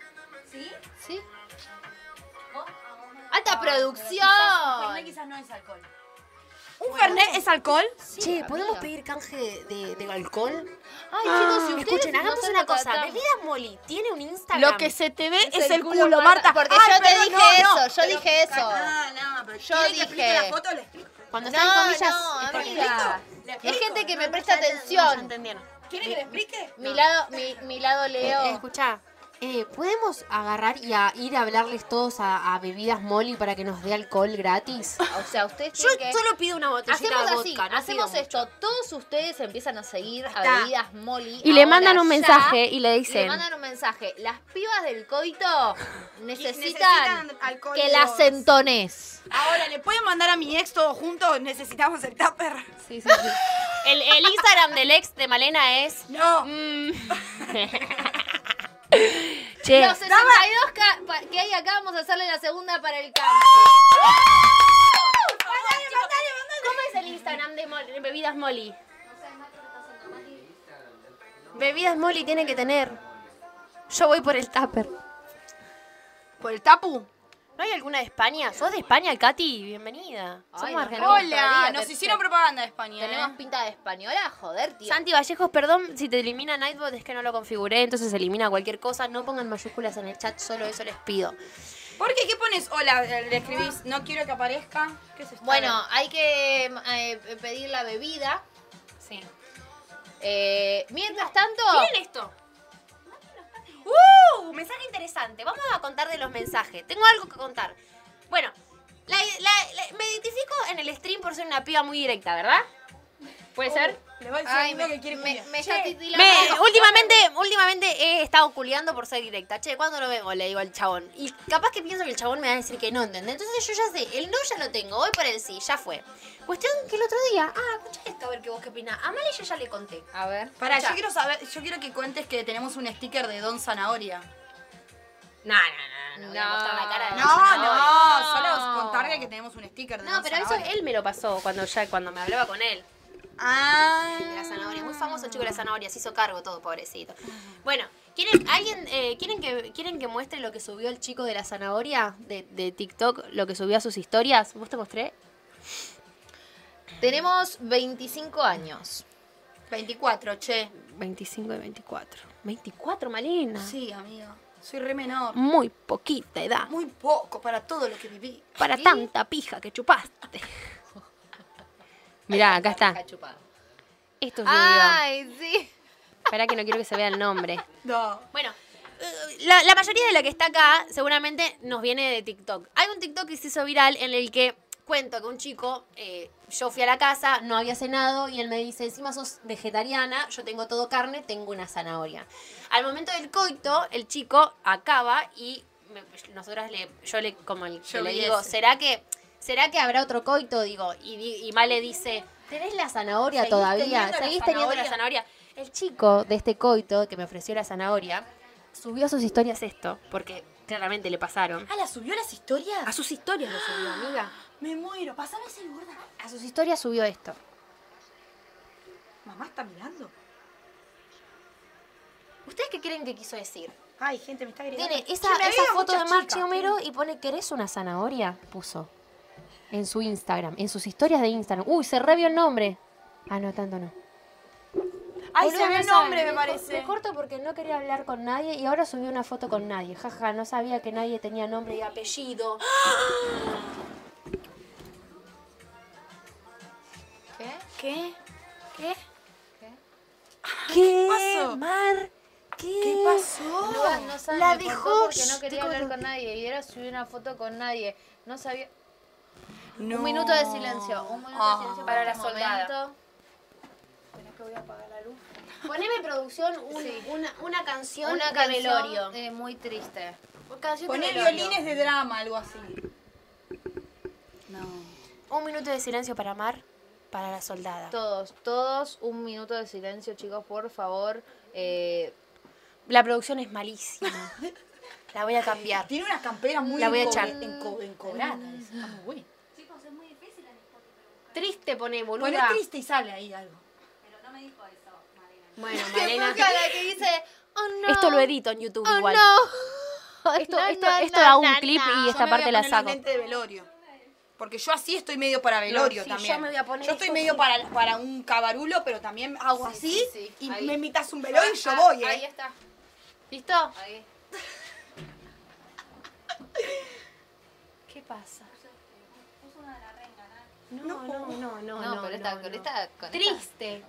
[SPEAKER 11] ¿Sí?
[SPEAKER 1] ¿Sí? Oh.
[SPEAKER 11] ¿Vos? Ah, vos no.
[SPEAKER 1] ¡Alta
[SPEAKER 11] Ah,
[SPEAKER 1] producción!
[SPEAKER 11] pero Quizás, Fernet quizás no es alcohol.
[SPEAKER 3] ¿Un Fernet es alcohol?
[SPEAKER 1] Sí,
[SPEAKER 2] Che, ¿podemos
[SPEAKER 1] amiga.
[SPEAKER 2] pedir canje de, de alcohol?
[SPEAKER 1] Ay,
[SPEAKER 3] Ah,
[SPEAKER 1] chicos, si ustedes
[SPEAKER 2] Escuchen,
[SPEAKER 1] no
[SPEAKER 2] hagamos
[SPEAKER 1] son
[SPEAKER 2] una
[SPEAKER 1] de
[SPEAKER 2] cosa.
[SPEAKER 1] Catán.
[SPEAKER 2] Bebidas Molly tiene un Instagram.
[SPEAKER 3] Lo que se te ve es,
[SPEAKER 1] Es
[SPEAKER 3] el culo, Marta.
[SPEAKER 1] Porque
[SPEAKER 3] Ay,
[SPEAKER 1] yo te
[SPEAKER 3] perdón,
[SPEAKER 1] dije
[SPEAKER 3] no, no,
[SPEAKER 1] eso, yo
[SPEAKER 3] pero-
[SPEAKER 1] dije eso.
[SPEAKER 3] Ah, no, pero
[SPEAKER 1] Yo
[SPEAKER 3] ¿quieren que
[SPEAKER 1] dije-
[SPEAKER 3] explique la foto? ¿Le explico?
[SPEAKER 2] Cuando
[SPEAKER 1] No,
[SPEAKER 2] están en comillas.
[SPEAKER 1] no,
[SPEAKER 2] es porque-
[SPEAKER 1] amiga.
[SPEAKER 3] ¿Le
[SPEAKER 1] Es
[SPEAKER 3] explico?
[SPEAKER 1] gente que me presta
[SPEAKER 2] Ya te- ya
[SPEAKER 1] atención.
[SPEAKER 2] entendieron.
[SPEAKER 3] ¿Quieren que le explique?
[SPEAKER 1] Mi lado, mi, mi lado
[SPEAKER 2] Eh,
[SPEAKER 1] Leo.
[SPEAKER 2] escuchá, eh, ¿podemos agarrar y a- ir a hablarles todos a, a bebidas Molly para que nos dé alcohol gratis?
[SPEAKER 1] O sea, ustedes
[SPEAKER 2] Yo
[SPEAKER 1] tienen que...
[SPEAKER 2] solo pido una botellita
[SPEAKER 1] Hacemos
[SPEAKER 2] de
[SPEAKER 1] así,
[SPEAKER 2] vodka. no
[SPEAKER 1] hacemos
[SPEAKER 2] pido
[SPEAKER 1] esto. Todos ustedes empiezan a seguir a
[SPEAKER 3] está.
[SPEAKER 1] bebidas Molly.
[SPEAKER 6] Y le
[SPEAKER 1] ahora
[SPEAKER 6] mandan un
[SPEAKER 1] ya.
[SPEAKER 6] mensaje y le
[SPEAKER 1] Le
[SPEAKER 6] dicen.
[SPEAKER 1] mandan un mensaje. Las pibas del coito necesitan,
[SPEAKER 3] necesitan alcohol
[SPEAKER 1] que
[SPEAKER 3] de
[SPEAKER 1] las
[SPEAKER 3] dos.
[SPEAKER 1] entones.
[SPEAKER 3] Ahora, ¿le pueden mandar a mi ex todos juntos? Necesitamos el tupper.
[SPEAKER 6] El, el Instagram del ex de Malena es.
[SPEAKER 3] No.
[SPEAKER 6] Che.
[SPEAKER 1] Los 62 ca- pa- que hay acá vamos a hacerle la segunda para
[SPEAKER 2] Eh.
[SPEAKER 1] el campo.
[SPEAKER 6] ¿Cómo es el Instagram de Mol- de Bebidas Molly?
[SPEAKER 2] Bebidas Molly tiene que tener. Yo voy por el tupper.
[SPEAKER 3] ¿Por el tapu?
[SPEAKER 2] ¿No hay alguna de España? ¿Sos de España, Katy? Bienvenida.
[SPEAKER 1] Ay,
[SPEAKER 2] Somos
[SPEAKER 1] no.
[SPEAKER 2] argentinos.
[SPEAKER 3] Hola,
[SPEAKER 1] Todavía,
[SPEAKER 3] nos
[SPEAKER 1] te-
[SPEAKER 3] hicieron
[SPEAKER 1] te-
[SPEAKER 3] propaganda de España.
[SPEAKER 1] Tenemos
[SPEAKER 3] ¿eh?
[SPEAKER 1] pinta de española, joder, tío.
[SPEAKER 2] Santi Vallejos, perdón si te elimina Nightbot, es que no lo configuré, entonces elimina cualquier cosa. No pongan mayúsculas en el chat, solo eso les pido.
[SPEAKER 3] ¿Por qué? ¿Qué pones? Hola, eh, le escribís, no quiero que aparezca. ¿Qué es esto?
[SPEAKER 1] Bueno, hay que eh, pedir la bebida.
[SPEAKER 6] Sí.
[SPEAKER 1] Eh, mientras tanto,
[SPEAKER 2] Miren esto. ¡Uh! Mensaje interesante. Vamos a contar de los mensajes. Tengo algo que contar. Bueno, la- la- la- me identifico en el stream por ser una piba muy directa, ¿verdad?
[SPEAKER 3] Oh,
[SPEAKER 6] ¿Puede ser?
[SPEAKER 3] le voy a decir
[SPEAKER 1] ay,
[SPEAKER 3] al niño
[SPEAKER 1] me,
[SPEAKER 3] que quiere
[SPEAKER 1] me,
[SPEAKER 3] culiar.
[SPEAKER 1] me
[SPEAKER 3] Che,
[SPEAKER 1] está titilando.
[SPEAKER 2] Me- últimamente, últimamente he estado culiando por ser directa. Che, ¿cuándo nos vemos? Le digo al chabón. Y capaz que pienso que el chabón me va a decir que no, ¿entendés? Entonces yo ya sé, el no ya lo tengo, voy por el sí, ya fue. Cuestión que el otro día, ah, escucha esto, a ver qué vos qué opinás. A Male yo ya le conté.
[SPEAKER 1] A ver.
[SPEAKER 3] Pará, yo quiero saber, yo quiero que cuentes que tenemos un sticker de Don Zanahoria.
[SPEAKER 2] No, no, no, no, voy a mostrar la cara de
[SPEAKER 3] No, no, solo contarle que tenemos un sticker de
[SPEAKER 2] No,
[SPEAKER 3] Don
[SPEAKER 2] pero eso
[SPEAKER 3] Zanahoria.
[SPEAKER 2] él me lo pasó cuando ya cuando me hablaba con él.
[SPEAKER 3] Ah.
[SPEAKER 2] de la zanahoria. Muy famoso el chico de la zanahoria. Se hizo cargo todo, pobrecito. Bueno, ¿quieren, alguien, eh, ¿quieren, que, ¿quieren que muestre lo que subió el chico de la zanahoria de, de TikTok? Lo que subió a sus historias. ¿Vos te mostré?
[SPEAKER 1] Tenemos 25 años.
[SPEAKER 3] 24, che.
[SPEAKER 2] 25 y 24. 24, Malena.
[SPEAKER 3] Sí, amigo. Soy re menor.
[SPEAKER 2] Muy poquita edad.
[SPEAKER 3] Muy poco para todo lo que viví.
[SPEAKER 2] Para tanta pija que chupaste. Mirá, acá está.
[SPEAKER 1] Cachupada.
[SPEAKER 2] Esto subió.
[SPEAKER 1] Ay, sí.
[SPEAKER 2] Esperá que no quiero que se vea el nombre.
[SPEAKER 3] No.
[SPEAKER 2] Bueno, eh, la, la mayoría de la que está acá seguramente nos viene de TikTok. Hay un TikTok que se hizo viral en el que cuento que un chico, eh, yo fui a la casa, no había cenado y él me dice, encima sos vegetariana, yo tengo todo carne, tengo una zanahoria. Al momento del coito, el chico acaba y me- nosotras le, yo le, como el, que le
[SPEAKER 3] vi
[SPEAKER 2] digo,
[SPEAKER 3] ese.
[SPEAKER 2] ¿será que, ¿será que habrá otro coito? Digo, y, di- y Male dice, ¿tenés la zanahoria
[SPEAKER 1] ¿Seguís
[SPEAKER 2] todavía?
[SPEAKER 1] teniendo la
[SPEAKER 2] ¿Seguís teniendo la zanahoria? El chico de este coito que me ofreció la zanahoria subió a sus historias esto, porque claramente le pasaron.
[SPEAKER 3] Ah, ¿la subió a las historias?
[SPEAKER 2] A sus historias lo subió, amiga.
[SPEAKER 3] Me muero. Pásame ese gorda.
[SPEAKER 2] A sus historias subió esto.
[SPEAKER 3] Mamá está mirando.
[SPEAKER 2] ¿Ustedes qué creen que quiso decir?
[SPEAKER 3] Ay, gente, me está gritando.
[SPEAKER 2] Tiene esa,
[SPEAKER 3] Che, me
[SPEAKER 2] esa
[SPEAKER 3] había
[SPEAKER 2] foto de
[SPEAKER 3] muchas
[SPEAKER 2] Marche
[SPEAKER 3] chicas.
[SPEAKER 2] Homero y pone, ¿querés una zanahoria? Puso. En su Instagram, en sus historias de Instagram. Uy, se revió el nombre. Ah, no, tanto no.
[SPEAKER 3] Ay,
[SPEAKER 2] Boludo,
[SPEAKER 3] se ve
[SPEAKER 2] no
[SPEAKER 3] el nombre,
[SPEAKER 2] saben.
[SPEAKER 3] me
[SPEAKER 2] co-
[SPEAKER 3] parece.
[SPEAKER 2] Me corto porque no quería hablar con nadie y ahora subí una foto con nadie. Jaja, no sabía que nadie tenía nombre y apellido.
[SPEAKER 3] ¿Qué? ¿Qué?
[SPEAKER 2] ¿Qué?
[SPEAKER 3] pasó?
[SPEAKER 2] Mar, ¿qué?
[SPEAKER 3] Eh, ¿Qué pasó?
[SPEAKER 1] Luan no sabe,
[SPEAKER 2] La
[SPEAKER 1] me
[SPEAKER 2] dejó,
[SPEAKER 1] cortó porque no
[SPEAKER 2] shh,
[SPEAKER 1] quería
[SPEAKER 2] te
[SPEAKER 1] hablar
[SPEAKER 2] corto.
[SPEAKER 1] con nadie y era subir una foto con nadie. No sabía.
[SPEAKER 3] No.
[SPEAKER 1] Un minuto de silencio. Un minuto
[SPEAKER 3] Ah.
[SPEAKER 1] de silencio para la soldada.
[SPEAKER 2] Poneme producción un- una, una canción
[SPEAKER 1] Una
[SPEAKER 2] de velorio.
[SPEAKER 1] canción eh, muy triste.
[SPEAKER 2] Una canción de
[SPEAKER 3] Poné
[SPEAKER 2] velorio.
[SPEAKER 3] violines de drama, algo así. No.
[SPEAKER 2] Un minuto de silencio para Mar, para la soldada.
[SPEAKER 1] Todos, todos, un minuto de silencio, chicos, por favor. Eh,
[SPEAKER 2] La producción es malísima. La voy a cambiar.
[SPEAKER 3] Tiene unas camperas muy
[SPEAKER 2] La voy a
[SPEAKER 3] enco-
[SPEAKER 2] echar.
[SPEAKER 3] enco- encobradas. Está muy buena.
[SPEAKER 2] Triste pone, boluda.
[SPEAKER 3] Poné triste y sale ahí algo.
[SPEAKER 2] Bueno, Malena.
[SPEAKER 1] la que dice, oh no.
[SPEAKER 2] Esto lo edito en YouTube
[SPEAKER 1] Oh
[SPEAKER 2] igual.
[SPEAKER 1] no.
[SPEAKER 2] Esto,
[SPEAKER 1] No,
[SPEAKER 2] esto,
[SPEAKER 1] no,
[SPEAKER 2] esto
[SPEAKER 1] no,
[SPEAKER 2] da un
[SPEAKER 1] no,
[SPEAKER 2] clip
[SPEAKER 1] no.
[SPEAKER 2] y
[SPEAKER 3] Yo
[SPEAKER 2] esta
[SPEAKER 3] me voy a
[SPEAKER 2] parte la
[SPEAKER 3] poner los
[SPEAKER 2] saco.
[SPEAKER 3] lentes de velorio. Porque yo así estoy medio para velorio
[SPEAKER 2] No, sí,
[SPEAKER 3] también.
[SPEAKER 2] yo me voy a poner
[SPEAKER 3] Yo estoy
[SPEAKER 2] esto
[SPEAKER 3] medio
[SPEAKER 2] así.
[SPEAKER 3] para, para un cabarulo, pero también hago así.
[SPEAKER 1] sí, sí.
[SPEAKER 3] Y
[SPEAKER 1] Ahí.
[SPEAKER 3] me invitas un velorio y yo voy, ¿eh?
[SPEAKER 1] Ah, Ahí está.
[SPEAKER 2] ¿Listo?
[SPEAKER 1] Ahí.
[SPEAKER 2] ¿Qué pasa? No, no, no, no,
[SPEAKER 1] No,
[SPEAKER 2] Oh, no,
[SPEAKER 1] pero esta,
[SPEAKER 2] no,
[SPEAKER 1] con
[SPEAKER 2] no.
[SPEAKER 1] esta- con esta-
[SPEAKER 2] Triste.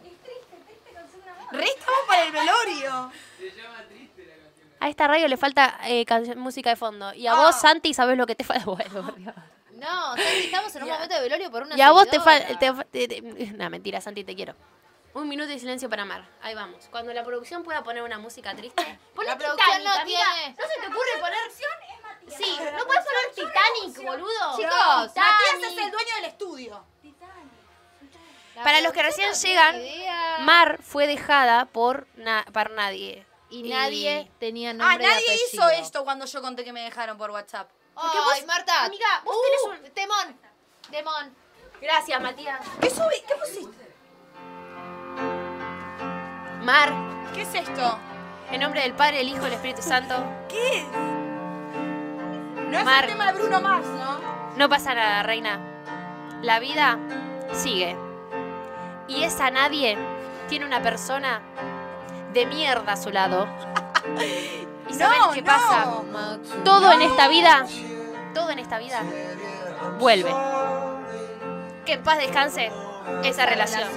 [SPEAKER 3] Re estamos para el velorio.
[SPEAKER 2] A esta radio le falta eh, can- música de fondo. Y a
[SPEAKER 1] Ah.
[SPEAKER 2] vos, Santi, sabés lo que te falta. Bueno, por Dios.
[SPEAKER 1] No, o sea, estamos en un momento de velorio por Ah, una
[SPEAKER 2] Y a vos te
[SPEAKER 1] seguidora.
[SPEAKER 2] falta. Nah, mentira, Santi, te quiero. Un minuto de silencio para Mar. Ahí vamos. Cuando la producción pueda poner una música triste. Ponle
[SPEAKER 1] La producción
[SPEAKER 2] Titanic,
[SPEAKER 1] no
[SPEAKER 2] amiga.
[SPEAKER 1] tiene.
[SPEAKER 2] No se te ocurre poner. Sí, no puedes poner Titanic, boludo.
[SPEAKER 1] Chicos,
[SPEAKER 2] No,
[SPEAKER 3] Matías es
[SPEAKER 2] Titanic.
[SPEAKER 3] el dueño del estudio.
[SPEAKER 1] La
[SPEAKER 2] Para los que
[SPEAKER 1] producción
[SPEAKER 2] recién
[SPEAKER 1] no
[SPEAKER 2] llegan,
[SPEAKER 1] tiene idea.
[SPEAKER 2] Mar fue dejada por, na- por nadie.
[SPEAKER 1] Y nadie tenía nombre
[SPEAKER 3] Ah,
[SPEAKER 1] y
[SPEAKER 3] nadie hizo
[SPEAKER 1] apellido.
[SPEAKER 3] esto cuando yo conté que me dejaron por WhatsApp.
[SPEAKER 1] Porque
[SPEAKER 2] vos-
[SPEAKER 1] Ay, Marta.
[SPEAKER 2] amiga, vos
[SPEAKER 1] uh,
[SPEAKER 2] tenés
[SPEAKER 1] Temón. Temón.
[SPEAKER 2] Gracias, Matías.
[SPEAKER 3] ¿Qué subí? ¿Qué pusiste?
[SPEAKER 2] Mar,
[SPEAKER 3] ¿Qué es esto?
[SPEAKER 2] en nombre del Padre, el Hijo y el Espíritu Santo,
[SPEAKER 3] ¿Qué es? No es
[SPEAKER 2] Mar.
[SPEAKER 3] el tema de Bruno Mars, ¿no?
[SPEAKER 2] no pasa nada, reina. La vida sigue. Y esa nadie tiene una persona de mierda a su lado. ¿Y saben
[SPEAKER 3] no,
[SPEAKER 2] qué
[SPEAKER 3] no.
[SPEAKER 2] pasa? Todo en esta vida, todo en esta vida vuelve. Que en paz descanse esa relación.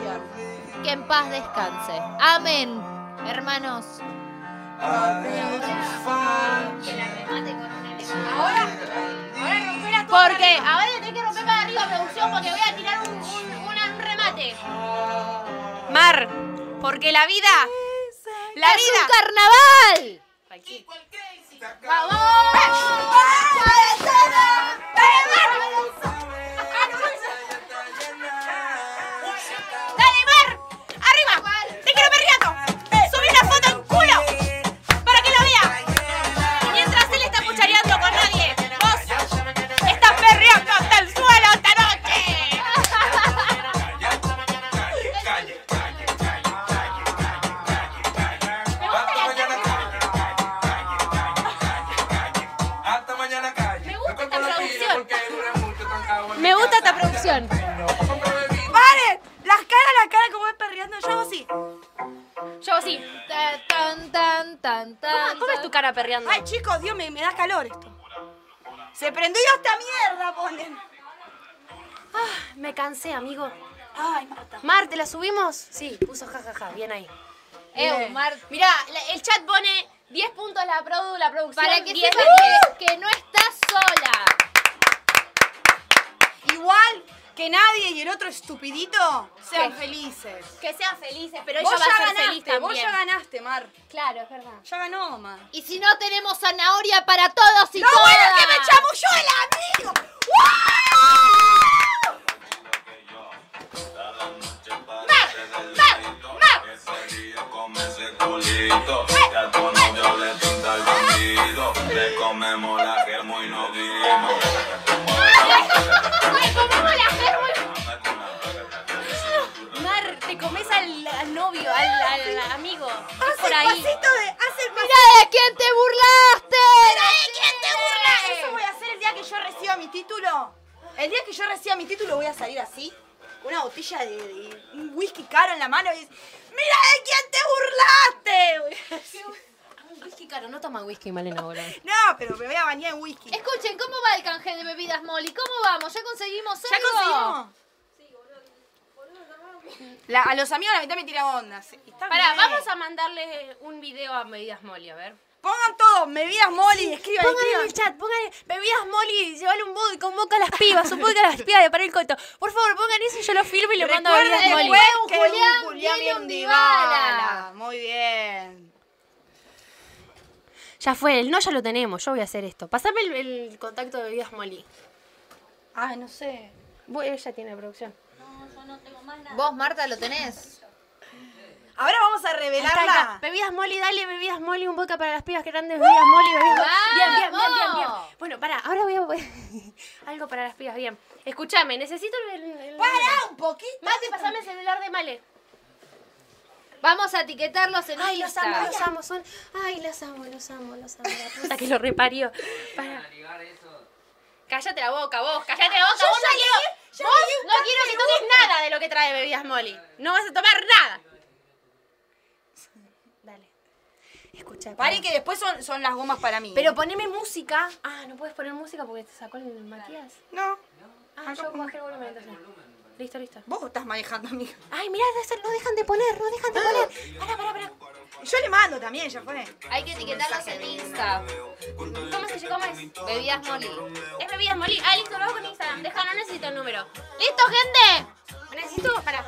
[SPEAKER 1] Que en paz descanse. Amén. Hermanos.
[SPEAKER 3] Ahora, ahora romper a todo.
[SPEAKER 2] Porque ah, ahora le tenés que romper para arriba, producción, porque voy a tirar un, un- una- un remate. Mar, porque la vida. La
[SPEAKER 1] ¡Es un carnaval!
[SPEAKER 2] ¡Dale, Mar! ¡Arriba! ¡Te quiero ver gato! ¡Subí una foto en culo! ¡Para que lo vea! Y mientras él está cuchareando con nadie, vos estás perreando hasta el suelo esta noche.
[SPEAKER 5] Hasta mañana calle. Me gusta esta
[SPEAKER 2] Me
[SPEAKER 5] producción.
[SPEAKER 2] gusta esta producción.
[SPEAKER 3] ¡Paren! Las caras, las caras como es perreando. Yo hago así.
[SPEAKER 2] Yo sí.
[SPEAKER 1] Ta- Tan, tan, tan, tan.
[SPEAKER 2] ¿Cómo es tu cara perreando?
[SPEAKER 3] Ay, chicos, Dios, me, me da calor esto. Se prendió esta mierda, ponen.
[SPEAKER 2] Me cansé, amigo.
[SPEAKER 3] Ay, Marta.
[SPEAKER 2] Mar, ¿te la subimos? Sí, puso jajaja, bien ahí.
[SPEAKER 1] Eh, Mar,
[SPEAKER 2] Mirá, la- el chat pone 10 puntos la produ, la producción.
[SPEAKER 1] para que
[SPEAKER 2] 10
[SPEAKER 1] sepas
[SPEAKER 2] de
[SPEAKER 1] que, que no estás sola.
[SPEAKER 3] Igual, que nadie y el otro estupidito sean felices.
[SPEAKER 6] Que sean felices, pero ella
[SPEAKER 3] vos ya
[SPEAKER 6] va a ser feliz
[SPEAKER 3] ganaste,
[SPEAKER 6] también.
[SPEAKER 3] vos ya ganaste, Mar.
[SPEAKER 6] Claro, es verdad.
[SPEAKER 3] Ya ganó, Mar.
[SPEAKER 1] Y si no tenemos zanahoria para todos y
[SPEAKER 3] ¡No,
[SPEAKER 1] todas.
[SPEAKER 3] bueno, que me chamulló el amigo! ¡Guau!
[SPEAKER 5] Come ese culito, que al tono yo le pinta el bandido. Le comemos la germo y nos dimos.
[SPEAKER 6] Mar, te comes al, al novio, al, al amigo. Es por
[SPEAKER 3] Hace el
[SPEAKER 6] ahí.
[SPEAKER 3] pasito de... Hace el pasito.
[SPEAKER 1] ¡Mira de quién te burlaste!
[SPEAKER 3] Eso voy a hacer el día que yo reciba mi título. El día que yo reciba mi título voy a salir así, con una botella de, de un whisky caro en la mano y... ¡Mira de quién te burlaste!
[SPEAKER 1] Whisky caro, no toma whisky, Malena, ahora.
[SPEAKER 3] No, pero me voy a bañar en whisky.
[SPEAKER 1] Escuchen, ¿cómo va el canje de bebidas Molly? ¿Cómo vamos? ¿Ya conseguimos
[SPEAKER 3] ¿Ya
[SPEAKER 1] algo?
[SPEAKER 3] conseguimos? La- a los amigos la mitad me tira onda. sí, está
[SPEAKER 6] Pará,
[SPEAKER 3] bien.
[SPEAKER 6] vamos a mandarle un video a Medidas Molly, a ver.
[SPEAKER 3] Pongan todo, bebidas Molly, escriban,
[SPEAKER 2] Pónganle en
[SPEAKER 3] escriban.
[SPEAKER 2] el chat, pónganle bebidas Molly, llevale un vodka, un vodka a las pibas, un vodka a las pibas de parar el coto. Por favor, pongan eso y yo lo firmo y le mando a bebidas
[SPEAKER 3] Recuerden
[SPEAKER 2] Molly.
[SPEAKER 3] después
[SPEAKER 1] Un
[SPEAKER 3] que
[SPEAKER 1] Julián
[SPEAKER 3] un Julián
[SPEAKER 1] viene un
[SPEAKER 3] bien
[SPEAKER 1] Dybala.
[SPEAKER 3] Dybala. Muy bien.
[SPEAKER 2] Ya fue, el no ya lo tenemos, yo voy a hacer esto. Pasame el, el contacto de bebidas Molly.
[SPEAKER 3] Ay, no sé.
[SPEAKER 2] Voy, ella tiene producción.
[SPEAKER 1] Vos, Marta, lo tenés.
[SPEAKER 3] Ahora vamos a
[SPEAKER 2] Está acá.
[SPEAKER 3] revelarla.
[SPEAKER 2] Bebidas Molly, dale, bebidas Molly, un vodka para las pibas que grandes, bebidas Molly, bebidas Molly. Bien, bien, bien, bien, bien.
[SPEAKER 1] ¡Vamos!
[SPEAKER 2] Bueno, para, ahora voy a... Algo para las pibas, bien. Escúchame, necesito el... el-
[SPEAKER 3] Para un poquito.
[SPEAKER 2] Mate, pasame el celular de Male.
[SPEAKER 1] Vamos a etiquetarlos en
[SPEAKER 2] Ay, los amo,
[SPEAKER 1] Instagram.
[SPEAKER 2] los amo, son. Ay, los amo, los amo, los amo. La puta que lo reparió. Para. Cállate la boca, vos, cállate la boca, vos no quiero. vos no quiero que toques nada de lo que trae bebidas Molly. No vas a tomar nada. Dale. Escucha.
[SPEAKER 3] Paren que después son, son las gomas para mí.
[SPEAKER 2] Pero poneme música. Ah, no puedes poner música porque te sacó el Matías.
[SPEAKER 3] No,
[SPEAKER 2] Ah, yo bajé el volumen entonces. Listo, listo.
[SPEAKER 3] vos estás manejando, amiga.
[SPEAKER 2] Ay, mirá, no dejan de poner, no dejan de poner. Pará, pará, pará.
[SPEAKER 3] Y Yo le mando también, ya fue.
[SPEAKER 1] Hay que etiquetarlos en Insta.
[SPEAKER 2] ¿Cómo se ¿Cómo es?
[SPEAKER 1] Bebidas Molly.
[SPEAKER 2] Es bebidas Molly. Ah, listo, lo hago con Instagram. Deja, no necesito el número. ¡Listo, gente! Necesito, para.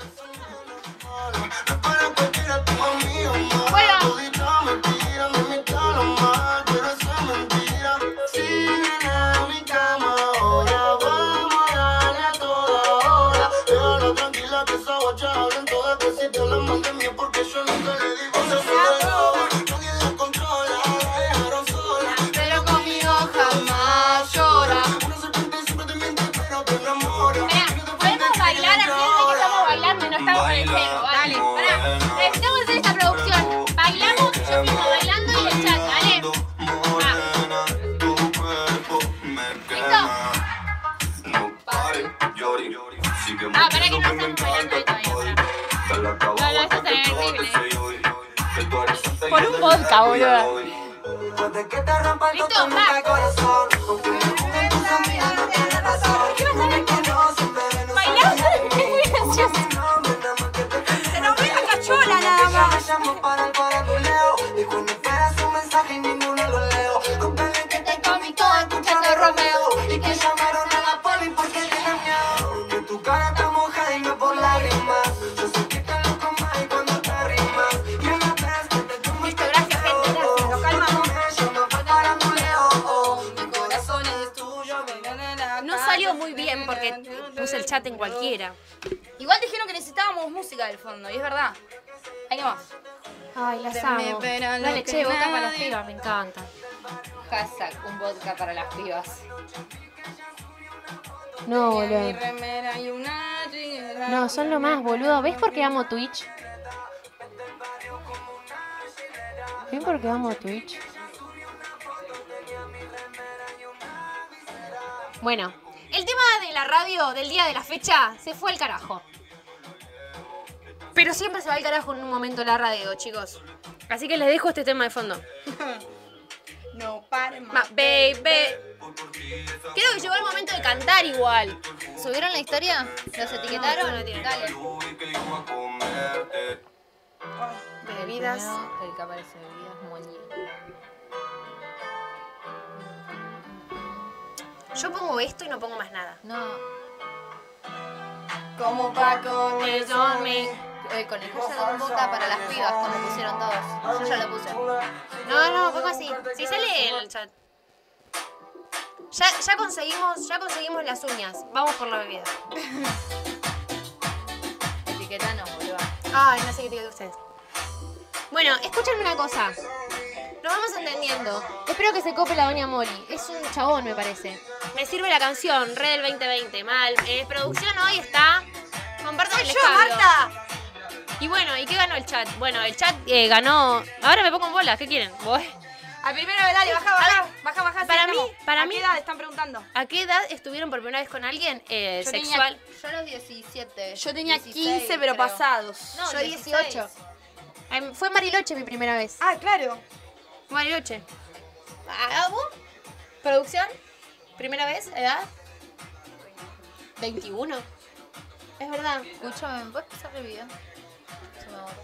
[SPEAKER 5] Pero conmigo jamás llora. Una serpiente siempre te miente, pero te enamora.
[SPEAKER 6] Pará, podemos bailar así, de que estamos bailando y no estamos en el juego. Dale, pará. Necesitamos hacer esta producción. Bailamos, yo mismo bailando y el chat, dale.
[SPEAKER 5] Morena, tu cuerpo me quema. No pares, llori, sí que
[SPEAKER 6] Ah, para que
[SPEAKER 5] mucho
[SPEAKER 6] no
[SPEAKER 5] que me
[SPEAKER 6] estamos
[SPEAKER 5] encanta tu
[SPEAKER 6] bailando esto ahí,
[SPEAKER 5] cuerpo. Te lo acabo
[SPEAKER 6] No, no,
[SPEAKER 5] de
[SPEAKER 6] eso está
[SPEAKER 5] hacer todo,
[SPEAKER 6] terrible.
[SPEAKER 5] que soy hoy. Que tú eres santa y
[SPEAKER 6] Por
[SPEAKER 5] yo
[SPEAKER 6] un
[SPEAKER 5] te
[SPEAKER 6] vodka,
[SPEAKER 5] la voy a
[SPEAKER 6] boluda.
[SPEAKER 5] hoy. Desde que te rompa el
[SPEAKER 6] Listo,
[SPEAKER 5] toto, nunca
[SPEAKER 6] va.
[SPEAKER 5] el corazón. Aunque me pongan tus amigas, no tienes razón. No me conocen, bebé, no
[SPEAKER 6] Bailamos,
[SPEAKER 5] saben de
[SPEAKER 6] es muy
[SPEAKER 5] mí.
[SPEAKER 6] gracioso.
[SPEAKER 5] Ponme mi nombre, nada más que te cante
[SPEAKER 3] Pero ve la cachola nada
[SPEAKER 5] ya
[SPEAKER 3] más.
[SPEAKER 5] me llamo para el paraluleo Y cuando esperas un mensaje ninguno lo leo Comprende que te comí todo escuchando Romeo Y que llamaron a la poli porque tienen miedo Que tu cara está mojada y no por lágrimas Yo sé que te loco más y cuando te rimas Y una vez que te tumbo y te
[SPEAKER 6] gracias, gente, gracias.
[SPEAKER 5] Lo calmamos Yo no fue paraluleo oh, Mi corazón es tuyo mi nena.
[SPEAKER 2] No salió muy bien porque puse el chat en cualquiera.
[SPEAKER 3] Igual dijeron que necesitábamos música del fondo, y es verdad. Ahí nomás.
[SPEAKER 2] Ay, las
[SPEAKER 3] amo. Dale, che, vodka para las pibas,
[SPEAKER 2] me encanta.
[SPEAKER 1] Hashtag un vodka para las pibas.
[SPEAKER 2] No,
[SPEAKER 3] Mi remera y una remera.
[SPEAKER 2] son lo más, boludo. ¿Ves por qué amo Twitch? ¿Ves por qué amo Twitch? Bueno, el tema de la radio del día de la fecha se fue al carajo. Pero siempre se va al carajo en un momento la radio, chicos. Así que les dejo este tema de fondo.
[SPEAKER 3] No pare
[SPEAKER 2] Ma-
[SPEAKER 3] más.
[SPEAKER 2] baby. Creo que llegó el momento de cantar igual.
[SPEAKER 1] ¿Subieron la historia? ¿Los etiquetaron?
[SPEAKER 2] no, no tiene.
[SPEAKER 1] Dale.
[SPEAKER 5] Uy, que iba a comerte
[SPEAKER 2] Bebidas.
[SPEAKER 1] El que aparece bebidas Molly.
[SPEAKER 2] Yo pongo esto y no pongo más nada.
[SPEAKER 1] No.
[SPEAKER 5] como Paco en el dormir.
[SPEAKER 1] Eh, con el curso de boca para las pibas, como pusieron todos. Yo ya lo puse.
[SPEAKER 2] No, no, poco así. Si sale en el chat. Ya, ya conseguimos, ya conseguimos las uñas. Vamos por la bebida.
[SPEAKER 1] Etiquetanos, boludo.
[SPEAKER 2] Ay, no sé qué tiene ustedes. Bueno, escúchenme una cosa. Nos vamos entendiendo. Espero que se cope la doña Molly. Es un chabón, me parece. Me sirve la canción, Red del 2020. Mal. Eh, producción hoy está. Comparto
[SPEAKER 3] ¡Soy
[SPEAKER 2] el
[SPEAKER 3] yo, Marta!
[SPEAKER 2] Y bueno, ¿y qué ganó el chat? Bueno, el chat eh, ganó. Ahora me pongo en bola, ¿qué quieren? ¿Voy?
[SPEAKER 3] Al primero, dale, baja, baja, baja, baja. sí,
[SPEAKER 2] para mí,
[SPEAKER 3] estamos.
[SPEAKER 2] para
[SPEAKER 3] ¿A
[SPEAKER 2] mí-
[SPEAKER 3] qué edad están preguntando?
[SPEAKER 2] ¿A qué edad estuvieron por primera vez con alguien eh,
[SPEAKER 3] Yo tenía-
[SPEAKER 2] sexual?
[SPEAKER 1] Yo a los 17.
[SPEAKER 3] Yo tenía
[SPEAKER 1] 16,
[SPEAKER 3] 15, pero
[SPEAKER 1] creo.
[SPEAKER 3] pasados.
[SPEAKER 1] No,
[SPEAKER 2] Yo
[SPEAKER 1] 16.
[SPEAKER 2] 18. Ay, Fue en Mariloche mi primera vez.
[SPEAKER 3] Ah, claro.
[SPEAKER 2] Mariloche. ¿A vos? Ah, ¿Producción? ¿Primera vez? ¿Edad? 21. Es verdad.
[SPEAKER 1] Escúchame, ¿me puedes pasar el video? Se me borró.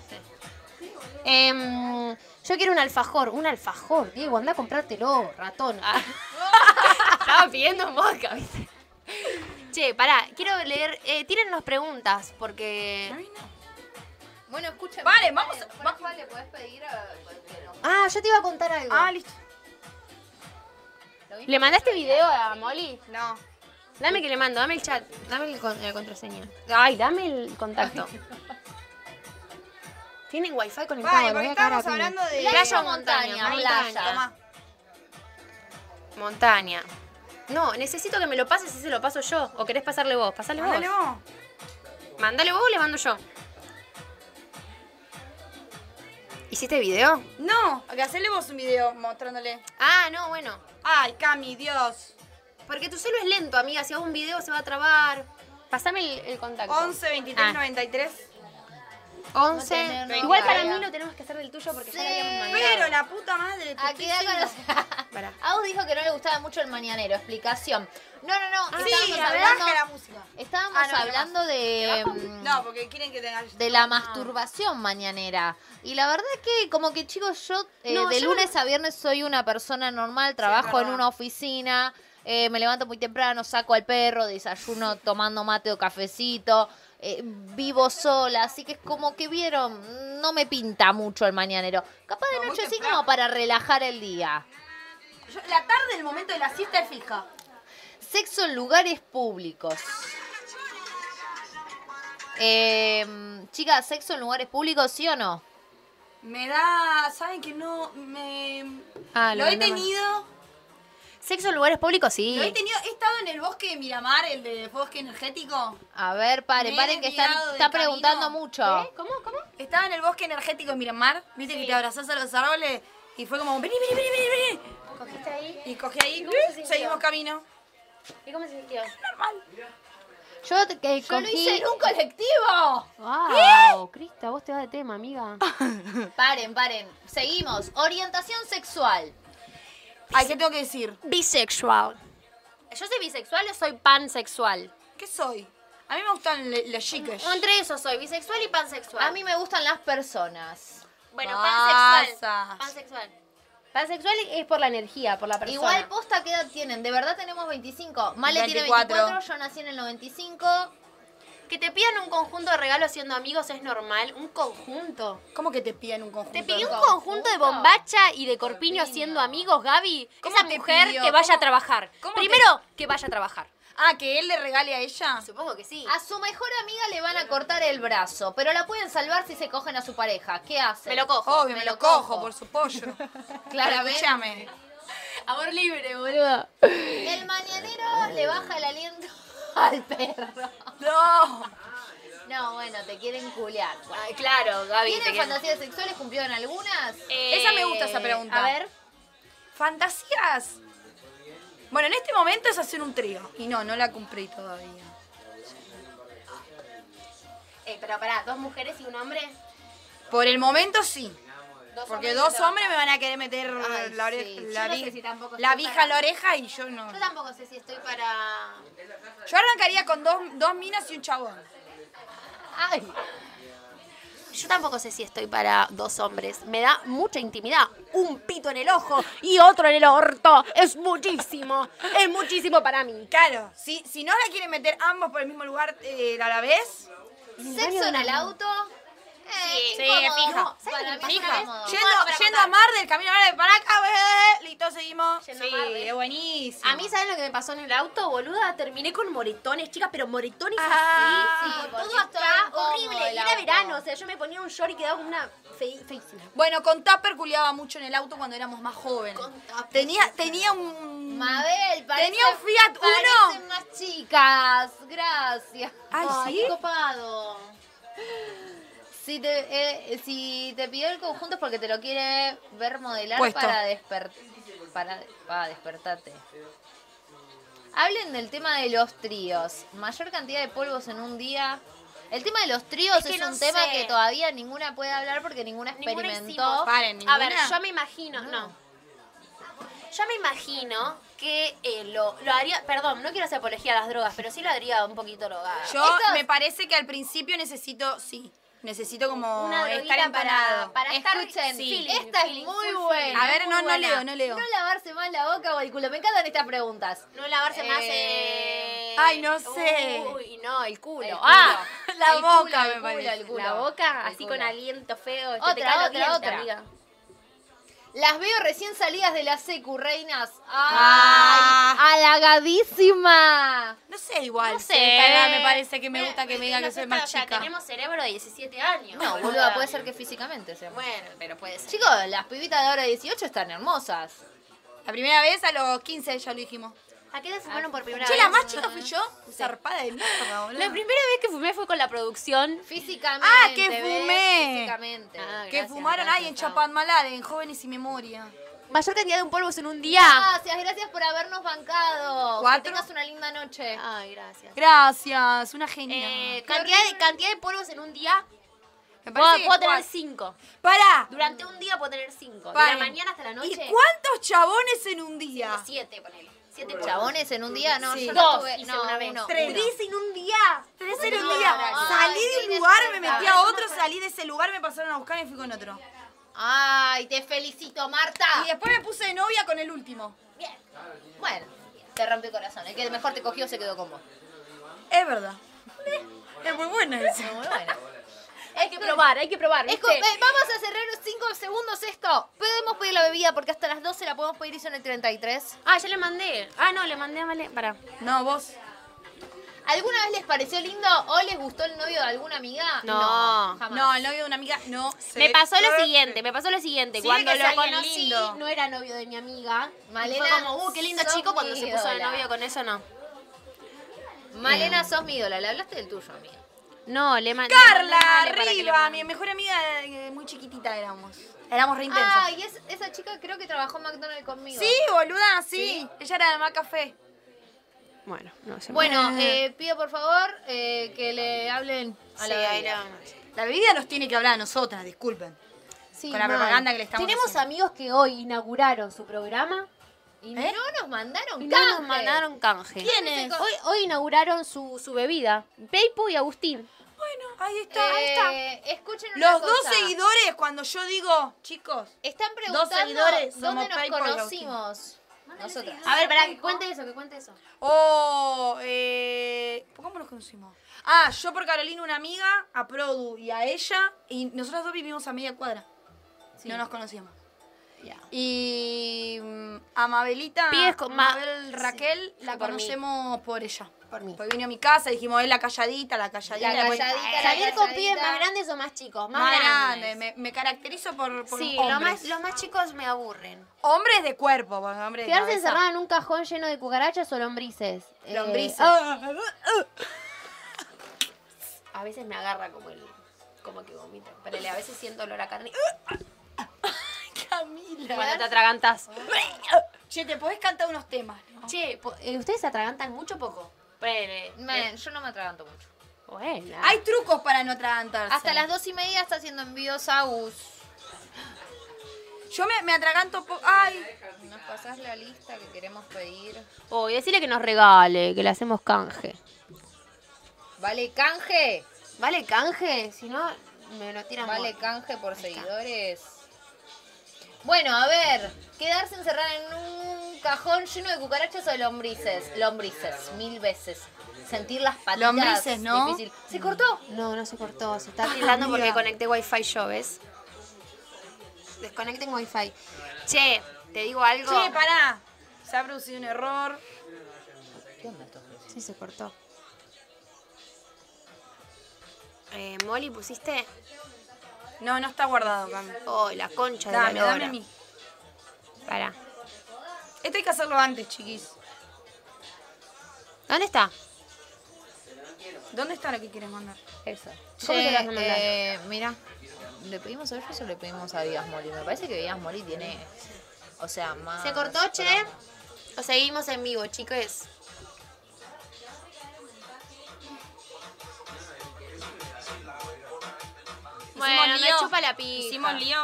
[SPEAKER 2] Em, yo quiero un alfajor. Un alfajor, Diego. Anda a comprártelo, ratón. Ah. Estaba pidiendo un vodka, ¿viste? Che, pará. Quiero leer... Eh, tírennos preguntas, porque...
[SPEAKER 1] Bueno, escúchame.
[SPEAKER 3] Vale, vamos a-
[SPEAKER 1] Vale, le puedes pedir a cualquiera.
[SPEAKER 2] Ah, yo te iba a contar algo.
[SPEAKER 3] Ah, listo.
[SPEAKER 1] Lo mismo
[SPEAKER 2] ¿Le mandaste video a Molly?
[SPEAKER 3] No.
[SPEAKER 2] Dame que le mando, dame el chat, dame el con- la contraseña. Ay, dame el contacto. Tienen wifi conectado,
[SPEAKER 3] Vale,
[SPEAKER 2] lo voy
[SPEAKER 3] porque
[SPEAKER 2] a cagar a
[SPEAKER 3] estábamos
[SPEAKER 2] piña.
[SPEAKER 3] hablando de.
[SPEAKER 2] Playa o
[SPEAKER 1] montaña,
[SPEAKER 2] montaña,
[SPEAKER 1] playa.
[SPEAKER 2] montaña.
[SPEAKER 3] Tomá.
[SPEAKER 2] Montaña. No, necesito que me lo pases y se lo paso yo. ¿O querés pasarle vos? Pasale vos.
[SPEAKER 3] Dale vos.
[SPEAKER 2] Mándale vos o le mando yo. ¿Hiciste video?
[SPEAKER 3] No, que hacele vos un video mostrándole.
[SPEAKER 2] Ah, no, bueno.
[SPEAKER 3] Ay, Cami, Dios.
[SPEAKER 2] Porque tu celo es lento, amiga. Si hago un video se va a trabar. Pasame el, el contacto.
[SPEAKER 3] 11, 23,
[SPEAKER 2] Ah.
[SPEAKER 3] 93.
[SPEAKER 2] 11.
[SPEAKER 1] No tenés
[SPEAKER 2] Igual
[SPEAKER 1] nada.
[SPEAKER 2] para mí lo tenemos que hacer del tuyo porque ya lo habíamos mandado.
[SPEAKER 3] Pero la puta madre. te
[SPEAKER 1] ¿A
[SPEAKER 3] estoy
[SPEAKER 1] qué edad
[SPEAKER 3] diciendo.
[SPEAKER 1] conoces-
[SPEAKER 2] Pará.
[SPEAKER 1] Agus dijo que no le gustaba mucho el mañanero. Explicación. No, no, no.
[SPEAKER 3] Ah, Sí,
[SPEAKER 1] estábamos hablando,
[SPEAKER 3] baja la música.
[SPEAKER 1] estábamos
[SPEAKER 3] Ah, no,
[SPEAKER 1] hablando de, mm,
[SPEAKER 3] No, porque quieren que tengas.
[SPEAKER 1] de la masturbación mañanera. Y la verdad que, como que chicos, yo eh,
[SPEAKER 2] No,
[SPEAKER 1] de
[SPEAKER 2] yo
[SPEAKER 1] lunes a viernes soy una persona normal. Trabajo en
[SPEAKER 3] verdad.
[SPEAKER 1] una oficina. eh, me levanto muy temprano, saco al perro, desayuno tomando mate o cafecito. eh, vivo sola, así que es como que vieron, no me pinta mucho el mañanero. Capaz de
[SPEAKER 3] No, muy
[SPEAKER 1] noche sí
[SPEAKER 3] temprano.
[SPEAKER 1] como para relajar el día.
[SPEAKER 3] Yo- la tarde, el momento de la siesta es fija.
[SPEAKER 1] Sexo en lugares públicos. Eh, chicas, sexo en lugares públicos, ¿sí o no?
[SPEAKER 3] Me da. ¿Saben que no? Me.
[SPEAKER 2] Ah,
[SPEAKER 3] lo
[SPEAKER 2] lo
[SPEAKER 3] he
[SPEAKER 2] mandamos.
[SPEAKER 3] tenido.
[SPEAKER 2] Sexo en lugares públicos, sí.
[SPEAKER 3] Lo he tenido. He estado en el bosque de Miramar, el de bosque energético.
[SPEAKER 1] A ver, paren,
[SPEAKER 3] Me he
[SPEAKER 1] paren que están,
[SPEAKER 3] desviado del
[SPEAKER 1] está preguntando
[SPEAKER 3] camino.
[SPEAKER 1] mucho.
[SPEAKER 2] ¿Cómo? ¿Cómo?
[SPEAKER 3] Estaba en el bosque energético de Miramar. Viste que te abrazás a los árboles. Y fue como. Vení, vení, vení, vení, vení.
[SPEAKER 6] ¿Cogiste ahí?
[SPEAKER 3] Y cogí ahí.
[SPEAKER 6] cómo se sintió?
[SPEAKER 3] seguimos camino.
[SPEAKER 6] ¿Y cómo se sintió?
[SPEAKER 1] Yo, te- que
[SPEAKER 2] Yo lo hice en
[SPEAKER 1] un colectivo.
[SPEAKER 2] ¡Wow! Crista, vos te vas de tema, amiga.
[SPEAKER 1] Paren, paren. Seguimos. Orientación sexual.
[SPEAKER 3] Ay, ¿qué tengo que decir?
[SPEAKER 2] Bisexual. ¿Yo soy bisexual o soy pansexual?
[SPEAKER 3] ¿Qué soy? A mí me gustan le- las chicas.
[SPEAKER 2] Entre esos soy bisexual y pansexual.
[SPEAKER 1] A mí me gustan las personas.
[SPEAKER 2] bueno,
[SPEAKER 3] Pasas.
[SPEAKER 2] pansexual. Pansexual. Pansexual es por la energía, por la persona.
[SPEAKER 1] Igual, posta, ¿qué edad tienen? De verdad tenemos 25. Male tiene
[SPEAKER 3] 24.
[SPEAKER 1] 24, yo nací en el 95.
[SPEAKER 2] que te pidan un conjunto de regalos siendo amigos es normal. Un conjunto.
[SPEAKER 3] ¿Cómo que te piden un conjunto?
[SPEAKER 2] ¿Te pidió un
[SPEAKER 1] conjunto?
[SPEAKER 2] conjunto de bombacha y de corpiño siendo amigos, Gaby?
[SPEAKER 3] ¿Cómo
[SPEAKER 2] Esa
[SPEAKER 3] te
[SPEAKER 2] mujer
[SPEAKER 3] pidió?
[SPEAKER 2] que vaya a
[SPEAKER 3] ¿Cómo-
[SPEAKER 2] trabajar.
[SPEAKER 3] cómo te-
[SPEAKER 2] Primero, que vaya a trabajar. Ah,
[SPEAKER 3] Ah, que él le regale a ella.
[SPEAKER 2] Supongo que sí.
[SPEAKER 1] A su mejor amiga le van a cortar el brazo, pero la pueden salvar si se cogen a su pareja. ¿Qué hacen?
[SPEAKER 2] Me lo cojo.
[SPEAKER 3] Obvio, me, lo cojo, por su pollo.
[SPEAKER 1] Claramente.
[SPEAKER 3] Escúchame.
[SPEAKER 2] Amor libre, boludo.
[SPEAKER 1] El mañanero le baja el aliento al perro.
[SPEAKER 3] No.
[SPEAKER 1] No, bueno, te quieren culear. Bueno.
[SPEAKER 2] claro, Gaby. te
[SPEAKER 1] ¿Tienen
[SPEAKER 2] quiero.
[SPEAKER 1] fantasías sexuales? ¿Cumplieron algunas?
[SPEAKER 2] Eh,
[SPEAKER 3] Esa me gusta, esa pregunta.
[SPEAKER 2] A ver.
[SPEAKER 3] Fantasías. Bueno, en este momento es hacer un trío. Y no, no la cumplí todavía.
[SPEAKER 2] Eh, pero pará, dos mujeres y un hombre.
[SPEAKER 3] Por el momento sí.
[SPEAKER 2] Dos
[SPEAKER 3] Porque
[SPEAKER 2] hombres,
[SPEAKER 3] dos
[SPEAKER 2] pero-
[SPEAKER 3] hombres me van a querer meter
[SPEAKER 1] Ay,
[SPEAKER 3] la oreja.
[SPEAKER 1] sí.
[SPEAKER 3] La,
[SPEAKER 2] Yo no
[SPEAKER 3] vi-
[SPEAKER 2] sé si tampoco
[SPEAKER 3] la
[SPEAKER 2] estoy
[SPEAKER 3] vija
[SPEAKER 2] para-
[SPEAKER 3] a la oreja y yo no.
[SPEAKER 2] Yo tampoco sé si estoy para.
[SPEAKER 3] Yo arrancaría con dos, dos minas y un chabón.
[SPEAKER 1] Ay.
[SPEAKER 7] Yo tampoco sé si estoy para dos hombres. Me da mucha intimidad. Un pito en el ojo y otro en el orto. Es muchísimo. Es muchísimo para mí.
[SPEAKER 3] Claro, si, si no la quieren meter ambos por el mismo lugar eh, a la vez,
[SPEAKER 1] Sexo en el auto. Eh,
[SPEAKER 2] Sí,
[SPEAKER 1] incómodo.
[SPEAKER 2] fija.
[SPEAKER 1] No, ¿sabes
[SPEAKER 2] Para
[SPEAKER 1] lo que
[SPEAKER 2] mí
[SPEAKER 1] pasa?
[SPEAKER 2] fija.
[SPEAKER 1] Incómodo.
[SPEAKER 3] yendo,
[SPEAKER 2] bueno, para
[SPEAKER 3] yendo
[SPEAKER 2] contar.
[SPEAKER 3] a Mar del camino verde para acá, eh, listo, seguimos.
[SPEAKER 2] Yendo a Mar del-
[SPEAKER 3] es buenísimo.
[SPEAKER 7] A mí, ¿sabes lo que me pasó en el auto, boluda? Terminé con moretones, chicas, pero moretones
[SPEAKER 3] Ah,
[SPEAKER 7] así.
[SPEAKER 1] sí,
[SPEAKER 7] con
[SPEAKER 1] porque
[SPEAKER 7] todo
[SPEAKER 1] es todo
[SPEAKER 7] acá,
[SPEAKER 1] incómodo
[SPEAKER 7] horrible.
[SPEAKER 1] el
[SPEAKER 7] Y era
[SPEAKER 1] auto.
[SPEAKER 7] verano, o sea, yo me ponía un short y quedaba como una fe- feísima.
[SPEAKER 3] Bueno, con Tupper culiaba mucho en el auto cuando éramos más jóvenes. Tenía, tenía un...
[SPEAKER 1] Mabel, parece-
[SPEAKER 3] Tenía un Fiat Uno.
[SPEAKER 1] parecen más chicas, gracias.
[SPEAKER 3] Ay, ¿sí?
[SPEAKER 1] qué copado. Si te, eh, si te pidió el conjunto es porque te lo quiere ver modelar
[SPEAKER 3] Puesto.
[SPEAKER 1] para, desper- para, para despertarte. Hablen del tema de los tríos. Mayor cantidad de polvos en un día. El tema de los tríos es,
[SPEAKER 2] Es que no
[SPEAKER 1] un tema
[SPEAKER 2] sé.
[SPEAKER 1] que todavía ninguna puede hablar porque ninguna
[SPEAKER 2] Ninguna
[SPEAKER 1] experimentó.
[SPEAKER 2] hicimos.
[SPEAKER 3] Paren,
[SPEAKER 2] A ver,
[SPEAKER 3] ninguna.
[SPEAKER 2] yo me imagino, no. Yo me imagino que eh, lo, lo haría, perdón, no quiero hacer apología a las drogas, pero sí lo haría un poquito drogada.
[SPEAKER 3] Yo me parece que al principio necesito, sí, necesito como
[SPEAKER 2] Una
[SPEAKER 3] estar
[SPEAKER 2] droguita
[SPEAKER 3] empanado.
[SPEAKER 2] para, para estar
[SPEAKER 1] Escuchen,
[SPEAKER 2] feeling,
[SPEAKER 1] esta
[SPEAKER 2] feeling,
[SPEAKER 1] es muy
[SPEAKER 2] full
[SPEAKER 1] buena.
[SPEAKER 3] A ver,
[SPEAKER 1] muy
[SPEAKER 3] no, no
[SPEAKER 1] buena.
[SPEAKER 3] leo, no leo.
[SPEAKER 1] No lavarse más la boca o el culo. Me encantan estas preguntas.
[SPEAKER 2] feeling. No lavarse más
[SPEAKER 1] Eh,
[SPEAKER 2] eh,
[SPEAKER 3] ay, no sé.
[SPEAKER 2] Uy, no, el culo.
[SPEAKER 1] El culo.
[SPEAKER 2] Ah,
[SPEAKER 3] La
[SPEAKER 1] El
[SPEAKER 3] boca,
[SPEAKER 1] culo,
[SPEAKER 3] me
[SPEAKER 1] el
[SPEAKER 3] parece.
[SPEAKER 1] culo, el culo.
[SPEAKER 2] la boca
[SPEAKER 1] El
[SPEAKER 2] así
[SPEAKER 1] culo.
[SPEAKER 2] con aliento feo, que te
[SPEAKER 1] Otra,
[SPEAKER 2] cae
[SPEAKER 1] otra,
[SPEAKER 2] los dientes,
[SPEAKER 1] otra.
[SPEAKER 2] amiga.
[SPEAKER 1] Las veo recién salidas de la secu, reinas. ¡Ay!
[SPEAKER 3] Ah.
[SPEAKER 1] Halagadísima.
[SPEAKER 3] No sé, igual.
[SPEAKER 2] No
[SPEAKER 3] sí,
[SPEAKER 2] sé.
[SPEAKER 3] esta edad me parece que me
[SPEAKER 2] Eh,
[SPEAKER 3] gusta que me digan que soy
[SPEAKER 2] nosotros
[SPEAKER 3] más
[SPEAKER 2] ya
[SPEAKER 3] chica.
[SPEAKER 2] tenemos cerebro de 17 años.
[SPEAKER 1] No, boluda, puede ser que físicamente sea.
[SPEAKER 2] Bueno, pero puede ser.
[SPEAKER 1] Chicos, las pibitas de ahora 18 están hermosas.
[SPEAKER 3] La primera vez a los 15 ya lo dijimos.
[SPEAKER 2] ¿A qué edad fumaron por primera
[SPEAKER 3] Che,
[SPEAKER 2] vez?
[SPEAKER 3] la más chica fui yo. Zarpada de mierda, boludo.
[SPEAKER 2] La primera vez que fumé fue con la producción.
[SPEAKER 1] Físicamente.
[SPEAKER 3] Ah, que
[SPEAKER 1] ¿ves?
[SPEAKER 3] fumé.
[SPEAKER 1] Físicamente.
[SPEAKER 2] Ah,
[SPEAKER 3] que
[SPEAKER 2] gracias,
[SPEAKER 3] fumaron ahí en
[SPEAKER 2] gracias,
[SPEAKER 3] Chapadmalal, en Jóvenes y Memoria.
[SPEAKER 7] Mayor cantidad de un polvos en un día.
[SPEAKER 1] Gracias, gracias por habernos bancado.
[SPEAKER 3] Cuatro.
[SPEAKER 1] Que tengas una linda noche.
[SPEAKER 2] Ay, gracias.
[SPEAKER 3] Gracias, una genia.
[SPEAKER 2] Eh, cantidad, de, cantidad de polvos en un día.
[SPEAKER 3] me
[SPEAKER 2] Puedo,
[SPEAKER 3] que
[SPEAKER 2] puedo tener
[SPEAKER 3] cua-
[SPEAKER 2] cinco.
[SPEAKER 3] ¡Pará!
[SPEAKER 2] Durante un día puedo tener cinco. De
[SPEAKER 3] Paren.
[SPEAKER 2] la mañana hasta la noche.
[SPEAKER 3] ¿Y cuántos chabones en un día?
[SPEAKER 2] Siete, ponele. Siete polvos.
[SPEAKER 1] Chabones en un día, no,
[SPEAKER 3] Sí.
[SPEAKER 1] yo
[SPEAKER 2] Dos
[SPEAKER 1] no tuve,
[SPEAKER 2] hice
[SPEAKER 1] no,
[SPEAKER 2] una vez.
[SPEAKER 1] uno,
[SPEAKER 3] Tres.
[SPEAKER 1] uno.
[SPEAKER 3] Tres en un día. Tres en un
[SPEAKER 1] No,
[SPEAKER 3] día.
[SPEAKER 1] ay,
[SPEAKER 3] salí
[SPEAKER 1] qué
[SPEAKER 3] de un lugar, me
[SPEAKER 1] desesperada.
[SPEAKER 3] metí a otro, salí de ese lugar, me pasaron a buscar y me fui con otro.
[SPEAKER 1] Ay, te felicito, Marta.
[SPEAKER 2] Ah.
[SPEAKER 3] Y después me puse de novia con el último.
[SPEAKER 1] Bueno, te rompió el corazón. El que mejor te cogió se quedó con vos.
[SPEAKER 3] Es verdad. Es muy buena esa.
[SPEAKER 1] Muy bueno.
[SPEAKER 2] Hay que probar, hay que probar.
[SPEAKER 1] Es
[SPEAKER 2] ¿viste?
[SPEAKER 1] como- eh, vamos a cerrar en 5 segundos esto. Podemos pedir la bebida porque hasta las 12 la podemos pedir y son el 33.
[SPEAKER 2] Ah, ya le mandé. Ah, no, le mandé a Male. Pará.
[SPEAKER 3] No, vos.
[SPEAKER 1] ¿Alguna vez les pareció lindo o les gustó el novio de alguna amiga?
[SPEAKER 2] No.
[SPEAKER 1] jamás.
[SPEAKER 3] No, el novio de una amiga no. se
[SPEAKER 2] Me pasó lo
[SPEAKER 3] puede.
[SPEAKER 2] siguiente, me pasó lo siguiente.
[SPEAKER 3] Sí,
[SPEAKER 2] cuando
[SPEAKER 3] que es
[SPEAKER 2] lo
[SPEAKER 3] alguien
[SPEAKER 2] conocí,
[SPEAKER 3] lindo.
[SPEAKER 2] no era novio de mi amiga.
[SPEAKER 1] Malena,
[SPEAKER 2] y fue como, uh, qué lindo
[SPEAKER 1] sos
[SPEAKER 2] chico cuando
[SPEAKER 1] mi
[SPEAKER 2] se puso de
[SPEAKER 1] ídola.
[SPEAKER 2] novio con eso, no.
[SPEAKER 1] Malena, sos mi ídola. Le hablaste del tuyo, amiga.
[SPEAKER 2] No, le mandé.
[SPEAKER 3] Carla,
[SPEAKER 2] mandale para que le
[SPEAKER 3] arriba,
[SPEAKER 2] mande.
[SPEAKER 3] mi mejor amiga eh, muy chiquitita éramos. Éramos re intensas.
[SPEAKER 1] Ay, es- esa chica creo que trabajó en McDonald's conmigo.
[SPEAKER 3] sí, boluda, sí. Ella era de Macafé.
[SPEAKER 2] Bueno, no se
[SPEAKER 1] Bueno, eh, pido por favor eh, que le hablen a
[SPEAKER 2] Sí,
[SPEAKER 1] la
[SPEAKER 2] ahí
[SPEAKER 1] bebida.
[SPEAKER 2] la vamos.
[SPEAKER 3] La bebida nos tiene que hablar a nosotras, disculpen.
[SPEAKER 1] Sí,
[SPEAKER 3] Con la
[SPEAKER 1] mal.
[SPEAKER 3] propaganda que le estamos
[SPEAKER 2] Tenemos
[SPEAKER 3] haciendo.
[SPEAKER 2] amigos que hoy inauguraron su programa
[SPEAKER 1] Y
[SPEAKER 3] ¿Eh?
[SPEAKER 1] no nos mandaron
[SPEAKER 2] y
[SPEAKER 1] canje.
[SPEAKER 2] no nos mandaron canje.
[SPEAKER 1] ¿Quiénes?
[SPEAKER 2] Hoy, hoy inauguraron su, su bebida, Peipu y Agustín.
[SPEAKER 3] Bueno, ahí
[SPEAKER 1] Eh,
[SPEAKER 3] está, ahí está.
[SPEAKER 1] Escuchen una
[SPEAKER 3] Los dos
[SPEAKER 1] cosa.
[SPEAKER 3] seguidores, cuando yo digo, chicos,
[SPEAKER 1] Están preguntando
[SPEAKER 3] seguidores,
[SPEAKER 1] dónde
[SPEAKER 3] somos
[SPEAKER 1] nos
[SPEAKER 3] PayPal y
[SPEAKER 1] conocimos. Nosotras. Ah,
[SPEAKER 2] A ver, para que cuente eso, que cuente eso.
[SPEAKER 3] oh, eh, ¿cómo nos conocimos? Ah, yo por Carolina, una amiga, a Produ y a ella, y nosotras dos vivimos a media cuadra. No nos conocíamos. Y mm, a Mabelita,
[SPEAKER 2] Pides con ma-
[SPEAKER 3] Mabel Raquel, la
[SPEAKER 2] por mí.
[SPEAKER 3] conocemos por ella. Por mí. Porque vino a mi casa y dijimos, es la calladita, la calladita.
[SPEAKER 1] La
[SPEAKER 3] después, "Eh,
[SPEAKER 1] calladita, la
[SPEAKER 2] Salir con pibes
[SPEAKER 1] calladita.
[SPEAKER 2] más grandes o más chicos, más,
[SPEAKER 3] Más
[SPEAKER 2] grandes.
[SPEAKER 3] grande, me, me caracterizo por, por
[SPEAKER 2] Sí,
[SPEAKER 3] hombres.
[SPEAKER 2] lo más- los más chicos me aburren.
[SPEAKER 3] Hombres de cuerpo, porque hombres de
[SPEAKER 2] Quedarse
[SPEAKER 3] cabeza.
[SPEAKER 2] encerrada en un cajón lleno de cucarachas o lombrices. Eh, ah.
[SPEAKER 3] Lombrices.
[SPEAKER 2] a veces me agarra como el. como que vomito. Pero a veces siento olor a carne. Cuando te atragantas.
[SPEAKER 3] Che, ¿te podés cantar unos temas? no?
[SPEAKER 2] Che, po- eh, ¿ustedes se atragantan mucho o poco? Bueno.
[SPEAKER 3] Ah,
[SPEAKER 1] Man, yo no me atraganto mucho.
[SPEAKER 2] Buena.
[SPEAKER 3] Hay trucos para no atragantarse.
[SPEAKER 1] Hasta las dos y media está haciendo envíos a US.
[SPEAKER 3] Yo me, me atraganto po- Ay,
[SPEAKER 1] Nos pasás la lista que queremos pedir.
[SPEAKER 2] Oh, y decirle que nos regale, que le hacemos canje.
[SPEAKER 1] Vale, canje.
[SPEAKER 2] ¿Vale canje? Si no, me lo tiran
[SPEAKER 1] Vale
[SPEAKER 2] por-
[SPEAKER 1] canje por
[SPEAKER 2] está.
[SPEAKER 1] seguidores. Bueno, a ver, quedarse encerrada en un cajón lleno de cucarachas o de lombrices. Lombrices, mil veces. Sentir las patitas.
[SPEAKER 3] Lombrices, ¿no?
[SPEAKER 1] difícil. ¿Se cortó?
[SPEAKER 2] No, no se cortó. Se está tildando porque conecté wifi yo, ¿ves? Desconecten wifi. Che, te digo algo.
[SPEAKER 3] Che, pará. Se ha producido un error.
[SPEAKER 1] ¿Qué onda esto?
[SPEAKER 2] Sí, se cortó. Eh, Molly, ¿pusiste?
[SPEAKER 3] No, no está guardado, Cami.
[SPEAKER 2] Oh, la concha de
[SPEAKER 3] Dame,
[SPEAKER 2] la
[SPEAKER 3] dame a
[SPEAKER 2] lora.
[SPEAKER 3] mí.
[SPEAKER 2] Pará.
[SPEAKER 3] Esto hay que hacerlo antes, chiquis.
[SPEAKER 2] ¿Dónde está?
[SPEAKER 3] ¿Dónde está lo que quieres mandar?
[SPEAKER 2] Eso. ¿Cómo te
[SPEAKER 1] Che,
[SPEAKER 2] lo vas a mandar?
[SPEAKER 1] eh, mira, ¿le pedimos a ellos o le pedimos a Díaz Moli? Me parece que Díaz Moli tiene, o sea, más...
[SPEAKER 2] ¿Se cortó, che? O seguimos en vivo, chicos. Bueno, me
[SPEAKER 6] lío.
[SPEAKER 2] chupa la pija.
[SPEAKER 6] Hicimos
[SPEAKER 3] lío?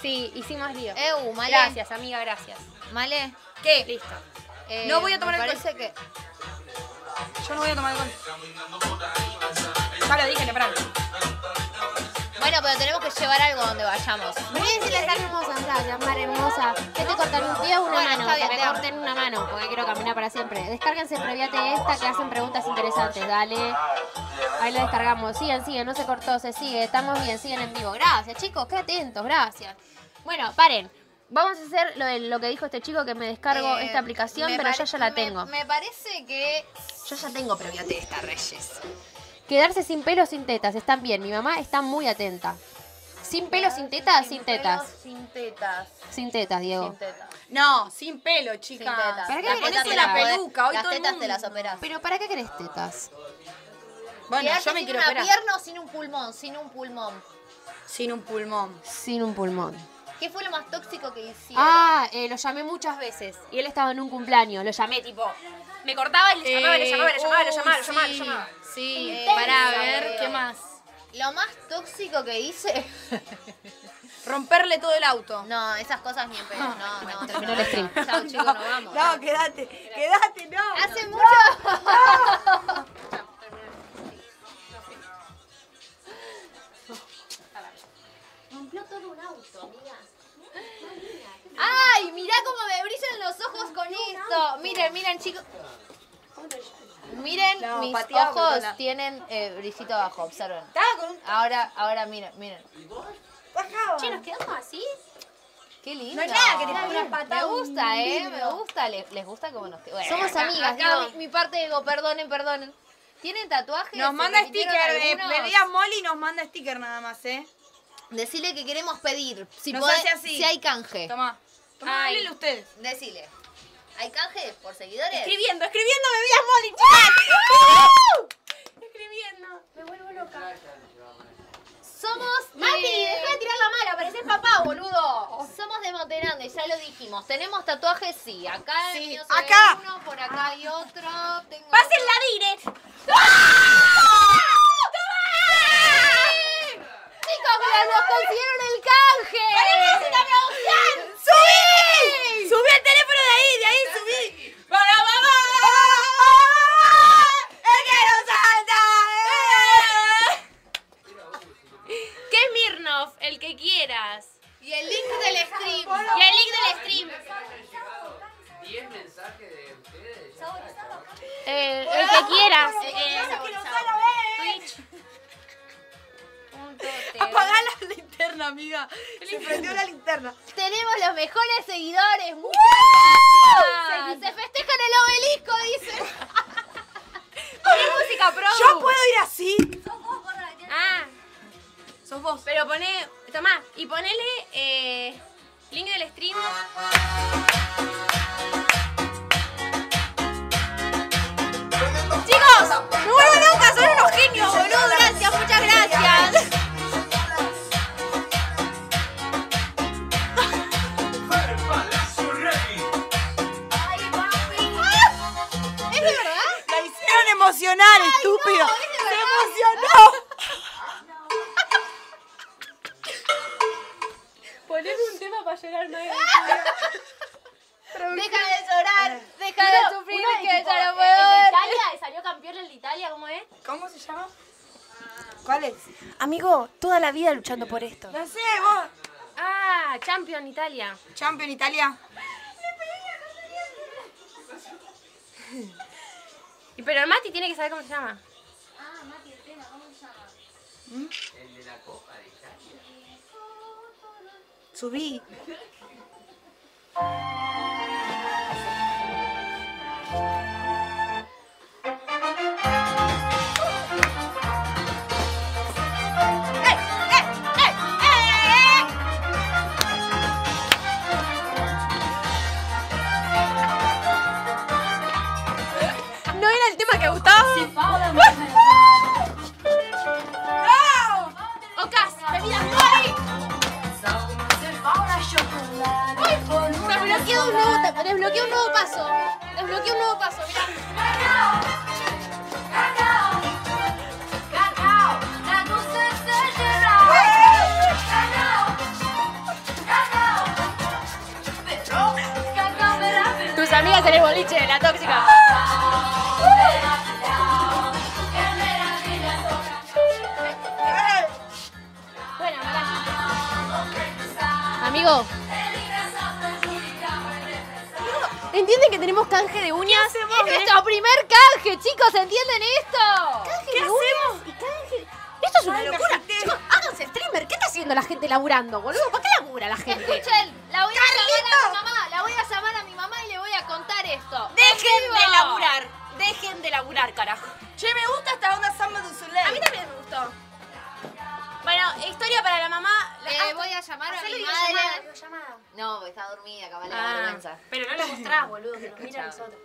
[SPEAKER 6] Sí, hicimos lío.
[SPEAKER 1] Eu, Male,
[SPEAKER 6] Gracias, amiga, gracias.
[SPEAKER 1] Male,
[SPEAKER 3] ¿Qué?
[SPEAKER 2] Listo.
[SPEAKER 1] eh,
[SPEAKER 3] No voy a tomar
[SPEAKER 1] me
[SPEAKER 3] alcohol.
[SPEAKER 1] parece que...
[SPEAKER 3] Yo no voy a tomar alcohol. Ya lo dije temprano.
[SPEAKER 1] Bueno, pero tenemos que llevar algo donde vayamos.
[SPEAKER 2] Miren si las hermosas, gracias, mar hermosa. Que te cortan un pie o una
[SPEAKER 1] Bueno,
[SPEAKER 2] mano.
[SPEAKER 1] está bien,
[SPEAKER 2] que me
[SPEAKER 1] te amo.
[SPEAKER 2] corten una mano, porque quiero caminar para siempre. Descárguense Previate esta, que hacen preguntas interesantes. Dale. Ahí lo descargamos. Sigan, siguen, no se cortó, se sigue. Estamos bien, siguen en vivo. Gracias, chicos, qué atentos, gracias. Bueno, paren. Vamos a hacer lo, de- lo que dijo este chico que me descargo
[SPEAKER 1] Eh,
[SPEAKER 2] esta aplicación,
[SPEAKER 1] me
[SPEAKER 2] pero yo
[SPEAKER 1] pare-
[SPEAKER 2] ya la
[SPEAKER 1] me-
[SPEAKER 2] tengo.
[SPEAKER 1] Me, parece que...
[SPEAKER 2] Yo ya tengo Previate esta, Reyes. Quedarse sin pelo o sin tetas, están bien. Mi mamá está muy atenta. Sin pelo, sin tetas, sin tetas.
[SPEAKER 1] Sin tetas.
[SPEAKER 2] Sin tetas, Diego.
[SPEAKER 1] Sin tetas.
[SPEAKER 3] No, sin pelo,
[SPEAKER 1] Sin
[SPEAKER 3] chica.
[SPEAKER 1] tetas.
[SPEAKER 2] ¿Para qué
[SPEAKER 1] Las
[SPEAKER 2] le
[SPEAKER 1] tetas
[SPEAKER 3] ponés
[SPEAKER 1] te
[SPEAKER 3] la
[SPEAKER 1] las podés-
[SPEAKER 3] peluca? Hoy
[SPEAKER 1] Las
[SPEAKER 3] todo el
[SPEAKER 1] tetas te las
[SPEAKER 3] mundo.
[SPEAKER 1] operás.
[SPEAKER 2] Pero ¿para qué querés tetas?
[SPEAKER 3] Bueno,
[SPEAKER 1] Quedarte
[SPEAKER 3] yo me
[SPEAKER 1] sin
[SPEAKER 3] quiero
[SPEAKER 1] una
[SPEAKER 3] operar.
[SPEAKER 1] pierna o sin un pulmón, sin un pulmón.
[SPEAKER 3] Sin un pulmón.
[SPEAKER 2] Sin un pulmón.
[SPEAKER 1] ¿Qué fue lo más tóxico que hicieron?
[SPEAKER 2] Ah, eh, lo llamé muchas veces. Y él estaba en un cumpleaños. Lo llamé tipo. Me cortaba y le llamaba, le llamaba, le llamaba, le llamaba, le llamaba, le llamaba.
[SPEAKER 3] Sí,
[SPEAKER 1] Intensa,
[SPEAKER 3] para ver,
[SPEAKER 1] boludo.
[SPEAKER 3] ¿qué más?
[SPEAKER 1] Lo más tóxico que hice.
[SPEAKER 3] Romperle todo el auto.
[SPEAKER 1] No, esas cosas ni en pedo. No, no.
[SPEAKER 2] terminó el stream.
[SPEAKER 1] Chao, chicos, nos vamos.
[SPEAKER 3] quédate, quédate, no.
[SPEAKER 1] Hace mucho. Ay, mirá cómo me brillan los ojos con esto. Miren, miren, chicos. Miren,
[SPEAKER 3] No,
[SPEAKER 1] mis
[SPEAKER 3] pateaba,
[SPEAKER 1] ojos
[SPEAKER 3] botona.
[SPEAKER 1] tienen eh, brillito abajo, observen.
[SPEAKER 3] Estaba con un.
[SPEAKER 1] Ahora, ahora miren, miren.
[SPEAKER 6] Che, ¿nos quedamos así?
[SPEAKER 1] Qué lindo.
[SPEAKER 3] No hay nada que te ponga una
[SPEAKER 1] Me
[SPEAKER 3] patada, un
[SPEAKER 1] gusta, eh, me
[SPEAKER 3] vidrio.
[SPEAKER 1] gusta, les, les gusta como nos bueno,
[SPEAKER 2] Somos
[SPEAKER 1] acá-
[SPEAKER 2] amigas,
[SPEAKER 1] acá
[SPEAKER 2] digo.
[SPEAKER 1] mi, mi parte de ego, perdonen, perdonen. ¿Tienen tatuajes?
[SPEAKER 3] Nos
[SPEAKER 1] ¿Se
[SPEAKER 3] manda
[SPEAKER 1] repitieron
[SPEAKER 3] sticker. eh,
[SPEAKER 1] algunos?
[SPEAKER 3] Bebida Molly nos manda sticker nada más, ¿eh?
[SPEAKER 1] Decile que queremos pedir. Si,
[SPEAKER 3] Nos
[SPEAKER 1] podés-
[SPEAKER 3] hace así.
[SPEAKER 1] si hay canje.
[SPEAKER 3] Tomá. Tomá, háblenle ustedes.
[SPEAKER 1] Decile. ¿Hay canje por seguidores?
[SPEAKER 3] Escribiendo, escribiendo bebidas Molly, chicas.
[SPEAKER 1] Somos de... Mami, deja de tirar la mala, pareces papá, boludo. Somos de Monterande, ya lo dijimos. Tenemos tatuajes, sí. Acá el
[SPEAKER 3] Sí,
[SPEAKER 1] mío se ve
[SPEAKER 3] acá.
[SPEAKER 1] uno, por acá Ah. hay otro. Tengo
[SPEAKER 6] ¡Pasen la direct!
[SPEAKER 1] Chicos, pero nos consiguieron el canje.
[SPEAKER 3] ¡Subí! ¡Subí el teléfono de ahí! ¡De ahí subí! ¡Para mamá! ¡El que no salta! eh.
[SPEAKER 6] ¿Qué es Mirnov? El que quieras.
[SPEAKER 1] Y el link del stream.
[SPEAKER 6] Y el link del stream.
[SPEAKER 8] 10 mensajes de ustedes.
[SPEAKER 6] Eh, el que quieras.
[SPEAKER 3] eh. Apagá la linterna, amiga. Se prendió la linterna.
[SPEAKER 1] Tenemos los mejores seguidores. Muchas gracias. Se festejan el obelisco, dice.
[SPEAKER 6] música pro.
[SPEAKER 3] ¿Yo puedo ir así?
[SPEAKER 6] Ah,
[SPEAKER 3] Sos vos.
[SPEAKER 6] pero poné. Tomá, y ponele eh, link del stream.
[SPEAKER 3] Chicos, me vuelvo loca, son unos genios, boludo. Gracias, muchas gracias. La hicieron emocionar, estúpido. Se emocionó.
[SPEAKER 1] Deja de llorar. Deja de sufrir que ya no puedo.
[SPEAKER 6] Italia, salió campeón el de Italia, ¿cómo es?
[SPEAKER 3] ¿Cómo se llama? ¿Cuál es?
[SPEAKER 2] Amigo, toda la vida luchando por esto.
[SPEAKER 3] No sé, vos.
[SPEAKER 2] Ah, Champion Italia.
[SPEAKER 3] Champion Italia.
[SPEAKER 2] Y pero el Mati tiene que saber cómo se llama.
[SPEAKER 14] Ah, Mati, el tema, ¿cómo se llama?
[SPEAKER 3] Subí.
[SPEAKER 2] ¡Eh, No era el tema que gustaba.
[SPEAKER 7] Paula,
[SPEAKER 2] Ocas, bebidas
[SPEAKER 6] Te desbloqueó un nuevo, te desbloqueó un nuevo paso. Desbloqueó un nuevo paso, mirá.
[SPEAKER 2] Tus amigas en el boliche, la tóxica. Bueno, Mara. Amigo. ¿Entienden que tenemos canje de uñas? es nuestro primer canje, chicos, ¿entienden esto?
[SPEAKER 6] ¿Qué hacemos?
[SPEAKER 2] Esto es una
[SPEAKER 3] Ay, la
[SPEAKER 2] locura.
[SPEAKER 3] gente.
[SPEAKER 2] Chicos, háganse streamer. ¿Qué está haciendo la gente laburando, boludo? ¿Para qué labura la gente?
[SPEAKER 6] Escuchen, la voy a llamar a mi mamá. La voy a llamar a mi mamá y le voy a contar esto.
[SPEAKER 1] Dejen
[SPEAKER 6] ¡En
[SPEAKER 1] de
[SPEAKER 6] vivo!
[SPEAKER 1] laburar. Dejen de laburar, carajo.
[SPEAKER 3] Che, me gusta esta onda Samba de Zuley.
[SPEAKER 2] A mí también me gustó. Bueno, historia para la mamá. La-
[SPEAKER 6] Le
[SPEAKER 2] ah,
[SPEAKER 6] voy a llamar a
[SPEAKER 2] hacele
[SPEAKER 6] mi
[SPEAKER 2] videollamada,
[SPEAKER 6] madre.
[SPEAKER 2] videollamada.
[SPEAKER 6] No, porque está dormida, cabal, le da
[SPEAKER 2] Ah,
[SPEAKER 6] vergüenza.
[SPEAKER 1] Pero no la mostrás, boludo. que nos mira a
[SPEAKER 6] Chao.
[SPEAKER 1] nosotros.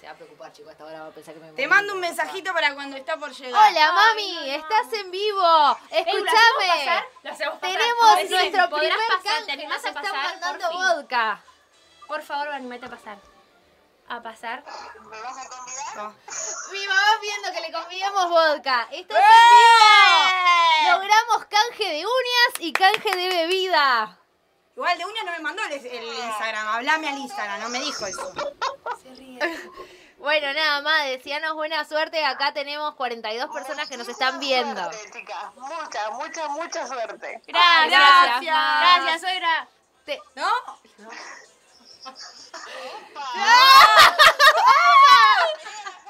[SPEAKER 6] Se va a preocupar, chico, hasta ahora va a pensar que me
[SPEAKER 3] Te mando un mensajito para cuando está por llegar.
[SPEAKER 6] Hola, mami, estás en vivo. Escúchame.
[SPEAKER 2] Lo hacemos pasar.
[SPEAKER 6] Tenemos
[SPEAKER 2] Decime,
[SPEAKER 6] nuestro
[SPEAKER 2] ¿podrás
[SPEAKER 6] primer
[SPEAKER 2] pasar? ¿Te
[SPEAKER 6] canje.
[SPEAKER 2] animás
[SPEAKER 6] Nos
[SPEAKER 2] a
[SPEAKER 6] están
[SPEAKER 2] pasar? Por
[SPEAKER 6] mandando
[SPEAKER 2] fin.
[SPEAKER 6] vodka.
[SPEAKER 2] Por favor, animate a pasar. A pasar.
[SPEAKER 6] Mi mamá viendo que le convidamos vodka. Estás
[SPEAKER 2] ¡Eh!
[SPEAKER 6] en vivo. Logramos canje de uñas y canje de bebida.
[SPEAKER 3] Igual de uñas no me mandó el, el Instagram. Hablame al Instagram, no me dijo eso.
[SPEAKER 6] Bueno, nada más, decíanos buena suerte. Acá tenemos 42 personas que nos están viendo.
[SPEAKER 15] Mucha, mucha, mucha suerte.
[SPEAKER 6] Ah,
[SPEAKER 2] Gracias.
[SPEAKER 3] Gracias.
[SPEAKER 2] Gracias, soy Gra.
[SPEAKER 3] ¿No?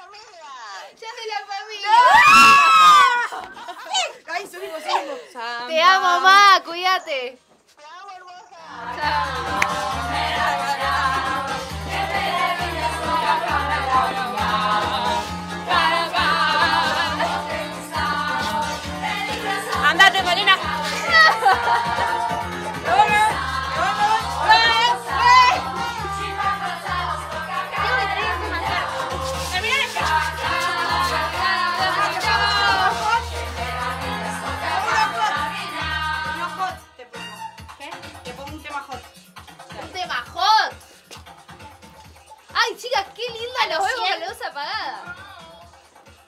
[SPEAKER 3] Ay, subimos, subimos.
[SPEAKER 6] Te amo, mamá. Cuídate.
[SPEAKER 2] Andate, Marina.
[SPEAKER 3] Tema hot te pongo. ¿Qué? Te pongo un tema hot.
[SPEAKER 6] Un tema hot. Ay, chicas, qué linda los vemos con la luz apagada.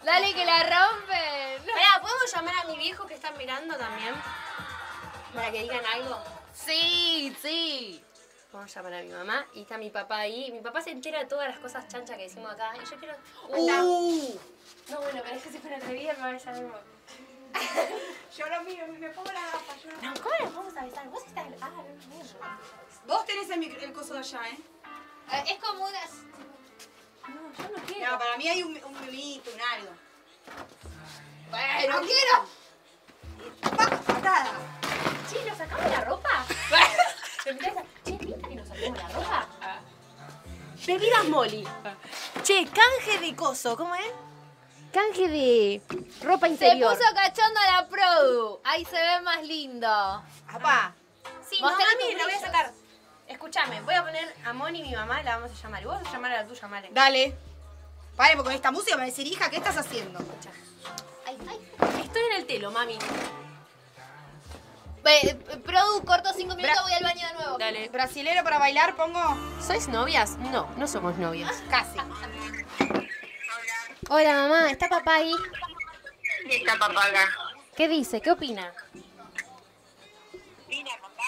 [SPEAKER 6] Dale que la rompen.
[SPEAKER 2] Espera, ¿podemos llamar a mi viejo que está mirando también? Para que digan algo.
[SPEAKER 6] Sí, sí.
[SPEAKER 2] Vamos a llamar a mi mamá y está mi papá ahí. Mi papá se entera de todas las cosas chanchas que decimos acá. Y yo quiero.
[SPEAKER 1] Uh.
[SPEAKER 2] No, bueno, pero es que si fuera atrevida me va a avisar mismo.
[SPEAKER 3] Yo lo miro, me pongo la gafa. Yo
[SPEAKER 2] No, ¿cómo les vamos a avisar? Vos estás. Ah, no, no, no.
[SPEAKER 3] Vos tenés el, micro- el coso de allá, ¿eh?
[SPEAKER 6] Es como una...
[SPEAKER 2] No, yo no quiero.
[SPEAKER 3] No, para mí hay un, un mimito, un algo.
[SPEAKER 6] Bueno, quiero.
[SPEAKER 3] Paco, patada.
[SPEAKER 2] Che, ¿nos sacamos la ropa? Me empecé a pensar, Che, ¿pinta que nos sacamos la ropa?
[SPEAKER 1] Bebidas Molly. Che, canje de coso, ¿cómo es?
[SPEAKER 2] Canje de ropa
[SPEAKER 6] Se puso cachondo la Produ. Ahí se ve más lindo.
[SPEAKER 3] Apá.
[SPEAKER 2] Sí,
[SPEAKER 6] Mostrá
[SPEAKER 2] mostrame
[SPEAKER 6] tus
[SPEAKER 2] y la voy a
[SPEAKER 6] brillos.
[SPEAKER 2] sacar. Escúchame, voy a poner a Moni, mi mamá, la vamos a llamar. Y vos vas a llamar a la tuya, Male.
[SPEAKER 3] Dale. Pare, porque con esta música me va a decir, hija, ¿qué estás haciendo?
[SPEAKER 6] Ay, ay.
[SPEAKER 1] Estoy en el telo, mami.
[SPEAKER 6] Ve, eh, Produ, corto cinco minutos,
[SPEAKER 3] Bra-
[SPEAKER 6] voy al baño de nuevo.
[SPEAKER 1] Dale.
[SPEAKER 3] Brasilero para bailar pongo
[SPEAKER 1] ¿Sois novias? No, no somos novias.
[SPEAKER 3] casi.
[SPEAKER 2] Hola, mamá, ¿está papá ahí?
[SPEAKER 15] ¿Qué está papá acá?
[SPEAKER 2] ¿Qué dice? ¿Qué opina?
[SPEAKER 15] Mira, papá,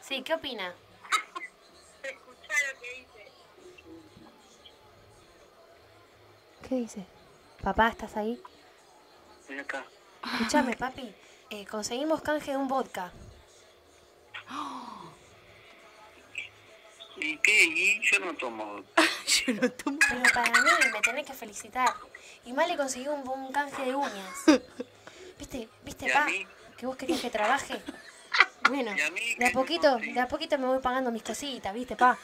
[SPEAKER 2] Sí, ¿qué opina?
[SPEAKER 15] escucha lo que dice.
[SPEAKER 2] ¿Qué dice? Papá, ¿estás ahí?
[SPEAKER 15] Ven acá.
[SPEAKER 2] Escúchame, papi. eh, conseguimos canje de un vodka.
[SPEAKER 16] ¿Y qué? ¿Y yo no tomo?
[SPEAKER 3] Yo no tomo.
[SPEAKER 2] Pero para mí me tenés que felicitar. Y más le conseguí un, un canje de uñas. ¿Viste, viste,
[SPEAKER 16] ¿Y a
[SPEAKER 2] pa?
[SPEAKER 16] mí?
[SPEAKER 2] Que vos querés que trabaje. Bueno,
[SPEAKER 16] ¿Y a mí
[SPEAKER 2] de a
[SPEAKER 16] qué me
[SPEAKER 2] poquito,
[SPEAKER 16] conseguís?
[SPEAKER 2] de a poquito me voy pagando mis cositas, ¿viste, pa?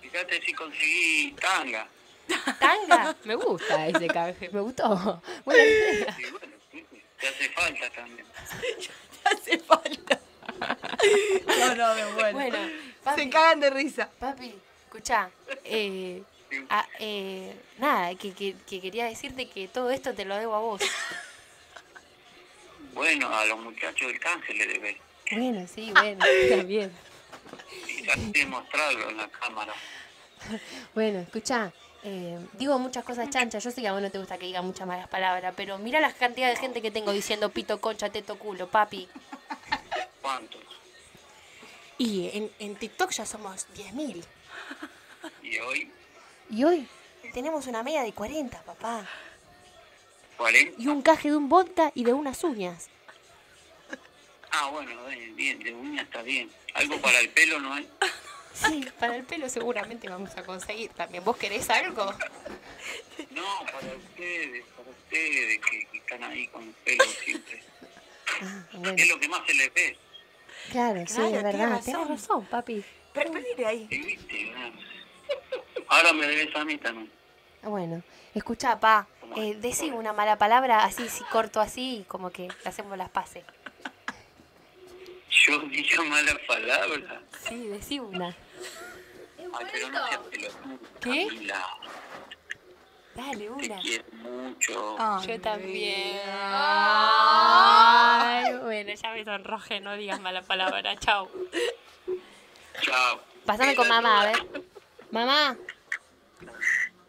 [SPEAKER 16] Fíjate si conseguí tanga.
[SPEAKER 2] Tanga.
[SPEAKER 17] Me gusta ese canje, me gustó. Buena idea.
[SPEAKER 16] Y bueno, te hace falta también.
[SPEAKER 3] No, no, me muero.
[SPEAKER 2] Bueno,
[SPEAKER 3] Se cagan de risa.
[SPEAKER 2] Papi, escuchá. eh, ah, eh, nada, que, que- que quería decirte que todo esto te lo debo a vos.
[SPEAKER 16] Bueno, a los muchachos del canje le debes.
[SPEAKER 17] Bueno, sí, bueno, también.
[SPEAKER 16] Quizás demostrarlo en la cámara.
[SPEAKER 2] Bueno, escucha, digo muchas cosas chanchas. Yo sé que a vos no te gusta que diga muchas malas palabras, pero mira la cantidad de gente que tengo diciendo pito, concha, teto, culo, papi.
[SPEAKER 16] ¿Cuántos?
[SPEAKER 2] Y en, en TikTok ya somos 10.000.
[SPEAKER 16] Y hoy,
[SPEAKER 2] Y hoy tenemos una media de 40, papá.
[SPEAKER 16] 40.
[SPEAKER 2] Y un caje de un vodka y de unas uñas.
[SPEAKER 16] Ah, bueno, bien, bien, de uña está bien. ¿Algo para el pelo no hay?
[SPEAKER 2] Sí, para el pelo seguramente vamos a conseguir también. ¿Vos querés algo?
[SPEAKER 16] No, para ustedes, para ustedes que, que están ahí con el pelo siempre. Es lo que más se les ve.
[SPEAKER 17] Claro, sí,
[SPEAKER 2] Claro,
[SPEAKER 17] es verdad.
[SPEAKER 2] tenés
[SPEAKER 17] Tienes razón, papi.
[SPEAKER 3] Pero dile ahí.
[SPEAKER 16] ¿Y viste? Ah. Ahora me debes a mí también.
[SPEAKER 2] Ah, Bueno, escucha, pa, eh, decí una mala palabra así, si corto así, como que le hacemos las paces.
[SPEAKER 16] Yo dije mala palabra.
[SPEAKER 2] Sí, decí una.
[SPEAKER 16] Ay, pero no seas pelotudo.
[SPEAKER 2] ¿Qué?
[SPEAKER 16] Camila,
[SPEAKER 2] Dale,
[SPEAKER 16] te
[SPEAKER 2] una.
[SPEAKER 16] quiero mucho.
[SPEAKER 2] Yo también. Ay, bueno, ya me sonroje, no digas mala palabra. Chao.
[SPEAKER 16] Chao.
[SPEAKER 2] Pasame con mamá, a ver. Mamá,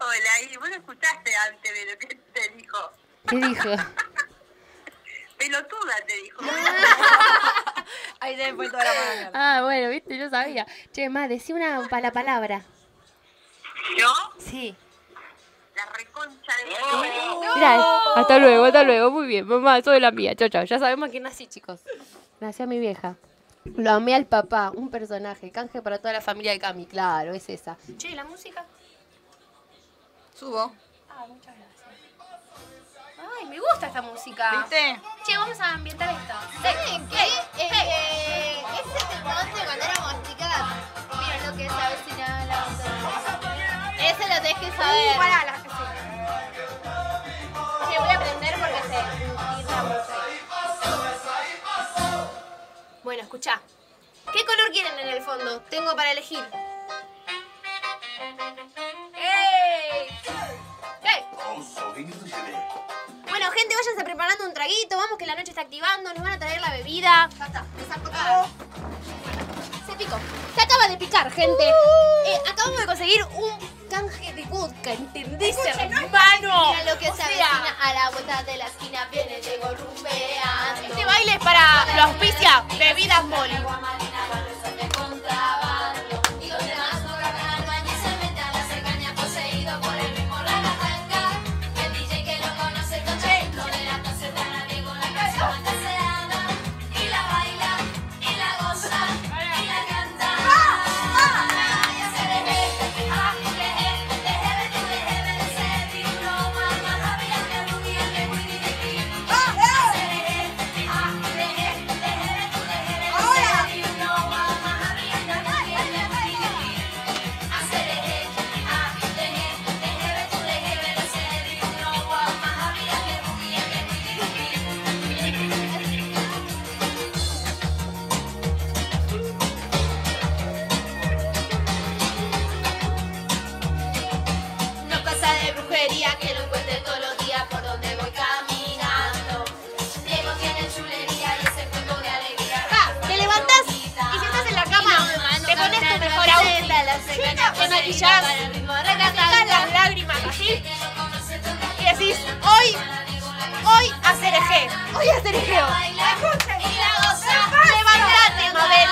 [SPEAKER 18] Hola, y vos lo escuchaste antes de lo que te dijo.
[SPEAKER 17] ¿Qué dijo?
[SPEAKER 18] Pelotuda te dijo.
[SPEAKER 3] Ahí se me fue toda la mano.
[SPEAKER 17] Ah, bueno, viste, yo sabía.
[SPEAKER 2] che, ma, decí una mala palabra.
[SPEAKER 18] ¿Yo?
[SPEAKER 2] Sí.
[SPEAKER 18] La reconcha de la
[SPEAKER 17] Mirá, hasta luego, hasta luego. Muy bien, mamá, soy la mía. Chao, chao. Ya sabemos
[SPEAKER 2] ¿Por qué nací, chicos?
[SPEAKER 17] Nació mi vieja. Lo amé al papá, un personaje, canje para toda la familia de Cami, claro, es esa.
[SPEAKER 2] Che, ¿y ¿la música?
[SPEAKER 3] Subo.
[SPEAKER 2] Ah, muchas gracias. Ay, me gusta esta música.
[SPEAKER 3] ¿Viste?
[SPEAKER 6] Che, vamos a ambientar esto.
[SPEAKER 7] ¿Saben qué? Este, ese temón de cuando éramos chicas. Mira lo que es avecinado en la autonomía. Ese lo tenés que saber.
[SPEAKER 6] Pará, la- sí.
[SPEAKER 7] Che, voy a aprender porque sé.
[SPEAKER 2] Bueno, escuchá. ¿Qué color quieren en el fondo? Tengo para elegir. ¡Ey! ¡Ey! Bueno, gente, váyanse preparando un traguito. Vamos que la noche está activando. Nos van a traer la bebida. Ah. Se picó. Se acaba de picar, gente.
[SPEAKER 6] Uh.
[SPEAKER 2] Eh, acabamos de conseguir un canje de vodka. ¿Entendés, hermano?
[SPEAKER 7] Mira lo que
[SPEAKER 2] O
[SPEAKER 7] se
[SPEAKER 2] sea,
[SPEAKER 7] avecina a la vuelta de la esquina. Viene Diego rumbeando.
[SPEAKER 2] Este baile es para la auspicia Bebidas Moli.
[SPEAKER 7] No pasa de brujería que lo encuentre todos los días por donde voy caminando. Diego tiene chulería y ese cuento de alegría.
[SPEAKER 2] Ah, te levantás y si estás en la cama, te pones tu mejor outfit, te maquillás, sacás las lágrimas así y decís, hoy, hoy hacer eje, hoy hacer ejeo. Levantate, Mabel.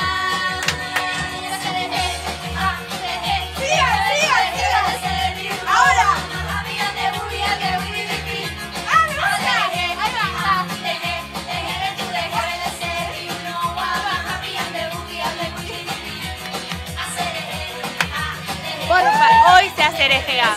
[SPEAKER 18] ¡Ahora!
[SPEAKER 2] la cerejea.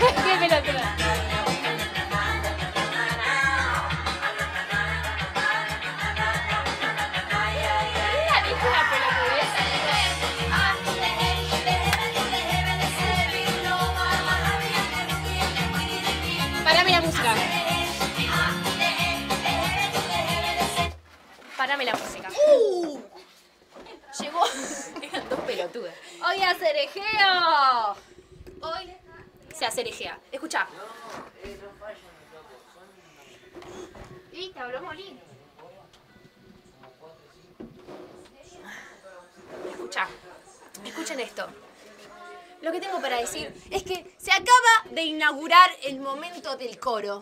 [SPEAKER 2] Qué pelotuda. Parame la música. Parame la música. Uh. Llegó. Eran dos pelotudas. Hoy acerejeo. Hoy se acerejea. Escucha.
[SPEAKER 19] Y te habló Molín.
[SPEAKER 2] Escucha. Escuchen esto. Lo que tengo para decir es que se acaba de inaugurar el momento del coro.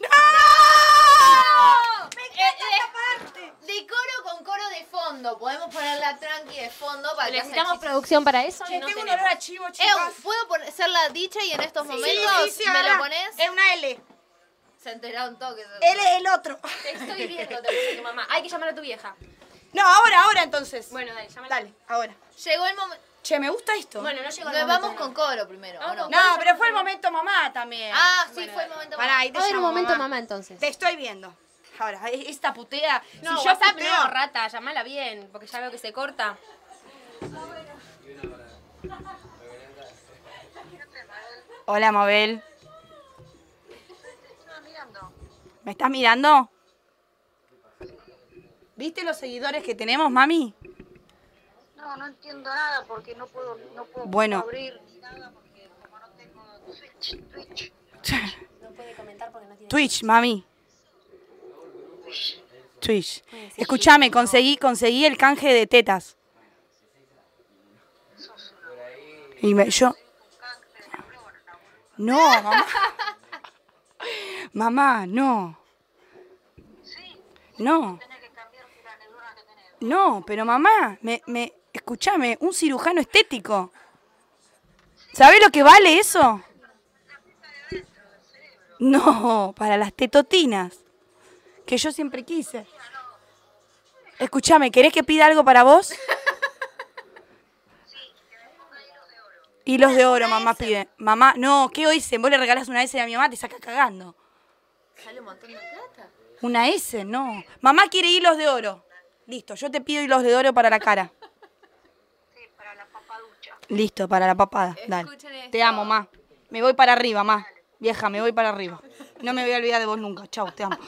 [SPEAKER 2] Eh,
[SPEAKER 6] De coro con coro de fondo. Podemos poner la tranqui de fondo para que
[SPEAKER 20] ¿Necesitamos producción para eso?
[SPEAKER 6] Che,
[SPEAKER 20] No
[SPEAKER 6] tengo un
[SPEAKER 20] tenemos.
[SPEAKER 6] olor a chivo, chicas. ¿puedo pon- ser la dicha y en estos
[SPEAKER 20] Sí,
[SPEAKER 6] momentos
[SPEAKER 20] sí, sí,
[SPEAKER 6] me
[SPEAKER 20] ahora.
[SPEAKER 6] lo
[SPEAKER 2] Eh.
[SPEAKER 6] pones?
[SPEAKER 3] Es una L.
[SPEAKER 6] Se enteraron toques.
[SPEAKER 3] Él es el otro.
[SPEAKER 2] Te Eh. estoy viendo, te puse tu mamá. Hay que llamar a tu vieja.
[SPEAKER 3] No, ahora, ahora entonces.
[SPEAKER 2] Bueno, dale, llámala.
[SPEAKER 3] Dale, ahora.
[SPEAKER 6] Llegó el momento.
[SPEAKER 3] Che, me gusta esto.
[SPEAKER 2] Bueno, no llegó el
[SPEAKER 6] Nos
[SPEAKER 2] momento,
[SPEAKER 6] vamos
[SPEAKER 2] no.
[SPEAKER 6] con coro primero, ¿o no?
[SPEAKER 3] No, pero fue el momento mamá también.
[SPEAKER 6] Ah, sí, fue el momento
[SPEAKER 3] Pará,
[SPEAKER 6] mamá.
[SPEAKER 3] ahí te
[SPEAKER 6] Va a haber un
[SPEAKER 3] llamo,
[SPEAKER 6] momento
[SPEAKER 20] mamá, entonces.
[SPEAKER 3] Te estoy viendo. Ahora, e- esta putea.
[SPEAKER 2] No,
[SPEAKER 3] si yo
[SPEAKER 2] WhatsApp
[SPEAKER 3] puteo-
[SPEAKER 2] no, rata, llamala bien, porque ya veo que se corta.
[SPEAKER 3] Hola, Mabel. ¿Me estás mirando? ¿Viste los seguidores que tenemos, mami?
[SPEAKER 21] No, no entiendo nada porque no puedo, no puedo
[SPEAKER 3] Bueno.
[SPEAKER 21] abrir.
[SPEAKER 2] No puede comentar porque no tiene.
[SPEAKER 3] Twitch, mami. Twitch. Escúchame, conseguí, conseguí el canje de tetas. Y me- yo. No, mamá. Mamá, no. No. No, pero mamá, me, me, escúchame, un cirujano estético. ¿Sabés lo que vale eso? No, para las tetotinas. Que yo siempre quise. Escúchame, ¿querés que pida algo para vos? Hilos de oro, mamá pide. Mamá, no, ¿qué dicen? Vos le regalás una S a mi mamá, te saca cagando.
[SPEAKER 6] Sale un montón de plata.
[SPEAKER 3] Una S, no. Mamá quiere hilos de oro. Listo, yo te pido hilos de oro para la cara. Listo, para la papada. Dale. Te amo, ma. Me voy para arriba, ma. Vieja, me voy para arriba. No me voy a olvidar de vos nunca. Chau, te amo.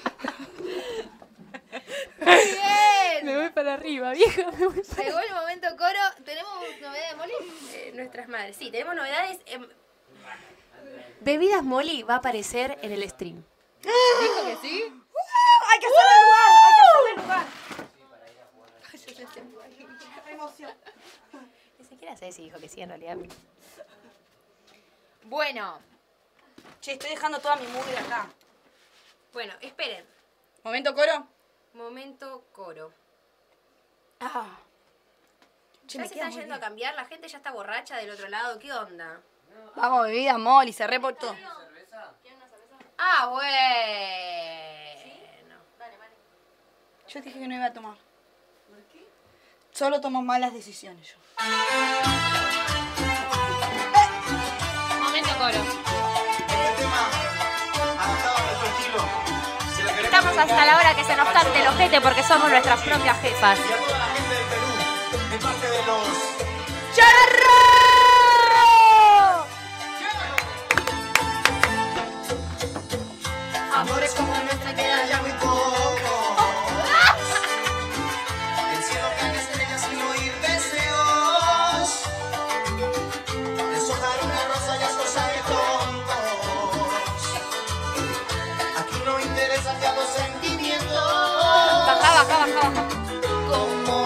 [SPEAKER 6] Me
[SPEAKER 2] voy para arriba, vieja. Me voy
[SPEAKER 6] Llegó el momento coro. ¿Tenemos novedad de Molly?
[SPEAKER 2] Eh, nuestras madres. Sí, tenemos novedades. em,
[SPEAKER 20] Bebidas Molly va a aparecer en el stream.
[SPEAKER 2] ¿Dijo que sí?
[SPEAKER 3] ¡Hay que hacerle el lugar! ¡Hay que hacerle el lugar!
[SPEAKER 20] Ni siquiera sé si dijo que sí, en realidad.
[SPEAKER 6] Bueno.
[SPEAKER 3] Che, estoy dejando toda mi movie acá.
[SPEAKER 2] Bueno, esperen.
[SPEAKER 3] ¿Momento coro?
[SPEAKER 2] Momento coro.
[SPEAKER 3] Ah. Che,
[SPEAKER 2] ya
[SPEAKER 3] me
[SPEAKER 2] se
[SPEAKER 3] queda
[SPEAKER 2] está
[SPEAKER 3] muy
[SPEAKER 2] yendo a cambiar, la gente ya está borracha del otro lado. ¿Qué onda?
[SPEAKER 3] Vamos, bebida Molly, se reportó.
[SPEAKER 2] Ah, bueno.
[SPEAKER 3] Yo dije que no iba a tomar. Solo tomo malas decisiones yo.
[SPEAKER 2] Momento coro.
[SPEAKER 19] Estamos hasta la hora que se nos cante el ojete porque somos nuestras propias jefas.
[SPEAKER 3] ¡Charro!
[SPEAKER 5] Amores como nuestra queda ya muy poco. El cielo cae estrellas sin oír deseos. Deshojar una rosa ya es cosa de tontos. Aquí no interesan ya los sentimientos.
[SPEAKER 2] Baja, baja, baja, baja.
[SPEAKER 5] Como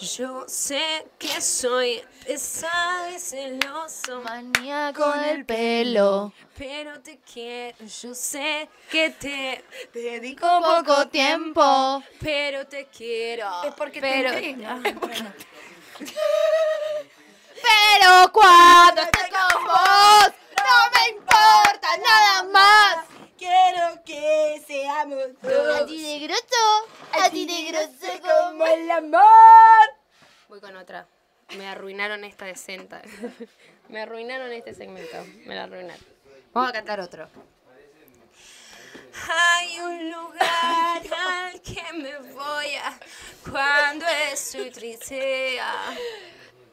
[SPEAKER 6] Yo sé que soy pesado y celoso.
[SPEAKER 1] Maníaco
[SPEAKER 6] con
[SPEAKER 1] del pelo.
[SPEAKER 6] Pero te quiero, yo sé que te dedico
[SPEAKER 1] poco tiempo.
[SPEAKER 6] Pero te quiero. Es porque
[SPEAKER 1] te
[SPEAKER 6] pero,
[SPEAKER 1] entrego.
[SPEAKER 6] Pero cuando
[SPEAKER 1] estoy con vos, no me importa nada más.
[SPEAKER 22] Quiero que seamos dos.
[SPEAKER 1] Así de grosso, así de grosso como
[SPEAKER 22] el amor.
[SPEAKER 7] Voy con otra. Me arruinaron esta decenta. me arruinaron este segmento. Me la arruinaron. Vamos a cantar otro.
[SPEAKER 6] Hay un lugar al que me voy a cuando estoy triste.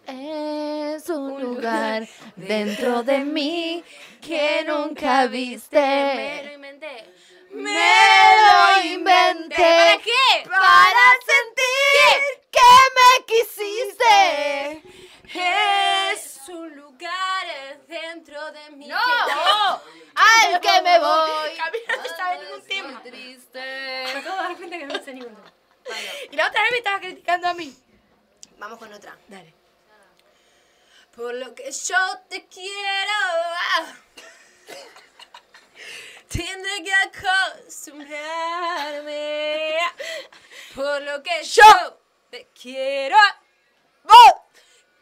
[SPEAKER 1] Es un lugar dentro de mí que nunca viste. Me lo inventé.
[SPEAKER 6] ¿Para qué?
[SPEAKER 1] Para sentir que me quisiste.
[SPEAKER 6] Es un lugar dentro de mí.
[SPEAKER 1] ¡No!
[SPEAKER 6] ¡Al
[SPEAKER 1] que me voy!
[SPEAKER 6] Camila no sabe ningún tema. triste. Me acabo de dar cuenta que no sé ninguno. Y la otra vez me estabas criticando a mí.
[SPEAKER 7] Vamos con otra. Dale.
[SPEAKER 6] Por lo que yo te quiero. ah, Tendré que acostumbrarme. Por lo que yo, te quiero. ¡Vos!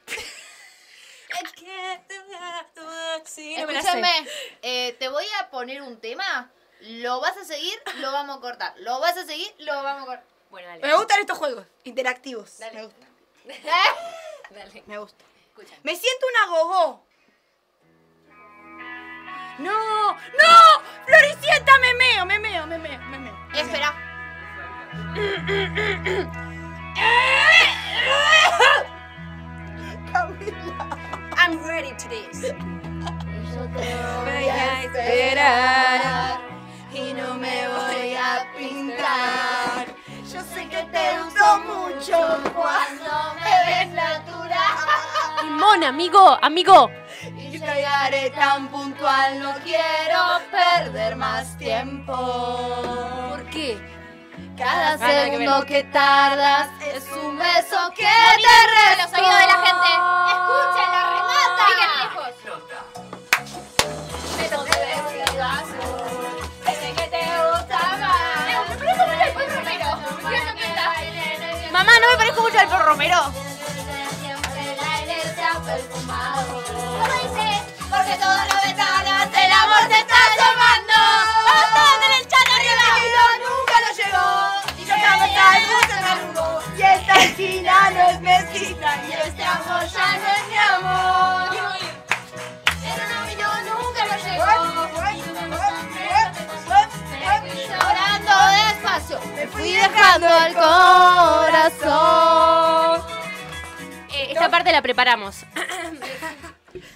[SPEAKER 6] Es que te amo, así no me la sé.
[SPEAKER 1] Escúchame, eh, te voy a poner un tema. Lo vas a seguir, lo vamos a cortar. Lo vas a seguir, lo vamos a cortar. Bueno, dale.
[SPEAKER 22] Me gustan estos juegos interactivos. Me gusta. Me gusta. Me siento una gogó. No, no, Floricienta, me meo, me meo, me meo, me meo.
[SPEAKER 7] Espera.
[SPEAKER 6] I'm ready to this.
[SPEAKER 3] voy a esperar y no me voy a pintar. Yo sé que te uso mucho cuando me ves natural.
[SPEAKER 23] Mona, amigo, amigo.
[SPEAKER 3] Y llegaré tan puntual, no quiero perder más tiempo. ¿Por
[SPEAKER 23] qué?
[SPEAKER 3] Cada
[SPEAKER 1] Nada que
[SPEAKER 3] segundo
[SPEAKER 1] ver.
[SPEAKER 3] que tardas es un beso que
[SPEAKER 1] Bonito,
[SPEAKER 3] te
[SPEAKER 1] los oídos de la gente. Escúchenla, remata.
[SPEAKER 3] Beso que decidas tú, ese que te gusta más.
[SPEAKER 7] Mamá, no me parezco mucho al por Romero.
[SPEAKER 3] Porque todas las ventanas el amor se está tomando. Bastante en el chat arriba. yo nunca lo llegó. Y yo jamás algo se me arrugó. Y esta esquina no es mezquita. Y este amor ya no es mi amor. Pero no, yo nunca lo llegó. Y yo me me fui llorando despacio. Me
[SPEAKER 1] Fui dejando el corazón.
[SPEAKER 23] Eh, esta parte la preparamos.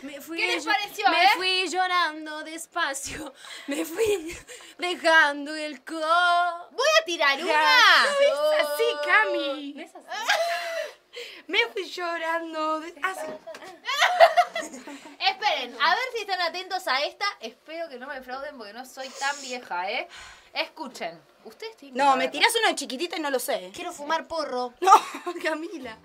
[SPEAKER 6] Me fui
[SPEAKER 23] ¿Qué les
[SPEAKER 6] llo-
[SPEAKER 23] pareció,
[SPEAKER 6] Me
[SPEAKER 23] eh?
[SPEAKER 6] fui llorando despacio. Me fui dejando el co. Voy
[SPEAKER 1] a tirar
[SPEAKER 22] una. No es así, Cami.
[SPEAKER 6] No es así.
[SPEAKER 22] Me fui llorando. de- Ah, sí.
[SPEAKER 1] Esperen, a ver si están atentos a esta. Espero que no me frauden porque no soy tan vieja, ¿eh? Escuchen. Ustedes tienen que
[SPEAKER 22] No, me
[SPEAKER 1] saberla.
[SPEAKER 22] tirás uno chiquitito y no lo sé.
[SPEAKER 1] Quiero fumar porro.
[SPEAKER 22] No, Camila.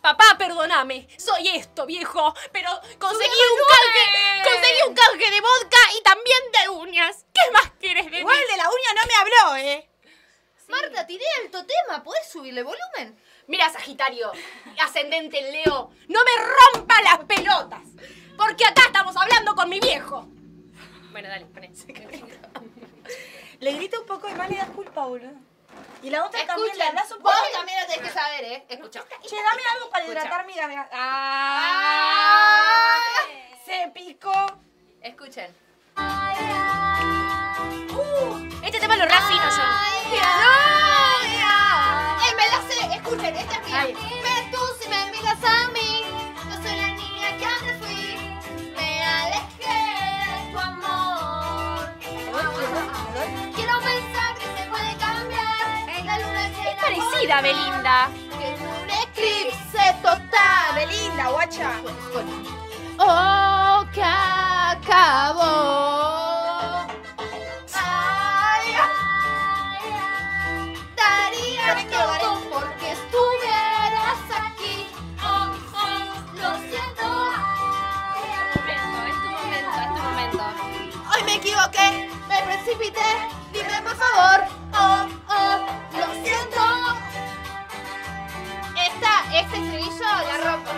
[SPEAKER 6] Papá, perdóname. Soy esto, viejo. Pero conseguí
[SPEAKER 7] Subí
[SPEAKER 6] un
[SPEAKER 7] el
[SPEAKER 6] canje. Conseguí un canje de vodka y también de uñas. ¿Qué más quieres de mí?
[SPEAKER 22] Igual de la uña no me habló, ¿eh?
[SPEAKER 1] Marta, tiré alto tema. ¿Puedes subirle volumen?
[SPEAKER 6] Mira, Sagitario, ascendente en Leo, no me rompa las pelotas. Porque acá estamos hablando con mi viejo.
[SPEAKER 7] Bueno, dale, poné.
[SPEAKER 22] Le grito un poco y más le das culpa, boludo. Y la otra también le
[SPEAKER 1] Escuchen,
[SPEAKER 22] abrazo un
[SPEAKER 1] vos
[SPEAKER 22] poco.
[SPEAKER 1] también lo tenés que saber, ¿eh? Escucha.
[SPEAKER 22] Che, dame algo para
[SPEAKER 1] Escucha.
[SPEAKER 22] hidratarme y dame.
[SPEAKER 1] Ah.
[SPEAKER 22] Se picó.
[SPEAKER 1] Escuchen.
[SPEAKER 6] Este tema lo refino yo.
[SPEAKER 1] ¡Ay, me la sé! Escuchen, esta es mía. Me tú si me miras a mí. Yo soy la niña que antes fui. Me alejé de tu amor. Quiero pensar que se puede cambiar. La luna es
[SPEAKER 6] Es parecida a Belinda.
[SPEAKER 1] Un eclipse total.
[SPEAKER 22] Belinda, guacha.
[SPEAKER 1] Oh, que acabó. Ay, ay, daría todo porque estuvieras aquí.
[SPEAKER 3] precipité, dime por favor. Oh, oh, lo siento. Esta, este estribillo la rompo.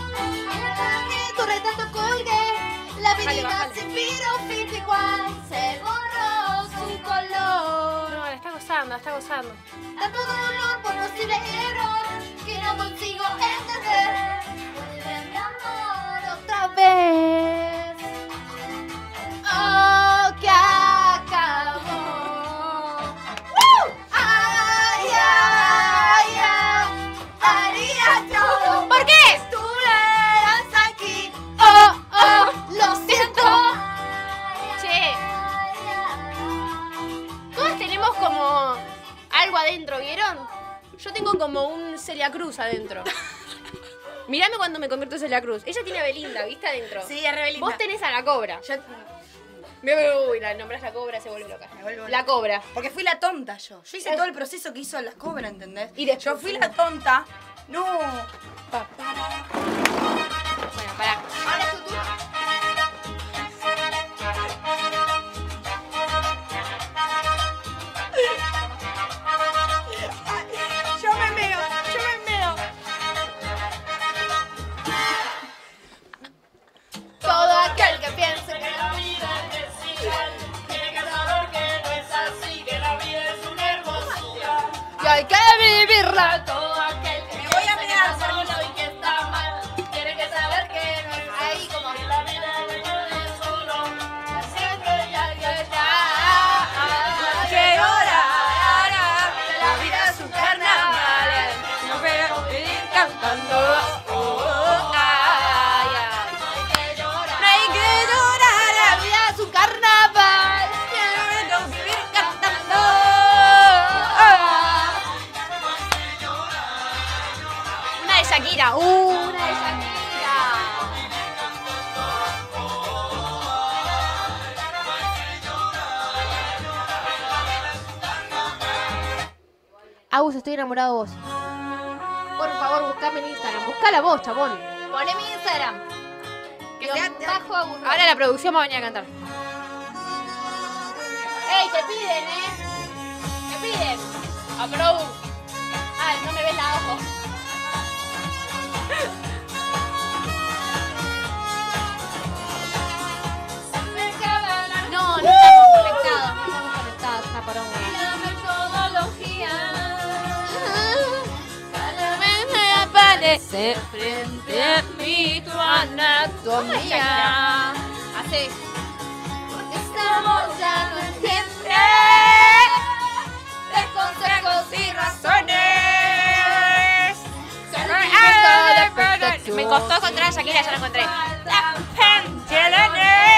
[SPEAKER 3] En tu retrato colgué la
[SPEAKER 6] Bájale,
[SPEAKER 3] vida
[SPEAKER 6] bájale.
[SPEAKER 3] sin vino fin igual se borró su color.
[SPEAKER 6] No, la está gozando, la está gozando.
[SPEAKER 3] Tanto dolor por posible error que no consigo entender. Vuelve mi amor otra vez. Oh, que acabó. ¡Woo! Ay, ay, ay, haría yo. ¿Por qué? Estuvieras aquí. Oh, oh, lo siento.
[SPEAKER 6] Che. Todas tenemos como algo adentro, ¿vieron? Yo tengo como un Celia Cruz adentro. Mirame cuando me convierto en Celia Cruz. Ella tiene a Belinda, ¿viste adentro?
[SPEAKER 24] Sí, es re Belinda.
[SPEAKER 6] Vos tenés a la cobra. Uy, la nombrás la cobra, se vuelve loca. La cobra.
[SPEAKER 25] Porque fui la tonta yo. Yo hice todo el proceso que hizo la cobra, ¿entendés? Y después yo fui la tonta. No. Pa, para.
[SPEAKER 6] Bueno, pará.
[SPEAKER 3] Ahora es tu turno.
[SPEAKER 25] Yo me meo, yo me meo.
[SPEAKER 3] Todo aquel que piense que la vida es igual tiene que saber que no es así, que la vida es una hermosura y hay que vivirla. Todo aquel que voy a mirar solo y que está mal tiene que saber que no es ahí como que la vida es solo. Siempre hay alguien está que llorar. La vida es un carnaval, no veo vivir cantando. Oh, ay, ay. No hay que llorar, la vida es un carnaval. Quiero vernos vivir cantando.
[SPEAKER 6] Una de Shakira. Una de Shakira.
[SPEAKER 26] Agus, estoy enamorado de vos. Por favor, buscame en Instagram. Buscala vos, chabón.
[SPEAKER 3] Poné mi Instagram. Que sea bajo aburrido.
[SPEAKER 26] Ahora la producción va a venir a cantar.
[SPEAKER 3] ¡Ey, te piden, eh! ¡Te piden! ¡Aprobo! ¡Ay, no me ves la ojo!
[SPEAKER 6] No, no estamos conectados.
[SPEAKER 26] No estamos conectados, una poronga.
[SPEAKER 3] La metodología.
[SPEAKER 6] aparece frente a mí tu anatomía. Así.
[SPEAKER 3] Estamos ya no entiende de consejos y razones.
[SPEAKER 6] Me costó encontrar a Shakira, ya la encontré.
[SPEAKER 3] Pensiones.